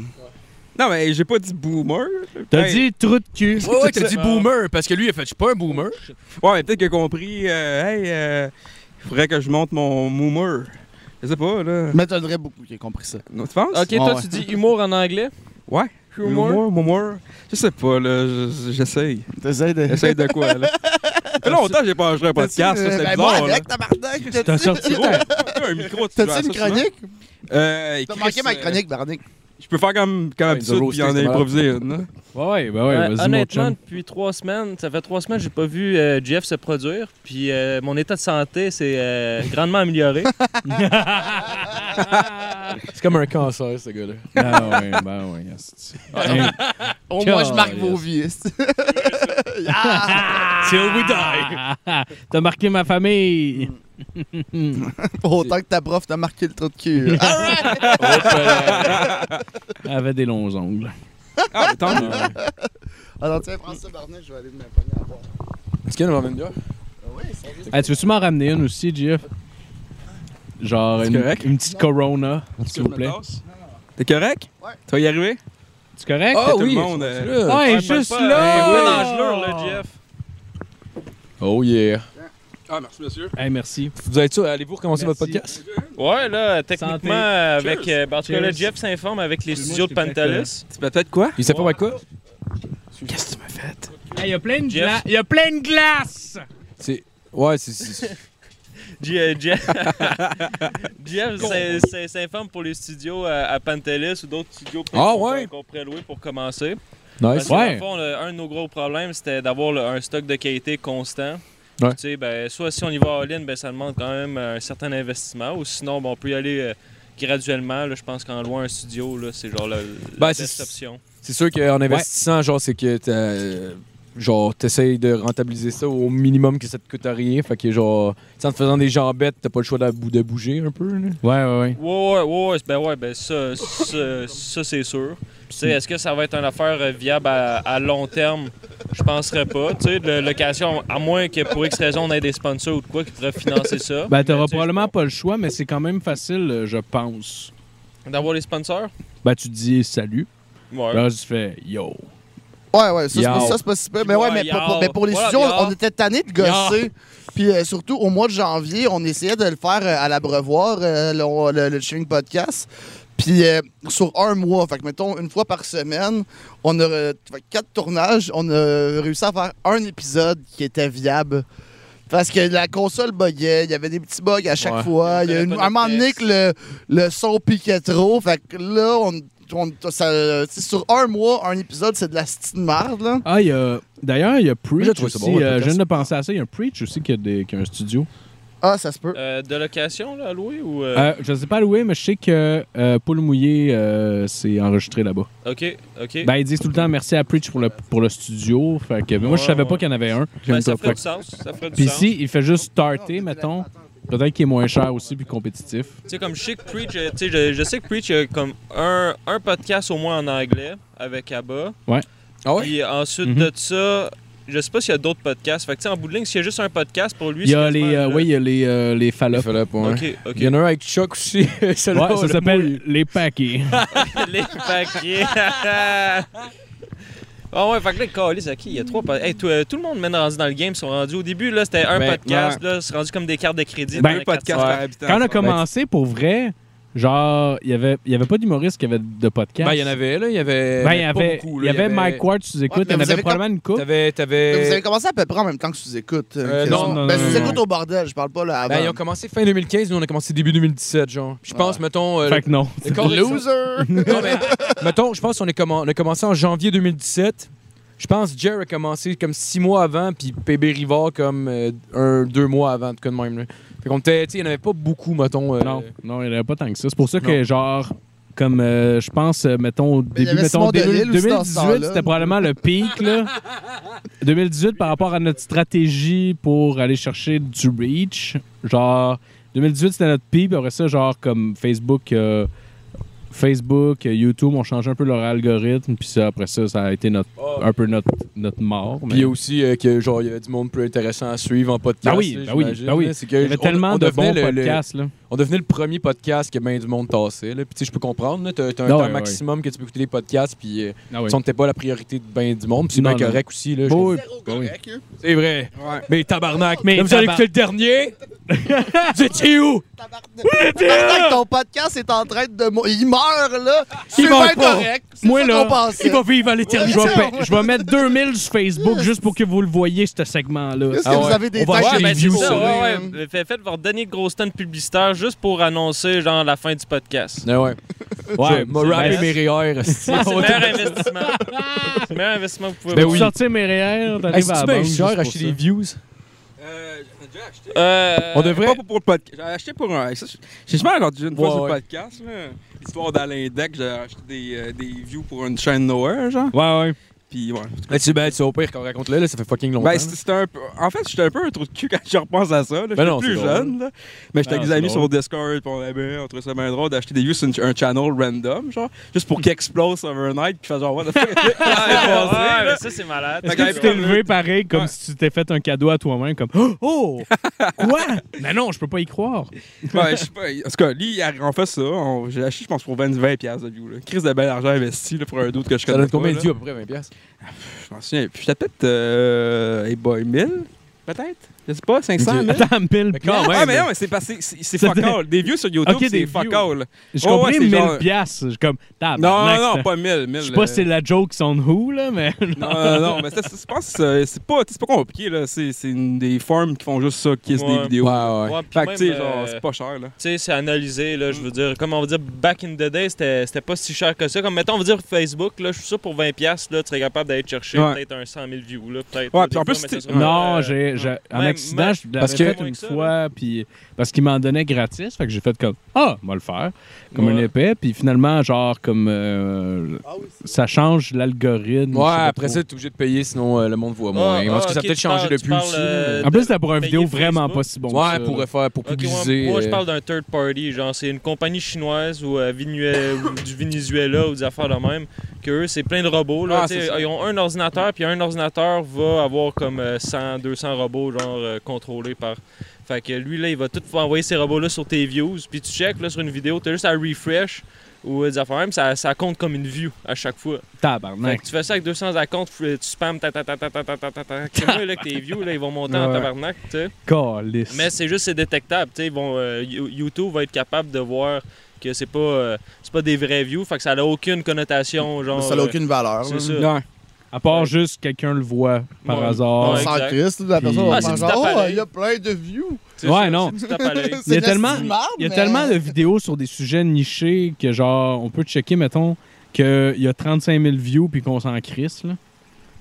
Non, mais j'ai pas dit boomer. Ben, T'as Hey. dit trou de cul. Ouais, ouais, t'as dit boomer, parce que lui, il a fait, je suis pas un boomer. Ouais, mais peut-être qu'il a compris. euh, hey, euh, faudrait que je monte mon moomer. Je sais pas, là. M'étonnerait beaucoup qu'il ait compris ça. Non, tu penses? Ok, Ouais, toi, ouais. tu dis humour en anglais. Ouais. Moomer, moomer. Je sais pas, là. je- J'essaye. T'essayes de. J'essaye de quoi, là? Ça fait longtemps que j'ai pas enregistré un podcast, là, Euh, c'est ben, bizarre, moi, là. avec, tabarnak. T'as T'as-tu sorti ta- T'as un micro, tu joues à t'as-tu une ça souvent? chronique? Euh, T'as Chris, manqué ma euh, chronique, Barnier. Je peux faire comme, comme Ouais, The habitude, Roast, puis en c'est improviser une, là. Ouais, ben ouais, Ouais, vas-y, mon honnêtement, chum. depuis trois semaines, ça fait trois semaines que j'ai pas vu euh, Jeff se produire, puis euh, mon état de santé s'est euh, grandement amélioré. C'est comme un cancer, ce gars-là. Ah ouais, ben ouais. asti. Hey, Au moins, Caliste. je marque vos vies. esti. Till we die. T'as marqué ma famille. Autant que ta prof t'a marqué le trou de cul. Ah, Elle avait des longs ongles. Ah, mais tant mieux. Alors, tiens, prends ça, Barnier, je vais aller me pogner à boire. Est-ce qu'il y en a même deux? Hey, Ah, tu veux-tu m'en ramener une aussi, Jeff? Genre C'est une, correct? une petite Corona, s'il vous plaît. T'es correct? Ouais. Tu vas y arriver? Tu correct? Ah Ah oui, oui, c'est ouais, Oh, Ouais, juste pas- Un gros dangereux, là! là, Jeff. Oh yeah. Ah, merci, monsieur. Hey, merci. Vous êtes sûr, allez-vous recommencer Merci. votre podcast? Ouais, là, techniquement, Santé. avec. euh, ben, en tout cas, là, Cheers. Jeff s'informe avec les Excuse-moi, studios de je t'ai fait, Pantalus. Tu peux peut-être quoi? Il sait pas quoi? Qu'est-ce que tu m'as fait? Hey, y a plein de Jeff. glaces! Y a plein de glaces! C'est. Ouais, c'est- c'est. Je- euh, Jeff, Jeff s'in- s'in- s'informe pour les studios euh, à, à Pantelis ou d'autres studios peut-être, Ah qu'on- ouais? qu'on pourrait louer pour commencer. Parce Nice. que, dans ouais. le fond, le- un de nos gros problèmes, c'était d'avoir le- un stock de qualité constant. Ouais. Puis, tu sais, ben, soit si on y va en ligne, ben, ça demande quand même un certain investissement, ou sinon, ben, on peut y aller euh, graduellement. là. je pense qu'en louant un studio, là, c'est genre la, la Ben, best c'est- option. C'est sûr qu'en investissant, genre, c'est que t'as, euh, genre, t'essayes de rentabiliser ça au minimum que ça te coûte à rien. Fait que, genre, tu sais, en te faisant des jambettes, t'as pas le choix d'abou- de bouger un peu. Là. Ouais, ouais, ouais. Ouais, ouais, ouais, ouais, ben ouais, ben ça, ça, ça, c'est sûr. Tu sais, est-ce que ça va être une affaire euh, viable à, à long terme? Je penserais pas. Tu sais, de la location, à moins que pour X raison, on ait des sponsors ou de quoi qui pourraient financer ça. Ben, t'auras Mais, tu sais, probablement pas le choix, mais c'est quand même facile, euh, je pense. D'avoir les sponsors? Ben, tu dis salut. Ben, Ouais. Là, tu fais yo. Ouais, ouais, ça, c'est pas- Yo. ça, c'est pas si peu. Mais ouais, Ouais, mais, pour- yo. pour, mais pour les Ouais, studios, yo. on était tannés de gosser. Puis euh, surtout, au mois de janvier, on essayait de le faire euh, à l'abreuvoir, euh, le, le, le Chewing Podcast. Puis euh, sur un mois, fait que mettons une fois par semaine, on a euh, fait que quatre tournages, on a réussi à faire un épisode qui était viable. Parce que la console buguait, il y avait des petits bugs à chaque Ouais. fois. Il y a connaît une, pas un moment notre donné que le, le son piquait trop. Fait que là, on, on- ça, euh, tu sais, sur un mois, un épisode, c'est de la style merde, là. Ah, il y a. D'ailleurs, il y a Preach. j'ai trouvé aussi, ça bon, le euh, je viens podcast. de penser à ça. Il y a Preach aussi qui a, des- qui a un studio. Ah, ça se peut. Euh, de location, là, à louer ou. euh, Euh, je sais pas louer, mais je sais que euh, Poule Mouillée, euh, c'est enregistré là-bas. Ok, ok. Ben, ils disent tout le temps merci à Preach pour le, pour le studio. Fait que, mais moi, je Ouais, savais pas ouais. qu'il y en avait un. Ben, ça Fait ferait que- du sens. Ça ferait du Puis sens. ici, il fait juste starter, mettons. Peut-être qu'il est moins cher aussi, puis compétitif. Tu sais, comme je sais que Preach, euh, tu sais, je, je sais que Preach a comme un, un podcast au moins en anglais avec ABBA. Ouais. Ah ouais? Puis ensuite Mhm. de ça, je sais pas s'il y a d'autres podcasts. Fait que tu sais, en bout de ligne, s'il y a juste un podcast pour lui, Il y a c'est les, quasiment euh, le- oui, il y a les, euh, les fallops. Fallait pas, hein. Ok, ok. Il y en a un avec Chuck aussi. ouais, Ouais, ça s'appelle les paquets. les paquets. Ah ouais, fait que là, câlisse, ok, il y a trois podcasts. Hey, tout, euh, tout le monde mène rendu dans le game, ils sont rendus. Au début, là, c'était un Ben, podcast, là, c'est rendu comme des cartes de crédit. Ben, dans Un la podcast carte- par habitant. Quand on a ça. commencé, pour vrai, Genre, il y avait, il y avait pas d'humoriste qui avait de podcast. Ben, il y en avait, là. Il y avait. Ben, il y pas avait, beaucoup, il y là, avait Mike Ward, tu écoutes. Ouais, il y en mais vous avait avez probablement une coupe. T'avais. t'avais- Vous avez commencé à peu près en même temps que sous-écoute. Euh, Chris. non, non, Ben, non, non, sous-écoute non. au bordel, je parle pas là Ben, ils avant. ont commencé fin 2015, nous on a commencé début 2017, genre. Puis Je pense, mettons. euh, Fait que non. le correction- Loser! Non, mais, mettons, je pense qu'on est commen- on a commencé en janvier 2017. Je pense que Jer a commencé comme six mois avant, puis PB Rivard comme euh, un, deux mois avant, en tout cas de même. là. Fait qu'on était, tu sais, il n'y en avait pas beaucoup, mettons. euh, Non, non, il n'y en avait pas tant que ça. C'est pour ça que, genre, comme euh, je pense, euh, mettons, au il y début, avait mettons, Simon Delille aussi dans ce 2018, temps-là. c'était probablement le pic, là. 2018, par rapport à notre stratégie pour aller chercher du reach, genre, 2018, c'était notre pic, puis après ça, genre, comme Facebook. euh, Facebook, euh, YouTube ont changé un peu leur algorithme, puis ça, après ça, ça a été notre, un peu notre, notre mort. Puis il y a aussi euh, que, genre, il y a du monde plus intéressant à suivre en podcast. Ah oui, là, ben oui, j'imagine, ben oui. là. C'est que il y avait Euh, on- tellement on de devenait bons le- le- podcasts, là. On devenait le premier podcast que bien du monde tassait. Là. Puis, tu sais, je peux comprendre. là, T'as t'as un Ah ouais, temps ouais. maximum que tu peux écouter les podcasts, puis euh, Ah oui. ça n'était pas la priorité de bien du monde. Puis c'est Non, bien non. correct aussi. Là, je Oui, oui, oui. Correct, hein? C'est vrai. Ouais. Mais tabarnak. Mais Là, vous allez tabar- écouter le dernier. vous étiez où? Tabarnak, ton podcast est en train de. mo- Il meurt, là! C'est meurt bien pas. correct! C'est Moi, ça là, qu'on pensait. Il va vivre à l'éternité. Je vais, pa- je vais mettre 2000 sur Facebook juste pour que vous le voyez, ce segment-là. Qu'est-ce que Ah vous ouais. avez des On va taxes voir, de ben, ben, c'est views, ça, là? ouais, ouais. Fait- Faites votre dernier gros stand publicitaire juste pour annoncer genre la fin du podcast. Ah ouais. Ouais, Ouais, m'a rappé mes rires. C'est le meilleur investissement. C'est le meilleur investissement que vous pouvez Ben faire. oui. sortir mes rires, Est-ce t'arrives que à tu la bien banque juste cher pour acheter ça. des views? Euh, j'en ai déjà acheté. Euh, On devrait. Pas pour, pour le podcast. J'ai acheté pour un. ça, J'ai jamais entendu une fois Ouais, sur ouais. le podcast. là. L'histoire d'Alain Deck, j'ai acheté des, euh, des views pour une chaîne Nowhere, genre. Ouais, ouais. Puis ouais. Ben, tu ben, tu au pire qu'on raconte là, là, ça fait fucking longtemps. Ben, c'était c'était un peu... En fait, j'étais un peu un trou de cul quand je repense à ça. là. J'étais non, plus c'est drôle. jeune, là. mais Ah, j'étais avec des c'est amis drôle. sur Discord, puis on aimait, on trouvait ça bien drôle d'acheter des views sur une- un channel random, genre, juste pour qu'il explose overnight, puis faire genre, what the fuck? Ah, ouais, ben ça, c'est malade. Fait Est-ce que tu t'es levé pareil comme Ouais. si tu t'es fait un cadeau à toi-même, comme Oh! oh, Quoi? Mais non, je peux pas y croire. ouais, je sais pas. En tout cas, lui, il a- on fait ça. On- J'ai acheté, je pense, pour 20, 20 piastres de views. là. Crise de bel argent investi là, pour un doute que Ça je connais. donne pas, combien de là. views à peu près 20$? piastres? Je m'en souviens. Puis j'étais peut-être, euh, hey boy, 1000, peut-être? Je sais pas, 500, Ok. 1000? Attends, pile. quand Ah, mais non, mais c'est passé. C'est c'est fuck C'était- all. Des views sur YouTube, Ok, des c'est fuck views. all. Je Ouais, ouais, comprends c'est 1000 genre- piastres. Je suis comme, Non, tabarnak, non, ça- non, pas euh. 1000. 1000 Je sais pas si c'est la joke on who, là, mais. Non, non, non, mais c'est- c'est- je pense que euh, c'est pas, c'est pas compliqué, là. C'est c'est une des formes qui font juste ça, qui est des Ouais. vidéos. Ouais, ouais. Ouais, puis Fait que, même, tu sais, euh, genre, c'est pas cher, là. Tu sais, c'est analysé, là, je veux dire. Comme on va dire, back in the day, c'était c'était pas si cher que ça. Comme, mettons, on va dire Facebook, là, je suis sûr, pour 20$, là, tu serais capable d'aller chercher Ouais. peut-être un 100 000 views, là, peut-être. Ouais, là, puis des en plus, fois, mais c'était- ça serait- Non, euh, j'ai, j'ai- en Même- accident, je l'avais parce que- fait une fois, puis parce qu'il m'en donnait gratis, fait que j'ai fait comme ah, moi le faire, comme Ouais. un épais, puis finalement genre comme euh, Ah ça change l'algorithme. je sais Ouais, pas après trop. ça, t'es obligé de payer, sinon euh, le monde voit moins. Ah, Parce ah, que ça a ok, peut-être tu changé parles- tu depuis parles, aussi. euh, là. En plus c'était pour une payer vidéo vraiment Facebook. pas si bon. que ça, Ouais, là. pour faire, pour Ok, ouais, publier. moi, je euh, parle d'un third party. Genre, c'est une compagnie chinoise ou, euh, Vinue- ou du Venezuela ou des affaires de même. Que eux, c'est plein de robots. Là, Ah, tu sais, c'est ça. ils ont un ordinateur, puis un ordinateur va avoir comme euh, 100, 200 robots, genre, euh, contrôlés par. Fait que lui, là, il va tout pouvoir envoyer ces robots-là sur tes views. Puis tu check là, sur une vidéo, t'as juste à refresh ou euh, des affaires de même. Ça, ça compte comme une view à chaque fois. Fait Tabarnak. que tu fais ça avec 200 accounts, tu spams, ta ta ta ta ta ta ta ta ta. Comme là, que tes views, là, ils vont monter en Ouais. tabarnak, tu sais. Calisse. Mais c'est juste c'est détectable, tu sais, ils vont, euh, You- YouTube va être capable de voir que c'est pas euh, c'est pas des vrais views, fait que ça n'a aucune connotation genre Ça n'a euh, aucune valeur. c'est là. ça. Non, À part juste quelqu'un le voit par Ouais. hasard. On Ouais. s'en exact. crisse, là, la personne Puis- va Ah, faire c'est genre, tout à oh, pareil. il y a plein de views. tu sais, Ouais, c'est- non. c'est du tape à Il l'œil. y a C'est de la tellement- petite marde, Il y a mais- tellement de vidéos sur des sujets nichés que genre on peut checker mettons qu'il y a 35 000 views puis qu'on s'en crisse là.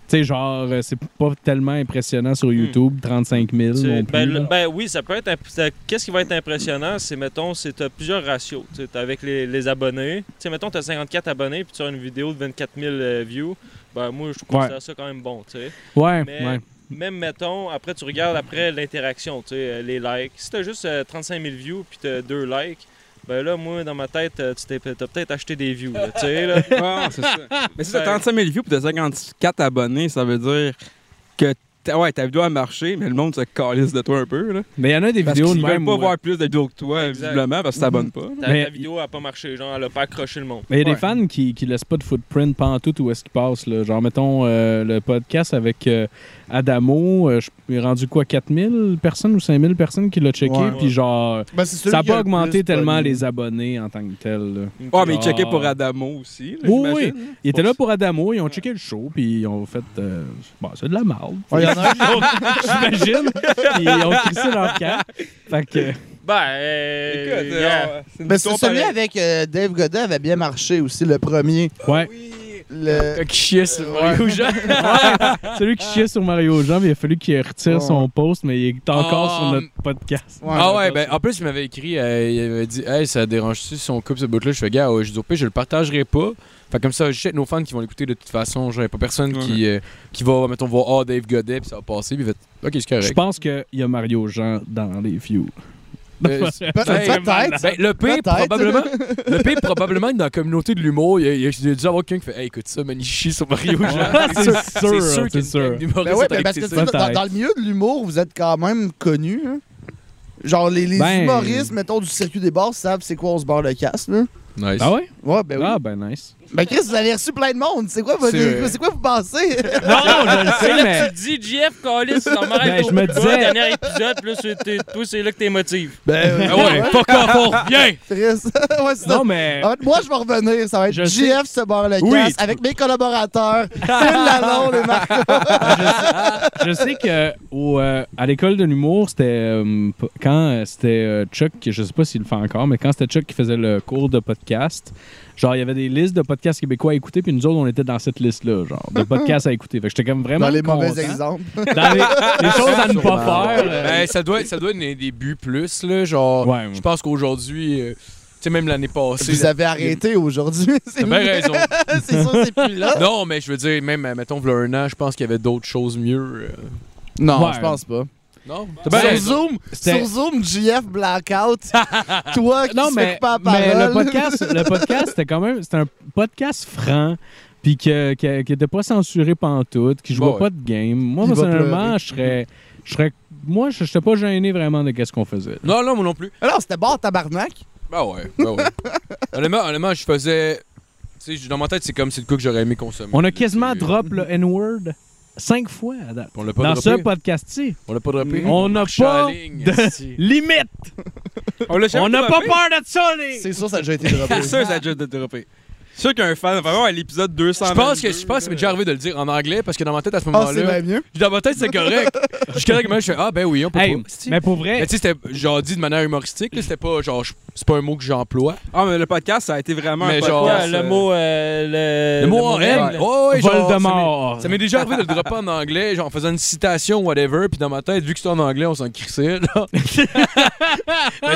Tu sais, genre, euh, c'est pas tellement impressionnant sur YouTube, 35 000 C'est- non plus. ben, là. le- ben oui, ça peut être. imp- ça- Qu'est-ce qui va être impressionnant, c'est mettons, c'est t'as plusieurs ratios. tu sais, T'as avec les, les abonnés. Tu sais, mettons, t'as 54 abonnés puis tu as une vidéo de 24 000 euh, views. Ben moi, je considère ça quand même bon. tu sais. Ouais, Mais- ouais. Même mettons, après tu regardes après l'interaction, tu sais, euh, les likes. Si t'as juste euh, 35 000 views puis t'as deux likes, ben là, moi, dans ma tête, euh, tu t'es, t'as peut-être acheté des views, là, tu sais, là. Ben, Ouais, c'est ça. Mais si t'as 35 000 views pis t'as 54 abonnés, ça veut dire que ta- ouais, ta vidéo a marché, mais le monde se calisse de toi un peu. Là, Mais il y en a des parce vidéos qu'ils de veulent même. Mm-hmm. pas où- voir plus de vidéos que toi, Exact. visiblement, parce que t'abonnes pas. Ta, Mais- ta vidéo a pas marché, genre, elle a pas accroché le monde. Mais il y a Ouais. des fans qui, qui laissent pas de footprint pantoute où est-ce qu'ils passent. Là. Genre, mettons euh, le podcast avec euh, Adamo, euh, je il est rendu quoi, 4000 personnes ou 5000 personnes qui l'ont checké, Ouais. puis genre, Ben, c'est celui ça n'a qui pas a le augmenté plus tellement pogné. les abonnés en tant que tel. là. Ouais, mais ils checkaient Ah. pour Adamo aussi. là, Oui, j'imagine. Ils étaient là pour Adamo, ils ont checké le show, puis ils ont fait. euh, bon, c'est de la merde. Ouais, Oh, il y en a un. J'imagine. Puis ils ont crissé leur camp. Fait que. Ben, euh, Écoute, yeah. euh, c'est une Ben, c'est histoire celui pareille. avec euh, Dave Godet avait bien marché aussi, le premier. Ah Ouais. Le... Qui chiait sur Mario Jean. Celui qui chiait sur Mario Jean, mais il a fallu qu'il retire Ouais. son post, mais il est encore Ah, sur notre podcast. Ouais. Ah ouais, ben en plus, il m'avait écrit, euh, il avait dit Hey, ça dérange-tu si on coupe ce bout-là Je fais Gars, ouais, je dis au pire, je le partagerai pas. Fait comme ça, je sais que nos fans qui vont l'écouter de toute façon. Genre, y a pas personne qui, euh, qui va, mettons, voir Ah, Dave Godet, puis ça va passer, puis il va être, Ok, c'est Je correct. pense qu'il y a Mario Jean dans les views. Euh, c'est- Pe- Hey, Peut-être. ben, le pire, Peut-être. probablement, le pire, probablement, que dans la communauté de l'humour, il y a- il y, a- il y a dû avoir quelqu'un qui fait Hey, écoute ça, man, il chie sur Mario Jean. c'est sûr, hein, c'est qu'il y a sûr. une humoriste Ben ouais, avec ben parce que ses- tu sais, dans, Peut-être. dans le milieu de l'humour, vous êtes quand même connu. hein. Genre, les, les Ben- humoristes, mettons, du circuit des bars savent c'est quoi on se barre le casse, là. Nice. Ah ouais? Ouais, Eh ben oui. Ah ben nice. Ben Chris, vous avez reçu plein de monde. C'est euh, Eh quoi, votre- C'est vrai. c'est quoi vous pensez? Non, je le sais, Là, mais. tu dis, JF, Calis, ça m'a Ben, je me disais- dernier épisode, plus c'est- t'es- toi, c'est là que t'es motivé. ben Ah ouais, fuck off, on Ben, revient! Chris. ouais, c'est ça. Non, mais. Ah, moi, je vais revenir. Ça va être Je JF se barre le Oui. casse avec mes collaborateurs, Phil Lalonde et Marco. Je sais que au, euh, à l'école de l'humour, c'était euh, p- quand euh, c'était euh, Chuck, qui- je sais pas s'il le fait encore, mais quand c'était Chuck qui faisait le cours de podcast, genre il y avait des listes de podcasts québécois à écouter, puis nous autres on était dans cette liste-là, genre de podcasts à écouter. Fait que j'étais comme vraiment Dans les mauvais content. exemples. Dans les, les choses à ne pas faire. euh, Ben, ça doit, ça doit être des débuts plus, là. Genre, Ouais. je pense qu'aujourd'hui, euh, tu sais, même l'année passée. Vous avez arrêté aujourd'hui. T'as C'est Ben, bien raison. c'est sûr, c'est plus là. Non, mais je veux dire, même, euh, mettons, v'là un an, je pense qu'il y avait d'autres choses mieux. euh. Non, Ouais. je pense pas. Non? T'as bien sur, raison. Zoom, Ben, C'était- sur Zoom, JF Blackout. toi qui non, ne mais, pas la mais parole. le podcast, le podcast, c'était quand même, c'était un podcast franc, puis que- que- qui n'était pas censuré pantoute, qui jouait Ouais, ouais. pas de game. Moi, Il va personnellement, pleurer. je serais, je serais, moi, je n'étais pas gêné vraiment de qu'est-ce qu'on faisait. Non, non, moi non plus. Alors, c'était bon, tabarnak. Ben ouais, ben ouais. honnêtement, honnêtement, je faisais. Tu sais, dans ma tête, c'est comme c'est le coup que j'aurais aimé consommer. On a là, quasiment c'est- drop le N-word cinq fois à date. On l'a pas Dans droppé. ce podcast-ci, On l'a pas droppé. on n'a marchait en pas ligne, de- esti. limite, On l'a jamais on n'a pas droppé. peur de ça, les. C'est sûr, ça a déjà été droppé. C'est sûr, ça a déjà été droppé. Je suis sûr qu'un fan, vraiment, à l'épisode 200. Je pense que je pense que c'est déjà arrivé de le dire en anglais parce que dans ma tête à ce Ah, c'est moment-là, bien mieux. dans ma tête c'est correct. je suis correct, mais je fais ah ben oui, on peut Hey, pas. esti. mais pour vrai, Mais tu sais, c'était genre dit de manière humoristique, là, c'était pas genre je- c'est pas un mot que j'emploie. Ah, mais le podcast, ça a été vraiment Mais un genre, podcast. le euh, mot. euh, le, Le mot en règle. règle. Oh, ouais, genre, Voldemort. Ça m'est déjà arrivé de le dropper en anglais, genre en faisant une citation, whatever, puis dans ma tête, vu que c'était en anglais, on s'en crissait, là. Mais tu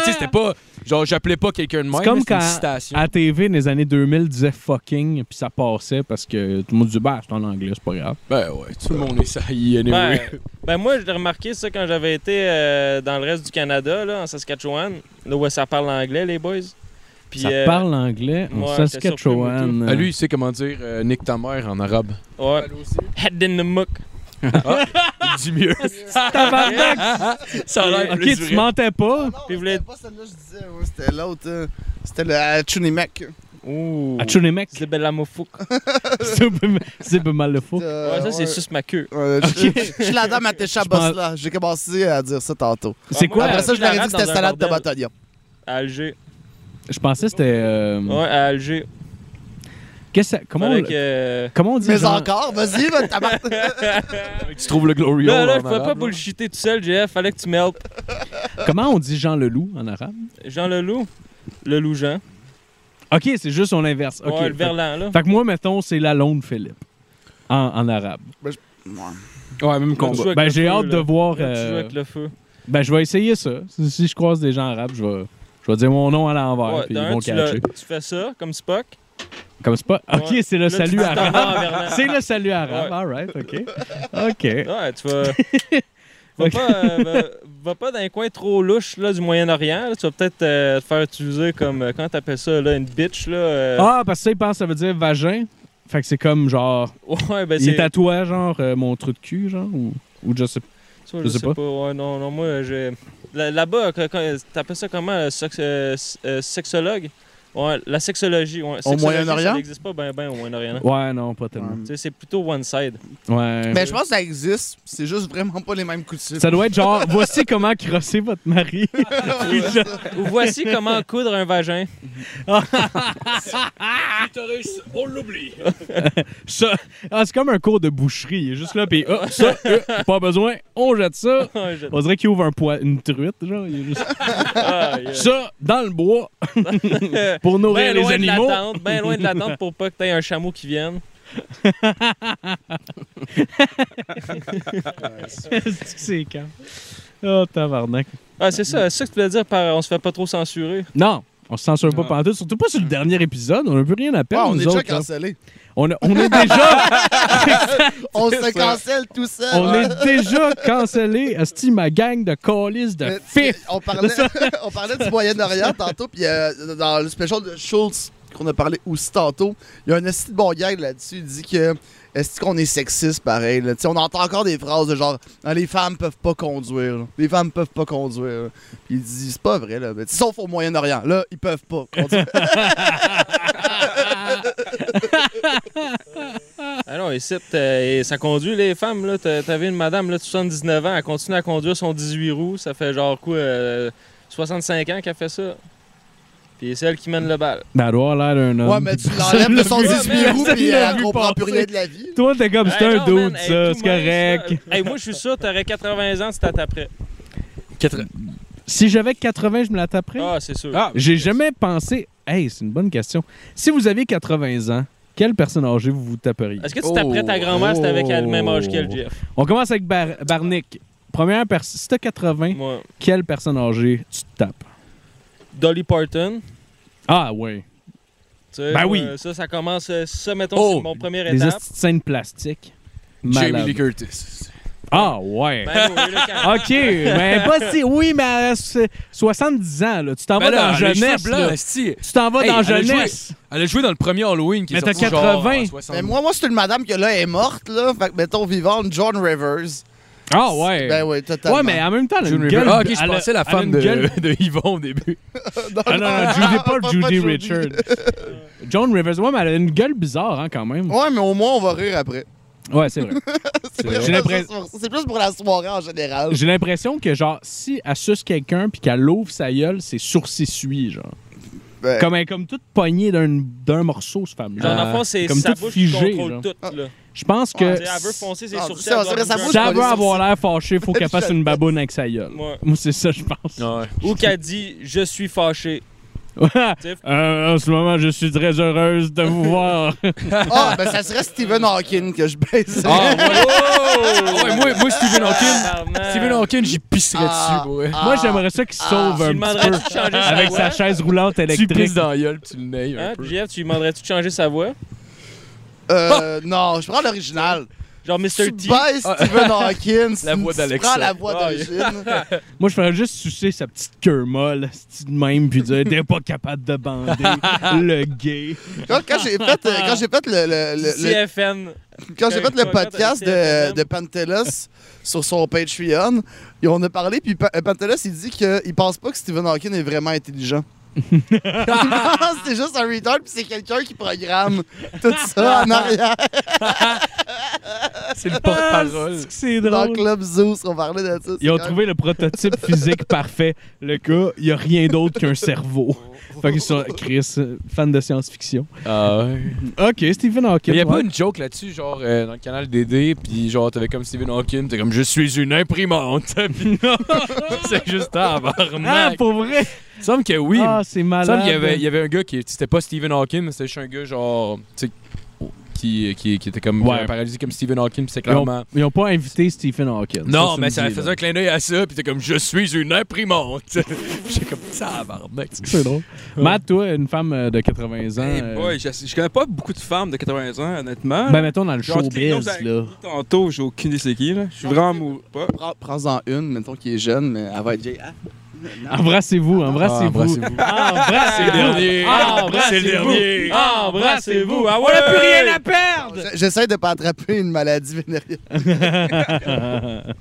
sais, c'était pas. Genre, j'appelais pas quelqu'un de même, comme mais c'était une quand- citation. À TV, dans les années 2000, disait fucking, puis ça passait parce que tout le monde disait, bah, c'est en anglais, c'est pas grave. Ben ouais, tout le monde est ça, y est, anyway. Ben, ben, moi, j'ai remarqué ça quand j'avais été euh, dans le reste du Canada, là, en Saskatchewan, là où ça parle anglais, les boys. Puis, ça euh, parle anglais en ouais, j'étais surpris, Saskatchewan. Ah, lui, il sait comment dire euh, nique ta mère en arabe. Ouais. Head in the muck. Il dit mieux. Tabarnak! ça ok, tu mentais pas. Puis vous voulez- Ah, C'était pas celle-là, je disais. ouais, C'était l'autre. euh, C'était le euh, Chunimek. Ouh. Achunemek, C'est belle amour fou. c'est pas mal le Oh. faux. Ouais, ça, c'est juste ma queue. Euh, Je suis la dame à tes pense- chabos là. J'ai commencé à dire ça tantôt. C'est quoi? Après ça, je leur la ai dit rate que c'était Ah, dans un salade de bordel. botanium. À Alger. Je pensais que c'était. euh, Ouais, à Alger. qu'est-ce que ça- comment, on, Fallait que... comment on dit? Mais genre- encore, vas-y, va, tabarnak. Tu trouves le glory Là, hole là, en je pouvais arabe, pas là. bullshiter tout seul, JF. Fallait que tu m'helpes. Comment on dit Jean Leloup en arabe? Jean Leloup. Le loup Jean. Ok, c'est juste on inverse. Ok. Ouais, le fait- verlan, là. fait, que moi, mettons, c'est la londe Philippe en, en arabe. Ouais, même Là, tu joues combat. avec Ben, le j'ai feu, hâte là. de voir. Là, Tu euh, joues avec le feu. Ben, je vais essayer ça. Si si je croise des gens arabes, je vais, je vais dire mon nom à l'envers, Ouais, puis ils d'un, vont tu, le- catcher. tu fais ça, comme Spock. Comme c'est pas. Ok, Ouais. c'est le Là, tu salut dis ton arabe. nom à Verlan. C'est le salut arabe. Ouais. Alright, ok. Ok. Ouais, tu vas. va, Ok. pas, euh, va, va pas dans un coin trop louche là, du Moyen-Orient. là. Tu vas peut-être euh, te faire utiliser comme. euh, comment t'appelles ça, là, une bitch, là. euh, Ah, parce que ça, ils pensent que ça veut dire vagin. Fait que c'est comme genre. Ouais, ben Il est c'est. à toi, genre, euh, mon trou de cul, genre. Ou... Ou je sais pas. Tu vois, Je je, sais sais pas. pas. Ouais, non, non, moi, j'ai. Là- Là-bas, quand- quand- t'appelles ça comment euh, sox- euh, s- euh, Sexologue Ouais, la sexologie. Ouais. Sexologie, Moyen-Orient? Ça n'existe pas bien, bien au Moyen-Orient. Ouais, non, pas tellement. Tu sais, C'est plutôt one-side. Ouais. Mais Ben, je pense que ça existe. C'est juste vraiment pas les mêmes coutumes. Ça doit être genre, voici comment crosser votre mari. Puis je- Ou voici comment coudre un vagin. on l'oublie. ça- ah, c'est comme un cours de boucherie. Il est juste là, puis hop, ça, euh, pas besoin, on jette ça. Ouais, je- On dirait qu'il ouvre un poids, une truite, genre. il est juste- Ah, yeah. Ça, dans le bois, pour nourrir Ben les loin de animaux. la tente, ben loin de la tente pour pas que t'aies un chameau qui vienne. C'est que c'est quand? Oh, tabarnak. Ah, c'est ça, c'est ça que tu voulais dire par on se fait pas trop censurer. Non, on se censure pas pantoute, surtout pas sur le dernier épisode. On n'a plus rien à Ouais, perdre, Ah. on est nous déjà autres. là. cancellés. On, a- on est déjà, On se cancelle tout seul. on est déjà cancellé. Asti, ma gang de colis de Mais- fif. Euh, On parlait, on parlait du Moyen-Orient tantôt, puis euh, dans le special de Schultz qu'on a parlé aussi tantôt, il y a un esti de bon gag là-dessus. Il dit que est-ce qu'on est sexiste pareil? là? Tu sais, On entend encore des phrases de genre Ah, les femmes peuvent pas conduire, là. les femmes peuvent pas conduire. Puis il dit c'est pas vrai, là. Mais, sauf au Moyen-Orient, là, ils peuvent pas conduire. Ah non, ici, t'as- et ça conduit les femmes, là. T'as- T'avais une madame, là, de 79 ans, elle continue à conduire son 18 roues. Ça fait genre quoi, euh, 65 ans qu'elle fait ça. Puis c'est elle qui mène le bal. Ben, elle doit avoir l'air d'un homme. ouais, mais tu l'enlèves Personne de son l'a vu. 18 roues, Personne puis l'a elle vu comprend plus passer. rien de la vie. Toi, t'es comme, c'est Hey, un non, dude, man, hey, ça, tout c'est mince, correct. là. Hey, moi, je suis sûr, t'aurais 80 ans si t'as après. Si j'avais 80, je me la taperais. Ah, c'est sûr. Ah, J'ai jamais pensé. Hey, c'est une bonne question. Si vous aviez 80 ans, quelle personne âgée vous vous taperiez? Euh, Est-ce que tu t'apprêtes ta grand-mère si t'avais qu'à le même âge qu'elle, Jeff? On commence avec Bar- Barnick. Première personne. Si t'as 80, Moi. quelle personne âgée tu te tapes? Dolly Parton. Ah, ouais. tu sais, Ben oui. euh, ça, ça commence. euh, Ça, mettons, Oh, c'est mon premier Des étape. esti de scènes plastiques. Jamie Malade. Lee Curtis. Ah, ouais. Ben, oui, le cal- OK, mais pas si. Oui, mais à so- 70 ans, là. Tu t'en Ben Ben vas Ah, dans jeunesse. là. esti. Tu t'en vas Hey, dans elle a joué- jeunesse. Elle a joué dans le premier Halloween qui Mais est t'as sorti genre 80. en 60. Mais moi, moi, c'est une madame que là est morte, là. Fait que mettons vivante, John Rivers. Ah, ouais. Ben oui, totalement. ouais, mais en même temps, elle a June une River. gueule. Ah, ok, je elle a- pensais la elle a femme une de, gueule- de Yvon au début. Ah non, non, Judy, pas Pas- pas Judy Judy. Richard. John Rivers, ouais, mais elle a une gueule bizarre, hein, quand même. Ouais, mais au moins, on va rire après. Ouais, c'est vrai. C'est vrai. plus J'ai pour- l'impression- c'est plus pour la soirée en général. J'ai l'impression que, genre, si elle suce quelqu'un puis qu'elle ouvre sa gueule, ses sourcils suient, genre. Ben, Comme, elle est comme toute poignée d'un d'un morceau, cette femme-là. Genre, dans le fond, c'est comme sa tout bouche figé, qui contrôle genre. tout. Là. Je pense Tu que sais, elle veut foncer ses Ah, sourcils. ça, elle ça, doit ça, sa bouger. bouche- ça veut avoir l'air fâchée, faut qu'elle fasse une baboune avec sa gueule. Ouais. Moi, c'est ça, je pense. Ou qu'elle dit Je suis fâché. sais. Euh, en ce moment, je suis très heureuse de vous voir. Ah, ben ça serait Stephen Hawking que je baisais. Ah, ouais. Oh! Ah ouais, moi, moi, Stephen Hawking, Tabarnak. Stephen Hawking, j'y pisserais Ah, dessus, ouais. ah. Moi, j'aimerais ça qu'il se sauve Ah. Tu un petit lui peu demanderais-tu de changer sa avec voix? sa chaise roulante Tu électrique. pisses dans la gueule, pis tu le naies un Ah, Hein, peu. Jeff, tu lui demanderais-tu de changer sa voix Euh, non, je prends l'original. Genre Tu Mr. T. baisses Stephen Hawking. Ah. La tu- voix Ah, tu d'Alexa. prends la voix Wow. d'origine. Moi, je ferais juste sucer sa petite queue molle, c'est-tu de même, puis dire T'es pas capable de bander, le gay. Quand, quand j'ai fait, euh, quand j'ai fait le, le- le- le- CFN. quand j'ai fait le podcast de, CFM. de Pantelis sur son Patreon, et on a parlé, puis Pa- euh, Pantelis, il dit qu'il pense pas que Stephen Hawking est vraiment intelligent. Il pense que c'est juste un retard, puis c'est quelqu'un qui programme tout ça en arrière. C'est le porte-parole. C'est que Ah, c'est Dans drôle. Club Zeus, on parlait de ça. Ils ont c'est quand trouvé le prototype physique parfait. Le gars, il y a rien d'autre qu'un cerveau. Oh. Fait qu'ils sont Chris, euh, fan de science-fiction. Ah ouais. Ok, Stephen Hawking. Il y a pas ouais. une joke là-dessus, genre euh, dans le canal DD, puis genre t'avais comme Stephen Hawking, t'es comme je suis une imprimante. Puis non, c'est juste un Ah, barnac. pour vrai? Il me semble que oui. Ah, c'est il me malade. semble qu'il y avait, il y avait un gars qui c'était pas Stephen Hawking, mais c'était juste un gars genre tu sais qui, qui, qui était comme Ouais. qui avait paralysé comme Stephen Hawking, puis c'est Ils ont- clairement. Ils n'ont pas invité Stephen Hawking. Non, tu mais me ça dis, faisait là. un clin d'œil à ça, puis t'es comme je suis une imprimante. J'ai comme ça, barnac. C'est drôle. Matt, toi, une femme euh, de 80 ans. Hey euh, boy, je, je connais pas beaucoup de femmes de 80 ans, honnêtement. ben, mettons dans le Genre, Techno, showbiz, ça- là. Tantôt, j'ai aucune idée c'est qui, là. Je suis vraiment mou- pas. même. Prends- Prends-en une, mettons, qui est jeune, mais elle va être vieille. Ah, Embrassez-vous, embrassez-vous. Ah, embrassez-vous. Ah, Ah, Embrassez-vous. dernier. C'est le dernier. Embrassez-vous. Ah ouais! On n'a plus rien à perdre. J- J'essaie de pas attraper une maladie vénérienne.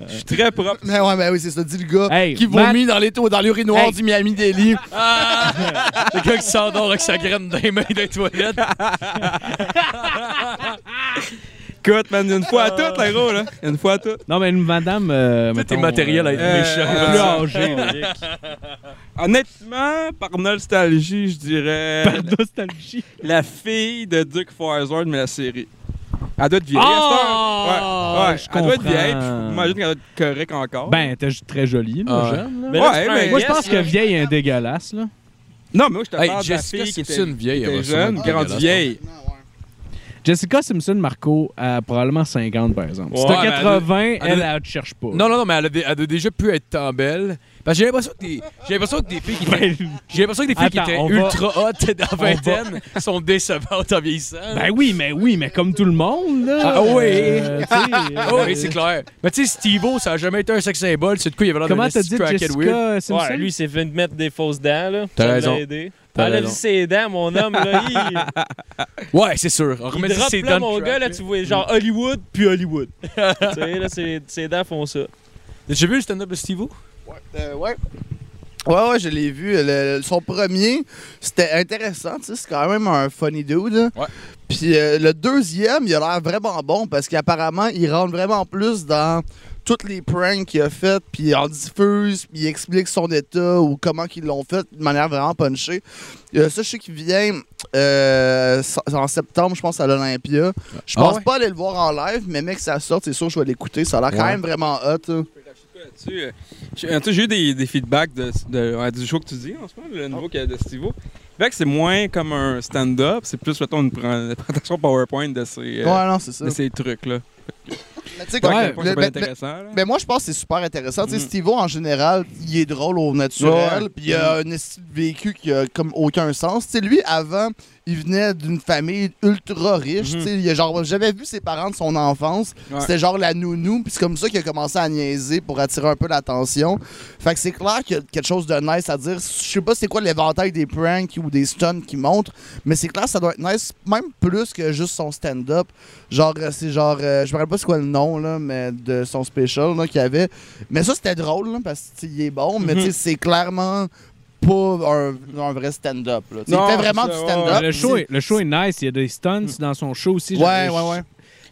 Je suis très propre. Mais ouais, mais oui, c'est ça, dit le gars Hey, qui Matt- vomit dans les taux, dans l'urinoir Hey. du Miami Deli. Le gars qui s'endort avec sa graine dans les mains des toilettes. Écoute, man, une fois à toutes, là, gros, là. Une fois à toutes. Non, mais une madame. euh, Tout est mettons, matériel à être euh, méchant. euh, plus âgée. Honnêtement, par nostalgie, je dirais Par nostalgie. la fille de Duke Farzard, mais la série. Elle doit être vieille. Ah! à cette heure. ouais, ouais. Je Elle doit être comprends. vieille, puis je m'imagine qu'elle doit être correcte encore. Ben, t'es juste très jolie, là, Ah ouais. jeune. là. Mais là, Ouais, tu prends mais- un Moi, je guess, pense que là. vieille est un dégueulasse, là. non, mais moi, je te Hey, parle de la Jessica fille qui Simpson, était, vieille. qui était elle va jeune, sûrement Ah, être grande dégueulasse. vieille. Jessica Simpson Marco a probablement 50, par exemple. Si Ouais, t'as mais 80, elle, elle- elle, te cherche pas. Non, non, non, mais elle a, dé- elle a déjà pu être tant belle. Parce que j'ai l'impression que des, j'ai l'impression que des filles qui étaient, Ben, j'ai l'impression que des filles qui Attends, étaient on va- ultra hautes dans la vingtaine sont décevantes en vieillissant. ben oui, mais oui, mais comme tout le monde, là. Euh, Ah oui. tu sais, Ah oui, c'est clair. Mais tu sais, Steve-O, ça a jamais été un sex symbole. C'est de quoi il avait l'air Comment d'un t'as petit dit crackhead weird. Jessica Simpson? Ouais, lui, il s'est fait mettre des fausses dents, là. T'as Ça l'a raison. aidé. T'as Ah, là, vu raison. ses dents, mon homme, là. Il, Ouais, c'est sûr. On il remet drop, ses là, dents. mon gars, là, tu vois, genre Hollywood, puis Hollywood. tu sais, là, ses, ses dents font ça. J'ai vu le stand-up de Steve-O? Ouais, euh, ouais. Ouais, ouais, je l'ai vu. Le- son premier, c'était intéressant, tu sais, c'est quand même un funny dude. là. Ouais. Puis euh, le deuxième, il a l'air vraiment bon parce qu'apparemment, il rentre vraiment plus dans toutes les pranks qu'il a faites, puis il en diffuse, puis il explique son état ou comment qu'ils l'ont fait de manière vraiment punchée. Euh, ça, je sais qu'il vient euh, en septembre, je pense, à l'Olympia. Je pense Ah ouais? pas aller le voir en live, mais mec, ça sort, c'est sûr que je vais l'écouter. Ça a l'air quand Ouais. même vraiment hot. hein. Tu sais, euh, j'ai- euh, tu sais, J'ai eu des, des feedbacks de, de- ouais, du show que tu dis en ce moment, le nouveau que- de Stivo. Fait que c'est moins comme un stand-up, c'est plus, mettons, une pr- une présentation PowerPoint de ces, euh, ouais, non, c'est ça. de ces trucs-là. Mais tu sais, Fait quand- à ben, quel point c'est le- pas mais- intéressant. là. Mais moi, je pense que c'est super intéressant. Tu sais, Mhm. Steve-O, en général, il est drôle au naturel. Ouais. mm. Puis il a un esti de vécu qui a comme aucun sens. Tu sais, lui, avant, il venait d'une famille ultra riche. Tu sais, il a genre j'avais vu ses parents de son enfance. Mm-hmm. Ouais. C'était genre la nounou. Puis c'est comme ça qu'il a commencé à niaiser pour attirer un peu l'attention. Fait que c'est clair qu'il y a quelque chose de nice à dire. Je sais pas c'est quoi l'éventail des pranks ou des stunts qu'il montre. Mais c'est clair, ça doit être nice, même plus que juste son stand-up. Genre, euh, c'est genre, euh, je me rappelle pas c'est quoi le nom, là, mais de son special là, qu'il avait. Mais ça, c'était drôle, là, parce qu'il est bon, mais Mhm. tu sais, c'est clairement pas un, un vrai stand-up. là. Tu sais, Non, Il fait vraiment c'est du ça, stand-up. le, show c'est- est, le show est nice, il y a des stunts dans son show aussi. Ouais, ouais, ouais.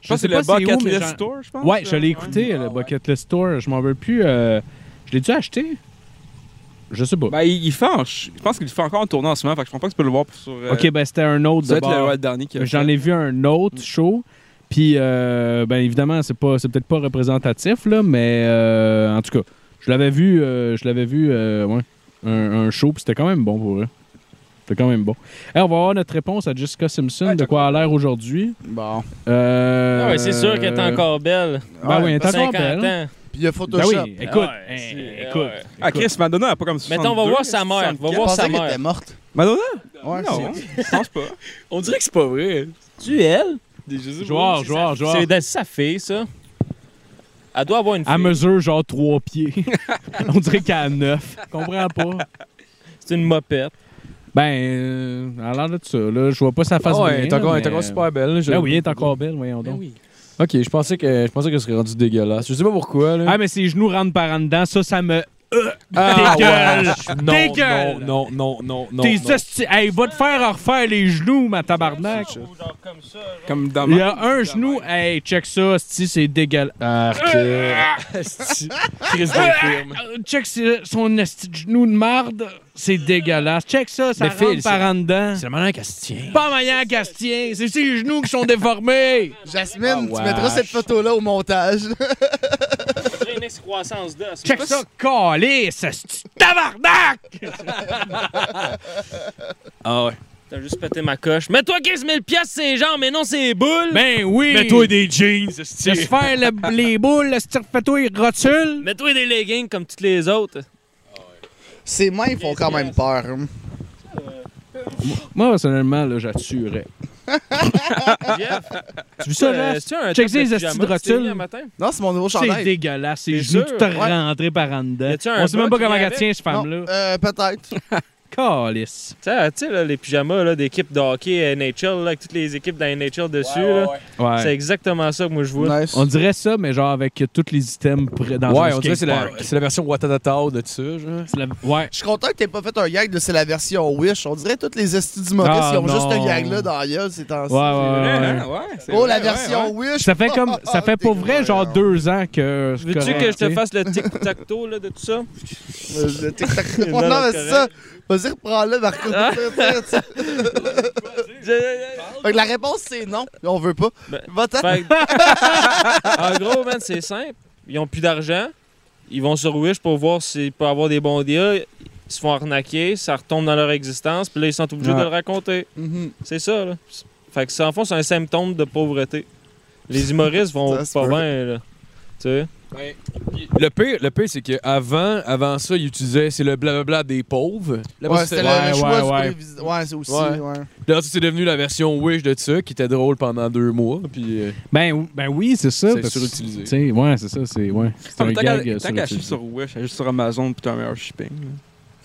Je pense que c'est le où, Bucket mais List j'en- Store, je pense. Ouais, je euh, l'ai écouté, ouais. le Bucket List Store. Je m'en veux plus. euh, je l'ai dû acheter? Je sais pas. Ben, il, il fait en ch- Je pense qu'il fait encore en tournant en ce moment, fait que je pense pas que tu peux le voir pour sur. euh, ok, ben c'était un autre ça de doit être le, Mm. bord. ouais, le dernier qui a J'en fait. ai vu un autre show. Puis, euh, ben évidemment, c'est pas, c'est peut-être pas représentatif, là, mais euh, en tout cas, je l'avais vu, euh, je l'avais vu, euh, ouais, un, un show, puis c'était quand même bon pour eux. C'était quand même bon. Hey, on va avoir notre réponse à Jessica Simpson, Ouais, de quoi elle a l'air aujourd'hui. Bon. Euh, Ah, ouais, c'est sûr qu'elle est encore belle. Ben Euh, oui, elle est encore 50 belle. ans. Puis il y a Ben Photoshop. oui, écoute, Ah ouais, hey, c'est- écoute. ah ouais. Ah, Chris, Madonna n'a pas comme Mettons, on 62, va voir sa mère. Va 64. voir Je pensais sa qu'elle était mère. morte. Madonna? Ouais, Non, c'est- je pense pas. On dirait que c'est pas vrai. Tu elle? Joueur, joueur, joueur. C'est de sa fille, ça. Elle doit avoir une À fille. mesure, genre trois pieds. on dirait qu'elle a neuf. Comprends pas. C'est une mopette. Ben, euh, à l'air de ça, là, je vois pas sa face. Ah ouais, bien, elle est encore, là, elle est encore mais- super belle. là, je- Ben oui, elle est encore belle, voyons Ben donc. oui. Ok, je pensais que je pensais qu'elle serait rendue dégueulasse. Je sais pas pourquoi. Là. Ah, mais ses genoux rentrent par en dedans, ça, ça me. euh, Ah, Dégueule! ouais. Non, Dégueule! Non, non, non, non. Tes non. hosties- Hey, va te faire en refaire les genoux, ma tabarnak. Comme dans Il y a un genou, hey, check ça, si c'est dégueulasse. Ah, Esti. Crise d'infirme. Euh, Check ce- son esti de genou de marde, c'est dégueulasse. Check ça, ça Mais rentre Phil, par c'est- en dedans. la manière qu'elle se tient. Pas moyen, Castien, c'est ses genoux qui sont déformés. Jasmine, Ah, tu mettras wesh. cette photo-là au montage. C'est une excroissance d'os. Check ça, calice, esti de tabarnak. Ah ouais. T'as juste pété ma coche. Mets-toi 15 000 piastres ses jambes, mais non ses boules. Ben oui. Mets-toi des jeans, esti. Laisse faire le- les boules, le fais-toi, il rotule. Mets-toi des leggings comme toutes les autres. Ses mains font quand même peur. hein. Moi, personnellement, là, j'assurais. Jeff, Tu vu ça, là? tu un Check top de ces astis de pyjama que tu t'es mis rotules. un matin? Non, c'est mon nouveau C'est chandail. dégueulasse. C'est C'est juste sûr, tu te ouais. rentrer par en dedans. Y a-tu un On sait même pas bas qui comment vient elle avec? tient, cette Non, femme-là. euh, peut-être. Calice. Tu sais, tu sais, là, les pyjamas là, d'équipe de hockey NHL, là, avec toutes les équipes dans NHL dessus, là, c'est Ouais. exactement ça que moi je vois. Nice. On dirait ça, mais genre avec euh, tous les items près- dans Ouais, un on dirait que c'est la, skatepark. c'est la version Watatata de ça, genre. C'est la... Ouais. Je suis content que t'aies pas fait un gag de c'est la version Wish. On dirait toutes les estis d'humoristes Ah, ils ont juste un non. gag là dans la gueule ces temps-ci. Ouais, ouais, ouais. hein? Ouais, c'est Oh, vrai, la ouais, version ouais. Wish! Ah, Ça fait comme. Ça fait pour vrai, genre deux ans que. c'est Veux-tu correct, que je te sais. fasse le tic-tac-toe là, de tout ça? Euh, je- tic-tac. Non, non, mais c'est c'est ça. Vas-y, reprends-le, Marco. Fait que la réponse, c'est non. On veut pas. Ben, Va-t'en. Fait que- en gros, man, c'est simple. Ils ont plus d'argent. Ils vont sur Wish pour voir s'ils peuvent avoir des bons deals. Ils se font arnaquer, ça retombe dans leur existence, puis là, ils sont obligés Ouais. de le raconter. Mm-hmm. C'est ça, là. Fait que ça, en fond, c'est un symptôme de pauvreté. Les humoristes vont Ça se pas peut. bien, là. Tu sais? Le pire, le pire c'est qu'avant avant ça, ils utilisaient c'est le blablabla des pauvres. Là, Ouais, c'est- c'était le Ouais, le ouais, choix ouais. du prévisi- Ouais, c'est aussi. Ouais. Ouais. Puis ensuite, c'est devenu la version Wish de ça qui était drôle pendant deux mois. Puis euh, Ben, ou- ben oui, c'est ça. C'est parce que- surutilisé. tu sais, Ouais, c'est ça. C'est ouais, c'est Ah, un mais Tant gag. qu'à- euh, tant qu'à acheter surutilisé. sur Wish, ajoute sur Amazon, puis t'as un meilleur shipping.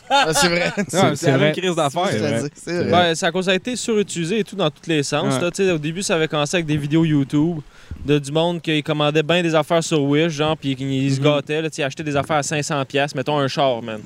Ah, c'est vrai. C'est- Ah, c'est C'est la vrai. même crise d'affaires. vrai. C'est- C'est vrai. Ouais, Ben, ça a cause- ça a été surutilisé et tout dans tous les sens. Ouais. là. Tu sais, au début, ça avait commencé avec des vidéos YouTube de du monde qui commandait bien des affaires sur Wish, genre, puis ils Mhm. se gâtaient, là, tu sais, ils achetaient des affaires à 500$, piastres. mettons un char, man.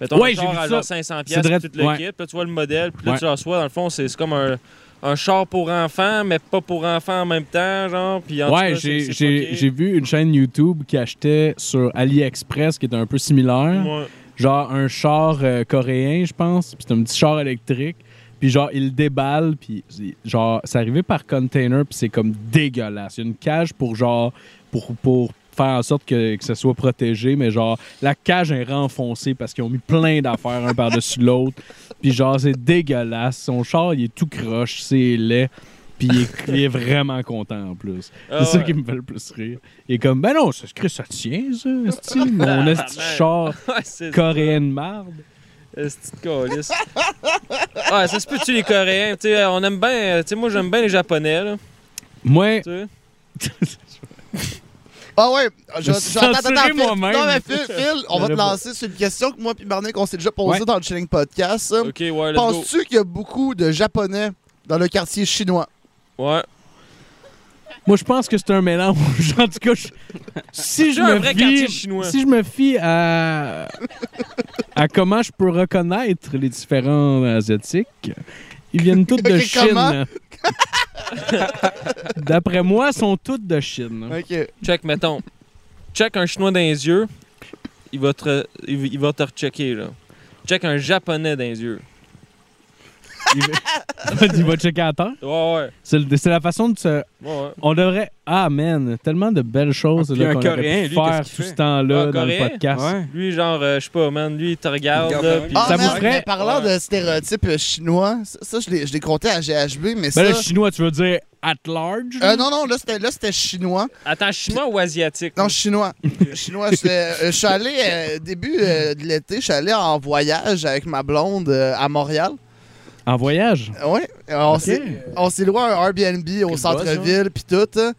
Mettons Ouais, un j'ai vu char à ça. genre 500$, C'est piastres, vrai- puis tout le ouais. kit, puis là, tu vois le modèle, puis là, Ouais. tu le reçois. Dans le fond, c'est c'est comme un, un char pour enfants, mais pas pour enfants en même temps, genre, puis en tout Ouais, cas, c'est- j'ai- c'est j'ai fucké. j'ai vu une chaîne YouTube qui achetait sur AliExpress, qui était un peu similaire, Ouais. genre un char euh, coréen, je pense. Puis c'est un petit char électrique. Puis genre, il le déballe, puis il- genre, c'est arrivé par container, puis c'est comme dégueulasse. Il y a une cage pour genre, pour, pour faire en sorte que, que ça soit protégé, mais genre, la cage est renfoncée parce qu'ils ont mis plein d'affaires un par-dessus l'autre. Puis genre, c'est dégueulasse. Son char, il est tout croche, c'est laid. Puis il est, il est vraiment content en plus. C'est Ah ouais. ça qui me fait le plus rire. Il est comme, ben non, ça, Chris, ça tient, ça, esti, Ah, mon esti de char Ouais, c'est- coréen de marde. Esti de câlisse. ouais, ça se peut-tu les Coréens? Tu sais, on aime bien. euh, Tu sais, moi, j'aime bien les Japonais, là. Moi, Tu sais. Ah ouais, je- me je- suis attends, attends, censuré attends, Phil. moi-même. Non, mais Phil, Phil, on va te J'aurais pas- lancer sur une question que moi puis Barnick, on s'est déjà posée Ouais. dans le Chilling Podcast. ça. Ok, ouais, let's go. Penses-tu qu'il y a beaucoup de Japonais dans le quartier chinois? Ouais. moi je pense que c'est un mélange. en tout cas, je- si je C'est un me vrai quartier fie, chinois. si je me fie à à comment je peux reconnaître les différents asiatiques, ils viennent tous de Ok, Chine. comment? D'après moi, ils sont tous de Chine. Ok. Check, mettons. Check un Chinois dans les yeux. Il va te, il il va te rechecker, là. Check un Japonais dans les yeux. Ils vont checker à terre. Ouais, ouais. C'est le- c'est la façon de se Ouais, ouais. On devrait. Ah, man, tellement de belles choses Ah, puis là, un qu'on aurait Coréen, pu lui, faire qu'est-ce qu'il tout fait? ce temps-là Ah, dans le Coréen? podcast. Ouais. Lui, genre, euh, je sais pas, man. Lui, il te regarde, Il regarde là. dans Puis... la- Ah, Ça merde, vous ferait- mais Parlant de stéréotypes euh, chinois, ça, ça, je l'ai je l'ai compté à GHB, mais ça... Ben là, chinois, tu veux dire at large? Euh, non, non, là, c'était là, c'était chinois. Attends, chinois ou asiatique? Non, chinois. chinois, j'étais- euh, je suis allé, euh, début euh, de l'été, je suis allé en voyage avec ma blonde euh, à Montréal. En voyage? Oui, on Ok. s'est on s'est loué un Airbnb au boss, centre-ville, puis tout. hein.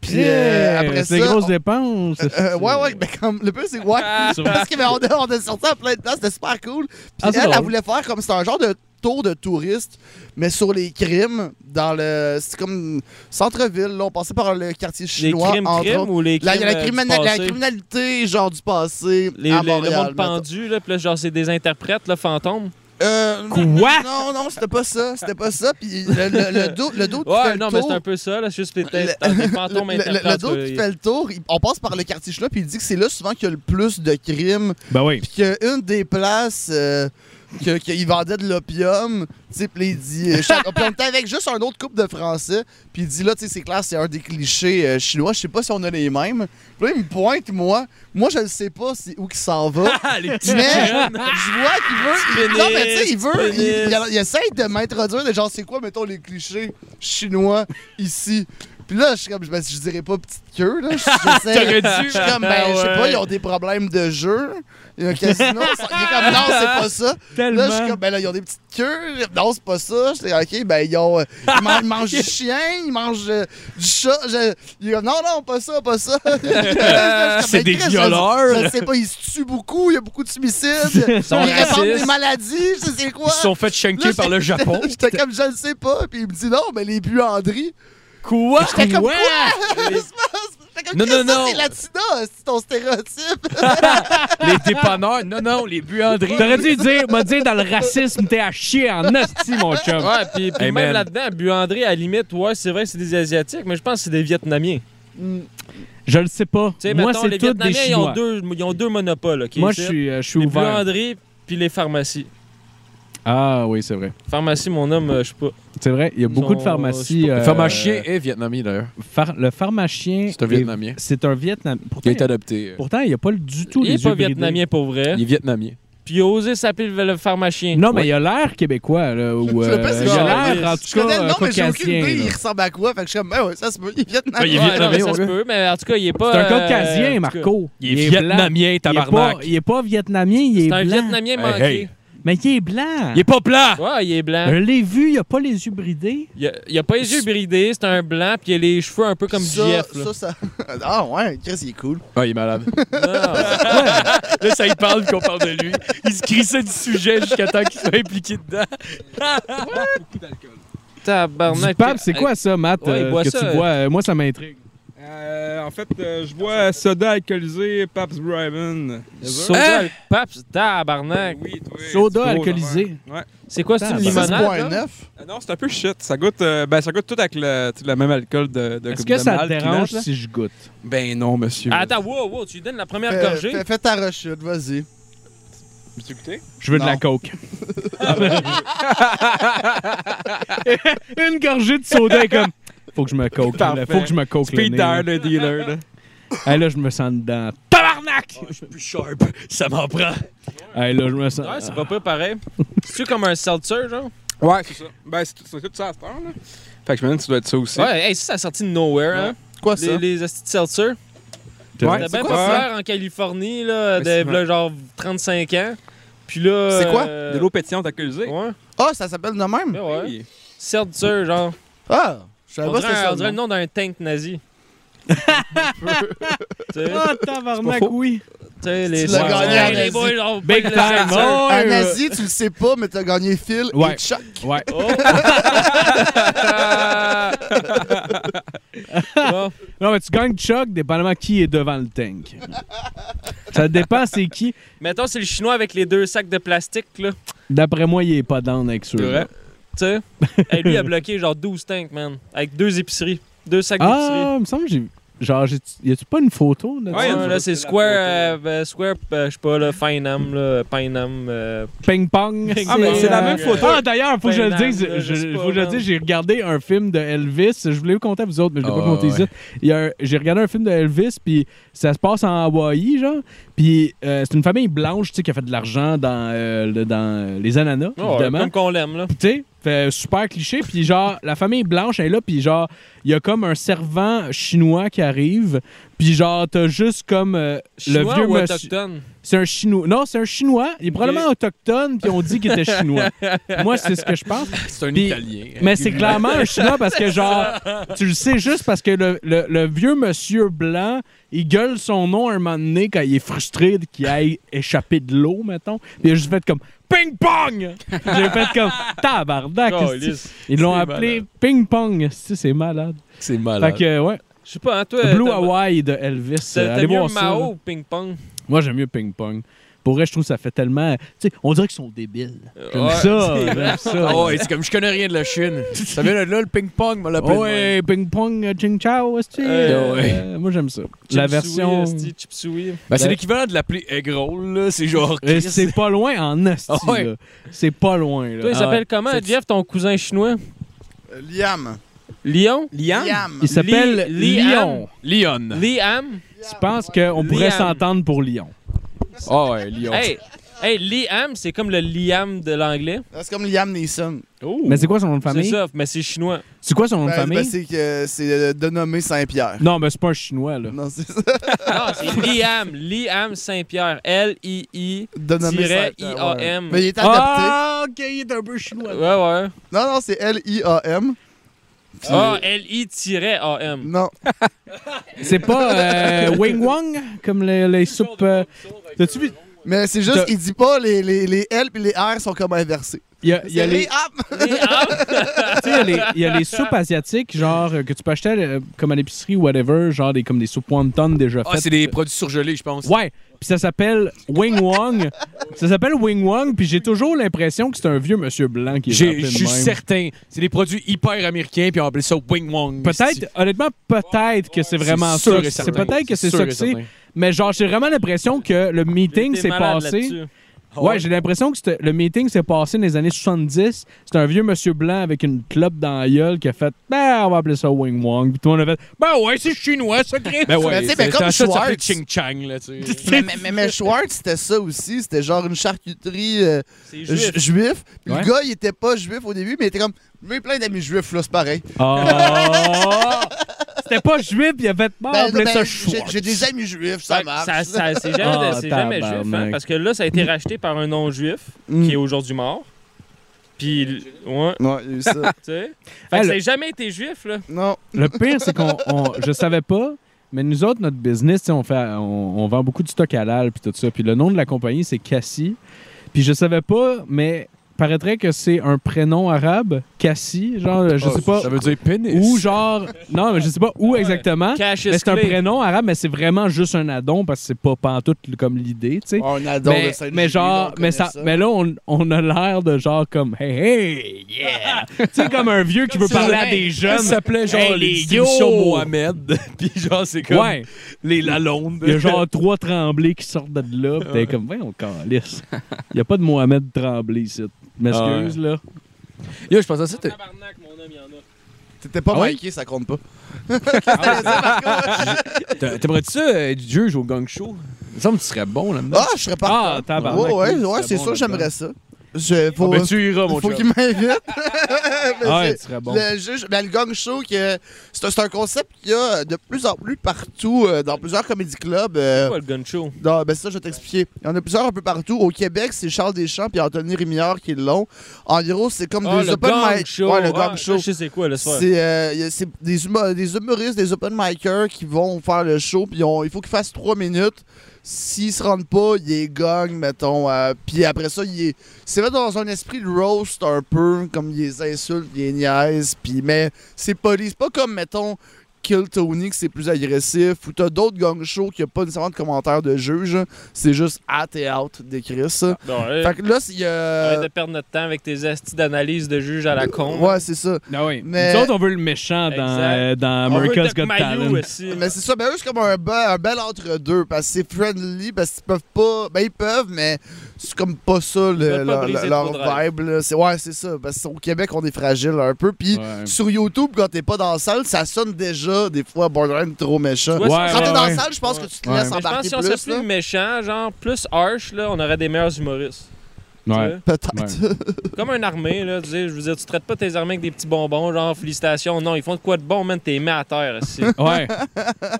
Puis euh, Yeah, après ça... C'est des grosses on- dépenses. euh, ouais, ouais, ben, comme, le plus, c'est ouais. Ah. Parce que ben, on, a- on est sorti à plein de temps, c'était super cool. Puis Ah, c'est elle, elle, drôle. voulait faire comme c'était un genre de tour de touriste, mais sur les crimes dans le. C'est comme centre-ville, là. On passait par le quartier les chinois, crimes, entre crimes autres. ou les crimes. La, il y a la, euh, du crimina- la passé? criminalité, genre du passé. Les- à les- le Montréal, monde pendu, là, puis là, genre, c'est des interprètes, là, fantômes. mettons. Euh, Quoi? Non, non, c'était pas ça. C'était pas ça. Puis le, le, le dos, le dos qui fait Ouais, le non, mais tour- c'est un peu ça, là. C'est juste les, Le- les fantômes le, le- le- interprètes. le dos là, qui il- fait le tour, il- on passe par le quartier chinois, puis il dit que c'est là souvent qu'il y a le plus de crimes Ben oui. Puis qu'une des places euh, que- qu'il vendait de l'opium, tu sais, puis là, il dit. euh, chaque- puis on était avec juste un autre couple de Français, puis il dit là, tu sais, c'est clair, c'est un des clichés euh, chinois, je sais pas si on a les mêmes. Puis là, il me pointe, moi. Moi, je ne sais pas c'est où qu'il s'en va. Ah, mais je vois qu'il veut. il- non, mais tu sais, il veut. Il, il- il essaie de m'introduire de genre, c'est quoi, mettons, les clichés chinois ici. Puis là, je suis comme, je, ben, je dirais pas petite queue, là. Je- j'essaie- Je suis comme, ben, je sais pas, ils ont des problèmes de jeu. Il y a un casino. ça- Il est comme, non, c'est pas ça. Tellement. Là, je suis comme, ben là, ils ont des petites queues. Non, c'est pas ça. J'étais, ok, ben, ils ont. euh, Ils man- ils mangent du chien, ils mangent euh, du chat. Je, ils ont, non, non, pas ça, pas ça. C'est des violeurs. violeurs. ben, Je, sais pas, ils se tuent beaucoup, il y a beaucoup de suicides. Ils, sont répandent des racistes. maladies, je sais Ils quoi. se sont fait shanker Là, par le Japon. J'étais comme, je le sais pas. Puis il me dit, non, mais les buanderies. Quoi? J'étais comme, Ouais. J'étais comme, Non, Qu'est-ce non, que non. C'est latino, c'est ton stéréotype. Les dépanneurs. Non, non, les buanderies. T'aurais dû dire, m'a dire dans le racisme, t'es à chier en hostie, mon chum. Ouais, puis puis Hey, man. même là-dedans, Buandré, à la limite, ouais, c'est vrai que c'est des Asiatiques, mais je pense que c'est des Vietnamiens. Je le sais pas. Tu sais, Moi, mettons, c'est les tout des Vietnamiens, ils ont, Chinois. deux, ils ont deux monopoles, OK? Moi, tu je sais. suis, euh, je suis Les ouvert. buanderies, puis les pharmacies. Ah oui, c'est vrai. Pharmacie, mon homme, euh, je sais pas. C'est vrai, il y a beaucoup de Non, pharmacies. je sais pas. euh, Le pharmacien est vietnamien, d'ailleurs. phar- le pharmacien. C'est un est- vietnamien. C'est un Vietnamien. Il Pourtant, a été adopté. euh, pourtant, il n'y a pas du tout il les est pas yeux bridés. vietnamien pour vrai. Il est vietnamien. Puis il a osé s'appeler le le pharmacien. Non, mais il a l'air québécois, là. Ou, Je le fais, euh, c'est il a genre- l'air, en Je tout connais le cas, euh, nom, mais j'ai aucune caucasien. idée, là. il ressemble à quoi. Fait que je suis comme, ben ouais, ça se peut, il est vietnamien. Ouais, non, mais ça mon se peut, mais en tout cas, il est pas. C'est un euh, en caucasien, tout cas, Marco. Il est blanc. vietnamien, Il est pas- tabarnak. Il est pas vietnamien, il est C'est un blanc. Vietnamien Hey, manqué. hey. Mais il est blanc. Il est pas plat! Ouais, il est blanc. Je l'ai vu, il a pas les yeux bridés. Il a, il a pas les yeux bridés, c'est un blanc, puis il a les cheveux un peu comme ça, Jeff. là. ça, ça. Ah ouais, Chris, il est cool. Ah, il est malade. Non, Là, ça y parle qu'on parle de lui. Il se crissait du sujet jusqu'à temps qu'il soit impliqué dedans. Du tabarnak. pape, c'est quoi ça, Matt, Ouais, il euh, boit que ça, tu euh. bois? Euh, Moi, ça m'intrigue. Euh, en fait, euh, je bois soda alcoolisé, Pabst Brewman. Hein? Soda, le pape, c'est- tabarnak. Oui, toi, Soda c'est gros, alcoolisé. l'affaire. Ouais. C'est quoi, c'est une Tabarnak. limonade? là? 6.9. Euh, non, c'est un peu shit. Ça goûte, euh, ben, ça goûte tout avec le, tu sais, le même alcool de, de Est-ce de que ça malt te qu'il dérange lâche, là? si je goûte? Ben non, monsieur. Attends, wow, wow, tu lui donnes la première Fais- gorgée. Fais, fais ta rechute, vas-y. Veux-tu goûter? Je veux de la Non. coke. Une gorgée de soda est comme. Faut que je me coke. là. Faut que je me coke. le nez, là. Peter, le dealer. là. Hey, là, je me sens dedans. Tabarnak! Je suis plus sharp. Ça m'en prend. Hey, là, je me sens. Ouais, c'est pas peu pareil. C'est-tu comme un seltzer, genre? Ouais, c'est ça. Ben, c'est tout, c'est tout ça à cette heure, là. Fait que je me demande si ça doit être ça aussi. Ouais, hey, ça, ça a sorti de nowhere, hein? Quoi Les, les hosties de seltzer. Ouais, C'était c'est bien quoi populaire en Californie, Mais là, de, c'est v'là, vrai. genre 35 ans. Puis là. C'est quoi? euh, De l'eau pétillante alcoolisée. Ouais, Ah, ça s'appelle de même? ouais, ouais. Oui. Seltzer, genre. Ah, je savais On pas dirait, c'était on dirait ça. le nom d'un tank nazi. Tu sais, Ah, tabarnak, oui. tu sais, les, Tu l'as Ouais, gagné ouais, en les Asie. hein? boys, on Big pogne le time, seltzer. oh! En Euh, Asie, tu le sais pas, mais t'as gagné Phil Ouais. et Chuck. Ouais. Oh! Ah! Bon, Non, mais tu gagnes Chuck, dépendamment qui est devant le tank. Ça dépend c'est qui. Mettons, c'est le chinois avec les deux sacs de plastique, là. D'après moi, il est pas down avec C'est ceux-là. vrai. Tu sais? Hey, lui, il a bloqué genre 12 tanks, man. Avec deux épiceries. Deux sacs d'épiceries. Ah, il me semble que j'ai. Genre, j'ai- y a-tu pas une photo là Ouais, il y a une Ouais, photo là, c'est de la Square, photo. euh, euh, Square, euh, je sais pas, là, Finam, là, Pinam. euh, Ping pong. Ah, mais c'est la même photo. Ah, d'ailleurs, faut que je le Finlande, dise. là, je sais je- pas, Faut que je le man. dise, j'ai regardé un film de Elvis. Je voulais vous compter à vous autres, mais je l'ai pas Ah, compté ouais. ici. Il y a un- J'ai regardé un film de Elvis, puis ça se passe en Hawaï, genre. Puis euh, c'est une famille blanche, tu sais, qui a fait de l'argent dans, euh, le- dans les ananas, Ah oh, évidemment. comme qu'on l'aime, là. Puis, tu sais, fait super cliché. Puis genre, la famille blanche elle est là, puis genre, il y a comme un servant chinois qui arrive. Puis genre, t'as juste comme euh, le Chinois vieux ou monsieur- autochtone. C'est un chinois. Non, c'est un chinois. Il est probablement autochtone, puis on dit qu'il était chinois. Moi, c'est ce que je pense. C'est un Puis- Italien. Mais c'est clairement un chinois parce que, genre, tu le sais juste parce que le, le- le vieux monsieur blanc, il gueule son nom un moment donné quand il est frustré de qu'il aille échapper de l'eau, mettons. Puis il a juste fait comme ping-pong! J'ai fait comme tabarnak. Oh, esti. Lise. Ils l'ont C'est appelé ping-pong. esti, C'est malade. C'est Fait malade. que, ouais. Je sais pas, hein, toi. Blue t'as- Hawaii de Elvis. t'as- euh, T'as Allez mieux voir ça. Mao là. ou ping-pong? Moi, j'aime mieux ping-pong. Pour vrai, je trouve que ça fait tellement. Tu sais, on dirait qu'ils sont débiles. J'aime ça. J'aime ça. Ah ouais, c'est comme je connais rien de la Chine. Ça vient de là, le ping-pong, m'a l'appelé. Ouais, ping-pong, euh, ching chao, esti. Euh, Euh, Moi, j'aime ça. la Chipsouille, version. esti, chipsouille. Ben, c'est l'équivalent de l'appeler egg roll, là. C'est genre. Euh, Chris. C'est pas loin en esti. Ah ouais. là. C'est pas loin. Toi, Là. il Ah s'appelle ouais. comment, C'est- Jeff, ton cousin chinois? Euh, Liam. Lyon? Liam? Liam. Il s'appelle Li- Lyon. Lyon. Liam? Je pense qu'on pourrait Liam. s'entendre pour Lyon. Ah ouais, Lyon. Hey, Hey, Liam, c'est comme le Liam de l'anglais. Ah, C'est comme Liam Neeson. Mais c'est quoi son nom de famille? C'est ça, mais c'est chinois. C'est quoi son nom de Ben, ben, famille? c'est que c'est euh, de nommer Saint-Pierre. non, mais c'est pas un chinois, là. Non, Ah, c'est ça. Non, c'est Liam. Liam Saint-Pierre. L-I-I-I-I-A-M. De nommer Saint-Pierre. ouais. Mais il est adapté. Ah! Ah, ok, il est un peu chinois. Ouais, ouais. Non, non, c'est L-I-A-M. Puis- Ah, L-I-A-M. Non. C'est pas euh, Wing Wong, comme les, les soupes. euh, T'as-tu vu? Mais c'est juste, De- il dit pas les, les, les L puis les R sont comme inversés. Il y a, il y a C'est les, Liam! Liam. tu sais, il y a les- il y a les soupes asiatiques, genre, euh, que tu peux acheter euh, comme à l'épicerie ou whatever, genre des, comme des soupes wonton déjà Ah, faites. c'est des produits surgelés, je pense. Ouais, puis ça s'appelle Wing Wong. ça s'appelle Wing Wong, puis j'ai toujours l'impression que c'est un vieux monsieur blanc qui est J'ai- rempli Je de suis même. certain. C'est des produits hyper américains, puis on appelle ça Wing Wong. Peut-être, honnêtement, peut-être que c'est vraiment sûr ça. et C'est certain. peut-être que C'est c'est sûr ça et que c'est. certain. Mais genre, j'ai vraiment l'impression que le meeting T'es s'est malade passé. là-dessus. Ouais, j'ai l'impression que c'était- le meeting s'est passé dans les années 70. C'est un vieux monsieur blanc avec une clope dans la gueule qui a fait Ben, on va appeler ça Wing Wong. Puis tout le monde a fait Ben ouais, c'est chinois, ça, Chris. Ben ouais, Mais tu sais, mais c'est- comme dans ça, ça Schwartz. s'appelle Ching Chang, là, tu sais. Mais, mais, mais- mais Schwartz, c'était ça aussi. C'était genre une charcuterie euh, C'est ju- juste. juif. Puis Ouais. le gars, il était pas juif au début, mais il était comme. Mais plein d'amis juifs, là, c'est pareil. Ah! C'était pas juif, il a fait Bon, on Ben, appelait ben, Ah, ça j'ai Schwartz. j'ai des amis juifs, ça Ça, marche. ça, c'est jamais, Ah, c'est jamais tabarnak. juif, hein, parce que là, ça a été racheté par un non-juif Mm. qui est aujourd'hui mort. Puis, ouais, Ouais, il y a eu ça. tu sais. Fait que Elle- ça a jamais été juif, là. Hein? non. Le pire, c'est qu'on. on- Je savais pas, mais nous autres, notre business, tu sais, on, fait, on, on vend beaucoup de stock halal puis tout ça. Puis le nom de la compagnie, c'est Cassie. Puis je savais pas, mais paraîtrait que c'est un prénom arabe, Cassie. Genre, Ah, je sais pas. Ça veut dire pénis. Ou genre. Non, mais je sais pas où exactement. Cassius Mais c'est un Clay. prénom arabe, mais c'est vraiment juste un addon parce que c'est pas pantoute comme l'idée, tu sais. Oh, On adore Mais, le Saint-Denis, mais là, genre, on mais, connaît ça, mais là, on, on a l'air de genre comme Hey, hey, yeah! tu sais, comme un vieux qui veut parler à des Ça jeunes. s'appelait genre Hey, les les distributions yo! Mohamed. Puis genre, c'est comme Ouais. les Lalonde. Il y a genre trois tremblés qui sortent de là, pis t'es comme, voyons, calisse. Il n'y a pas de Mohamed Tremblay ici. M'excuse, là. Yo, je pense à ça. t'es- T'étais pas Ah oui? Mikey, ça compte pas. Ah, t'as- T'aimerais-tu ça euh, être juge au gang show? Il me semble que tu serais bon là-dedans. Ah, je serais pas. Ah, tabarnak, Ouais, ouais, oui, ouais, c'est c'est bon, Ah, sûr, là-dedans. j'aimerais ça. Je, faut, ben, tu iras, mon faut chum. qu'il m'invite. Mais Ah, c'est- tu serais bon. Le juge, ben, le gang show, que c'est un- c'est un concept qu'il y a de plus en plus partout, euh, dans plusieurs comédie clubs. euh, C'est quoi le gun show? dans- ben ça, je vais t'expliquer. Il y en a plusieurs un peu partout. Au Québec, c'est Charles Deschamps et Anthony Rémillard qui l'ont. En gros, c'est comme Ah, des le open gang mic. show. Ouais, le Ah, gang show. Je sais c'est quoi, le soir. C'est euh, y a- c'est des, humo- des humoristes, des open micers qui vont faire le show, puis on- il faut qu'ils fassent 3 minutes. S'ils se rendent pas, ils les gagnent, mettons. euh, puis après ça, ils- c'est vrai dans un esprit de roast un peu, comme ils les insultent, ils les niaisent, puis mais c'est poli. C'est pas comme, mettons, Kill Tony, que c'est plus agressif, ou t'as d'autres gang shows qui a pas nécessairement de commentaires de juge. hein. C'est juste at et out des Chris. Bon, hey, Fait que là, il y arrête a. de perdre notre temps avec tes astis d'analyse de juge à la con. Ouais, c'est ça. Ah oui. Mais- Nous autres, on veut le méchant dans, Exact. euh, dans On veut America's Doc Got Mayou Talent. aussi. Mais c'est ça, ben eux, c'est comme un, be- un bel entre-deux, parce que c'est friendly, parce qu'ils peuvent pas. Ben, ils peuvent, mais c'est comme pas ça le- veulent pas leur, briser leur trop de rêves. vibe. là. C'est- Ouais, c'est ça, parce qu'au Québec, on est fragile un peu. Puis Ouais. sur YouTube, quand t'es pas dans la salle, ça sonne déjà des fois borderline trop méchant. Tu vois, Ouais, quand t'es ouais, dans ouais. la salle, je pense Ouais. que tu te Ouais. laisses Mais je pense que embarquer si on plus. serait là. plus méchant, genre plus harsh, là, on aurait des meilleurs humoristes. tu Ouais. sais. Peut-être. Comme une armée, là, tu sais, je veux dire, tu traites pas tes armées avec des petits bonbons, genre félicitations. Non, ils font de quoi de bon, man, t'es mis à terre ici. Ouais.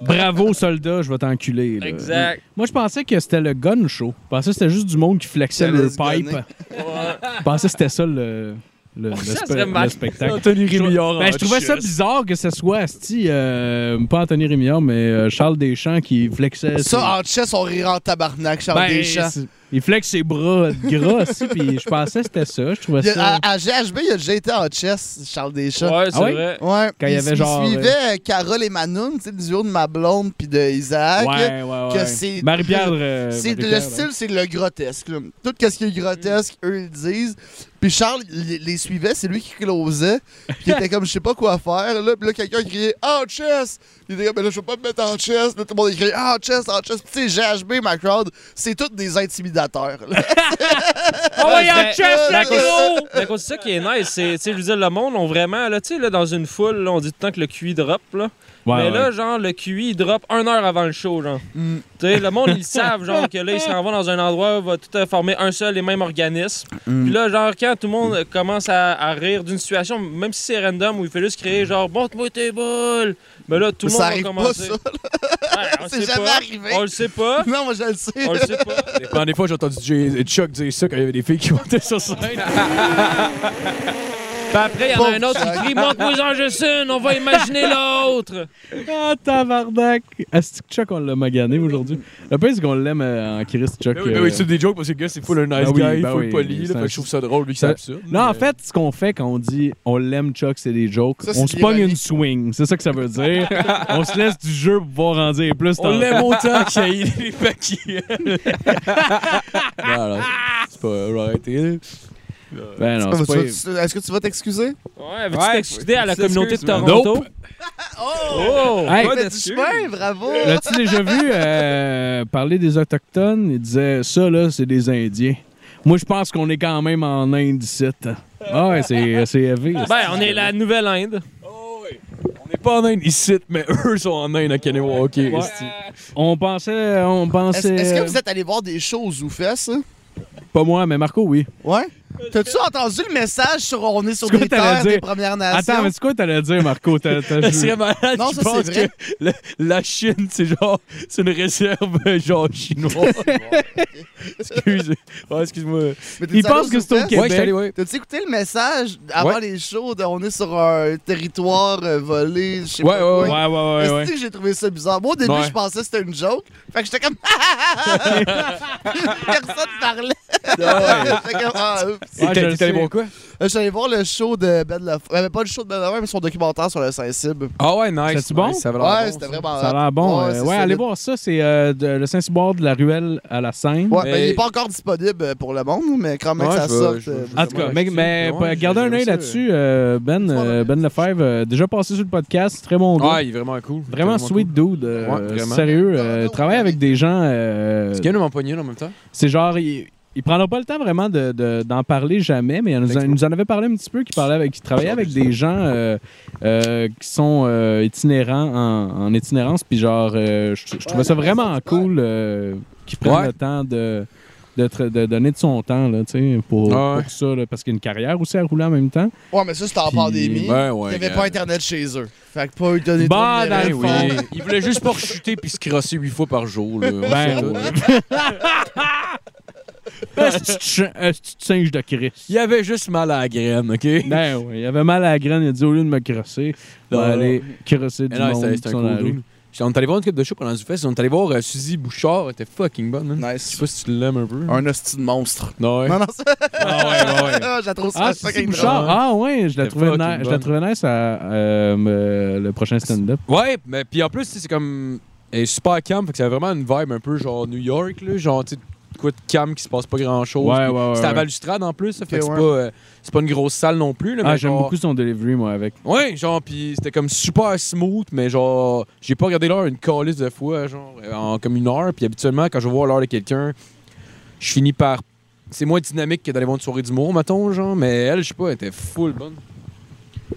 Bravo, soldat, je vais t'enculer. là. exact. Moi, je pensais que c'était le gun show. Je pensais que c'était juste du monde qui flexait Ça le allait se pipe. gonner. Ouais. Je pensais que c'était ça le, le, le Ça spe- serait mal. le spectacle. Anthony Je- Rémillard en Ben, je trouvais ça chess. bizarre que ce soit asti, euh, pas Anthony Rémillard, mais euh, Charles Deschamps qui flexait. ses- Ça, en chess, on rire en tabarnak, Charles Ben, Deschamps. c'est- Il flexe ses bras de gras aussi, puis je pensais que c'était ça. Je trouvais Il y a- ça. à, à GHB, il a déjà été en chess, Charles Deschamps. Ouais, c'est Ah ouais? vrai. Ouais. Quand il y avait genre, euh, suivait euh, Carole et Manoun, tu sais, du jour de ma blonde puis de Isaac. ouais, euh, ouais, ouais. que c'est- Marie-Pierre. euh, C'est Marie-Pierre, le là. style, c'est le grotesque. là. Tout ce qui est grotesque, eux ils disent. Puis Charles il- il les suivait, c'est lui qui closait. Puis il était comme je sais pas quoi faire. Là, puis là quelqu'un criait en chess. Il était comme Ah, ben là je peux pas me mettre en chess. Là, tout le monde il criait en chess, en chess. Puis, tu sais GHB, ma crowd, c'est toutes des liquidateur. là. Envoyez en Ben, chest, ben, le gros! Mais à cause de ça qui est nice, c'est, tu sais, je veux dire, le monde, on vraiment, là, tu sais, là, dans une foule, là, on dit tout le temps que le QI drop, là. mais là, genre, le QI, il drop une heure avant le show, genre. Mm. Tu sais, le monde, ils le savent, genre, que là, ils s'en vont dans un endroit où va tout euh, former un seul et même organisme. Mm. Puis là, genre, quand tout le monde euh, commence à, à rire d'une situation, même si c'est random, où il fait juste créer, genre, montre-moi tes boules, mais là, tout le monde ça va arrive pas, commencer. ça. Ouais, on C'est sait jamais pas. arrivé. On le sait pas. Non, moi, je le sais. On le sait pas. Pendant des fois, j'ai entendu Jay- Chuck dire ça quand il y avait des filles qui montaient sur scène. Puis après, il y en a Pauvre un autre qui Chuck. crie Montre-moi-en juste une, on va imaginer l'autre. Ah, tabarnak! Est-ce que Chuck, on l'a magané aujourd'hui? Le pire, c'est qu'on l'aime euh, en Christ, Chuck. Ben oui, ben euh, oui, c'est des jokes parce que le gars, c'est full un nice Ben oui, guy, ben full oui, poli. c'est Là, fait un- que je trouve ça drôle, lui, que c'est ça- absurde. Non, en mais- fait, ce qu'on fait quand on dit on l'aime, Chuck, c'est des jokes. Ça, c'est on se pogne l'ironie. une swing, c'est ça que ça veut dire. on se laisse du jeu pour pouvoir en dire plus. On tantôt. l'aime autant qu'il haït les paquets. non, non, c'est pas right. hein. Ben non, c'est Tu vas- pas... tu vas- Est-ce que tu vas t'excuser? Ouais, veux-tu Ouais, t'excuser à la t'excuses, communauté de man. Toronto? Oh! Hey, Pas Mais du d'excuse. chemin, bravo! L'as-tu déjà vu euh, parler des Autochtones? Il disait ça, là, c'est des Indiens. Moi, je pense qu'on est quand même en Inde ici. hein. Ah ouais, c'est c'est élevé. Ben, on est la Nouvelle-Inde. On n'est pas en Inde ici, mais eux sont en Inde à Kennewauk. Ouais. On pensait. On Est-ce pensait est-ce que vous êtes allé voir des choses ou fait ça? Pas moi, mais Marco, oui. Ouais? T'as-tu entendu le message sur on est sur C'est quoi des t'allais terres des dire? Premières Nations? Attends, mais c'est quoi t'allais dire, Marco? T'as- t'as- Ça serait malade Non, qu'ils ça, c'est pensent vrai. que le- la Chine, c'est genre, c'est une réserve euh, genre chinoise. Excuse, ouais, excuse-moi. Mais t'es-tu Il allé pense au que c'est au Zoufest? Québec. Ouais, je suis allé, ouais. T'as-tu écouté le message avant Ouais. les shows de on est sur un territoire euh, volé, je sais Ouais, pas ouais, quoi. Ouais, ouais, ouais. Est-ce ouais. que j'ai trouvé ça bizarre? Moi, au début, Ouais. je pensais que c'était une joke. Fait que j'étais comme. Personne parlait. J'étais comme. Ah, oups. Ouais, je T'es le t'es allé sais. voir quoi? Euh, Je suis allé voir le show de Ben Lafleur. Euh, pas le show de Ben Lafleur, mais son documentaire sur le Saint-Cib. Ah ouais, nice. C'est-tu bon? Nice, ça va l'air Ouais, bon, c'était ça. vraiment. Ça a hot. l'air bon. euh, Ah. c'est Ouais, solide. allez voir ça. C'est euh, de- le Saint-Cyboire de la ruelle à la Seine. Ouais, Mais- ben, il est pas encore disponible euh, pour le monde, mais quand même Ouais, que ça je vais- sorte. je vais- euh, je vais- En tout cas, Ouais, mais, je- mais ouais, gardez un j'aime œil ça. là-dessus, euh, Ben, euh, Ben Lefebvre. euh, déjà passé sur le podcast, très bon gars. Ah, il est vraiment cool. Vraiment sweet dude. euh, Ouais, vraiment. Sérieux. euh, travaille avec des gens. euh, Est-ce qu'il y en a empoigné en même temps? c'est genre. Il, il prendra pas le temps vraiment de- de- d'en parler jamais, mais il nous, en- il nous en avait parlé un petit peu, qui parlait avec, qui travaillait avec des gens euh, euh, qui sont euh, itinérants en, en itinérance, puis genre, euh, je, je trouvais ça vraiment cool euh, qu'ils prennent Ouais. le temps de, de, tra- de donner de son temps là, tu sais, pour, Ah ouais. pour ça, là, parce qu'il y a une carrière aussi à rouler en même temps. Ouais, Ah, mais ça, c'était en Puis- pandémie. Il Ouais, ouais. n'y avait gars. pas Internet chez eux. Fait que pas eu donné Bah, trop de dans mérite. le fond. Oui. Il voulait juste pas rechuter puis se crosser huit fois par jour. Là. Ben, Ouais. Est-ce que tu singe de Christ? Il avait juste mal à la graine, OK? Ben oui, il avait mal à la graine, il a dit au lieu de me crosser, il Non, va non. aller crosser du Mais Ah non, monde c'était- c'était sur un la cool rue. dude. J'étais- On est allé voir une clip de show pendant du fest. On est allé voir euh, Suzy Bouchard. Elle était fucking bonne, man. Je sais Nice. pas si tu l'aimes un peu. Un hostie de monstre. Non, ouais. Non, non, ça. Ah ouais, ouais, ouais. je la trouve Ah, ça c'est fucking Bouchard. drôle. hein. Ah ouais, je la C'était trouvais, fucking ni- je la bonne. trouvais nice à euh, euh, le prochain stand-up. Ouais, mais puis en plus, tu sais, c'est comme. Elle est super calme, fait que ça a vraiment une vibe un peu genre New York, là. Genre, tu sais, de quoi de calme qui se passe pas grand chose. Ouais, ouais, ouais, C'était à ouais. Balustrade en plus, ça fait que c'est ouais. pas, euh, c'est pas une grosse salle non plus. Là, Ah, mais j'aime genre- beaucoup son delivery, moi, avec. Ouais, genre, puis c'était comme super smooth, mais genre, j'ai pas regardé l'heure une calice de fois, genre, euh, en comme une heure. Puis habituellement, quand je vois l'heure de quelqu'un, je finis par. C'est moins dynamique que d'aller voir une soirée d'humour, mettons, genre, mais elle, je sais pas, elle était full bonne.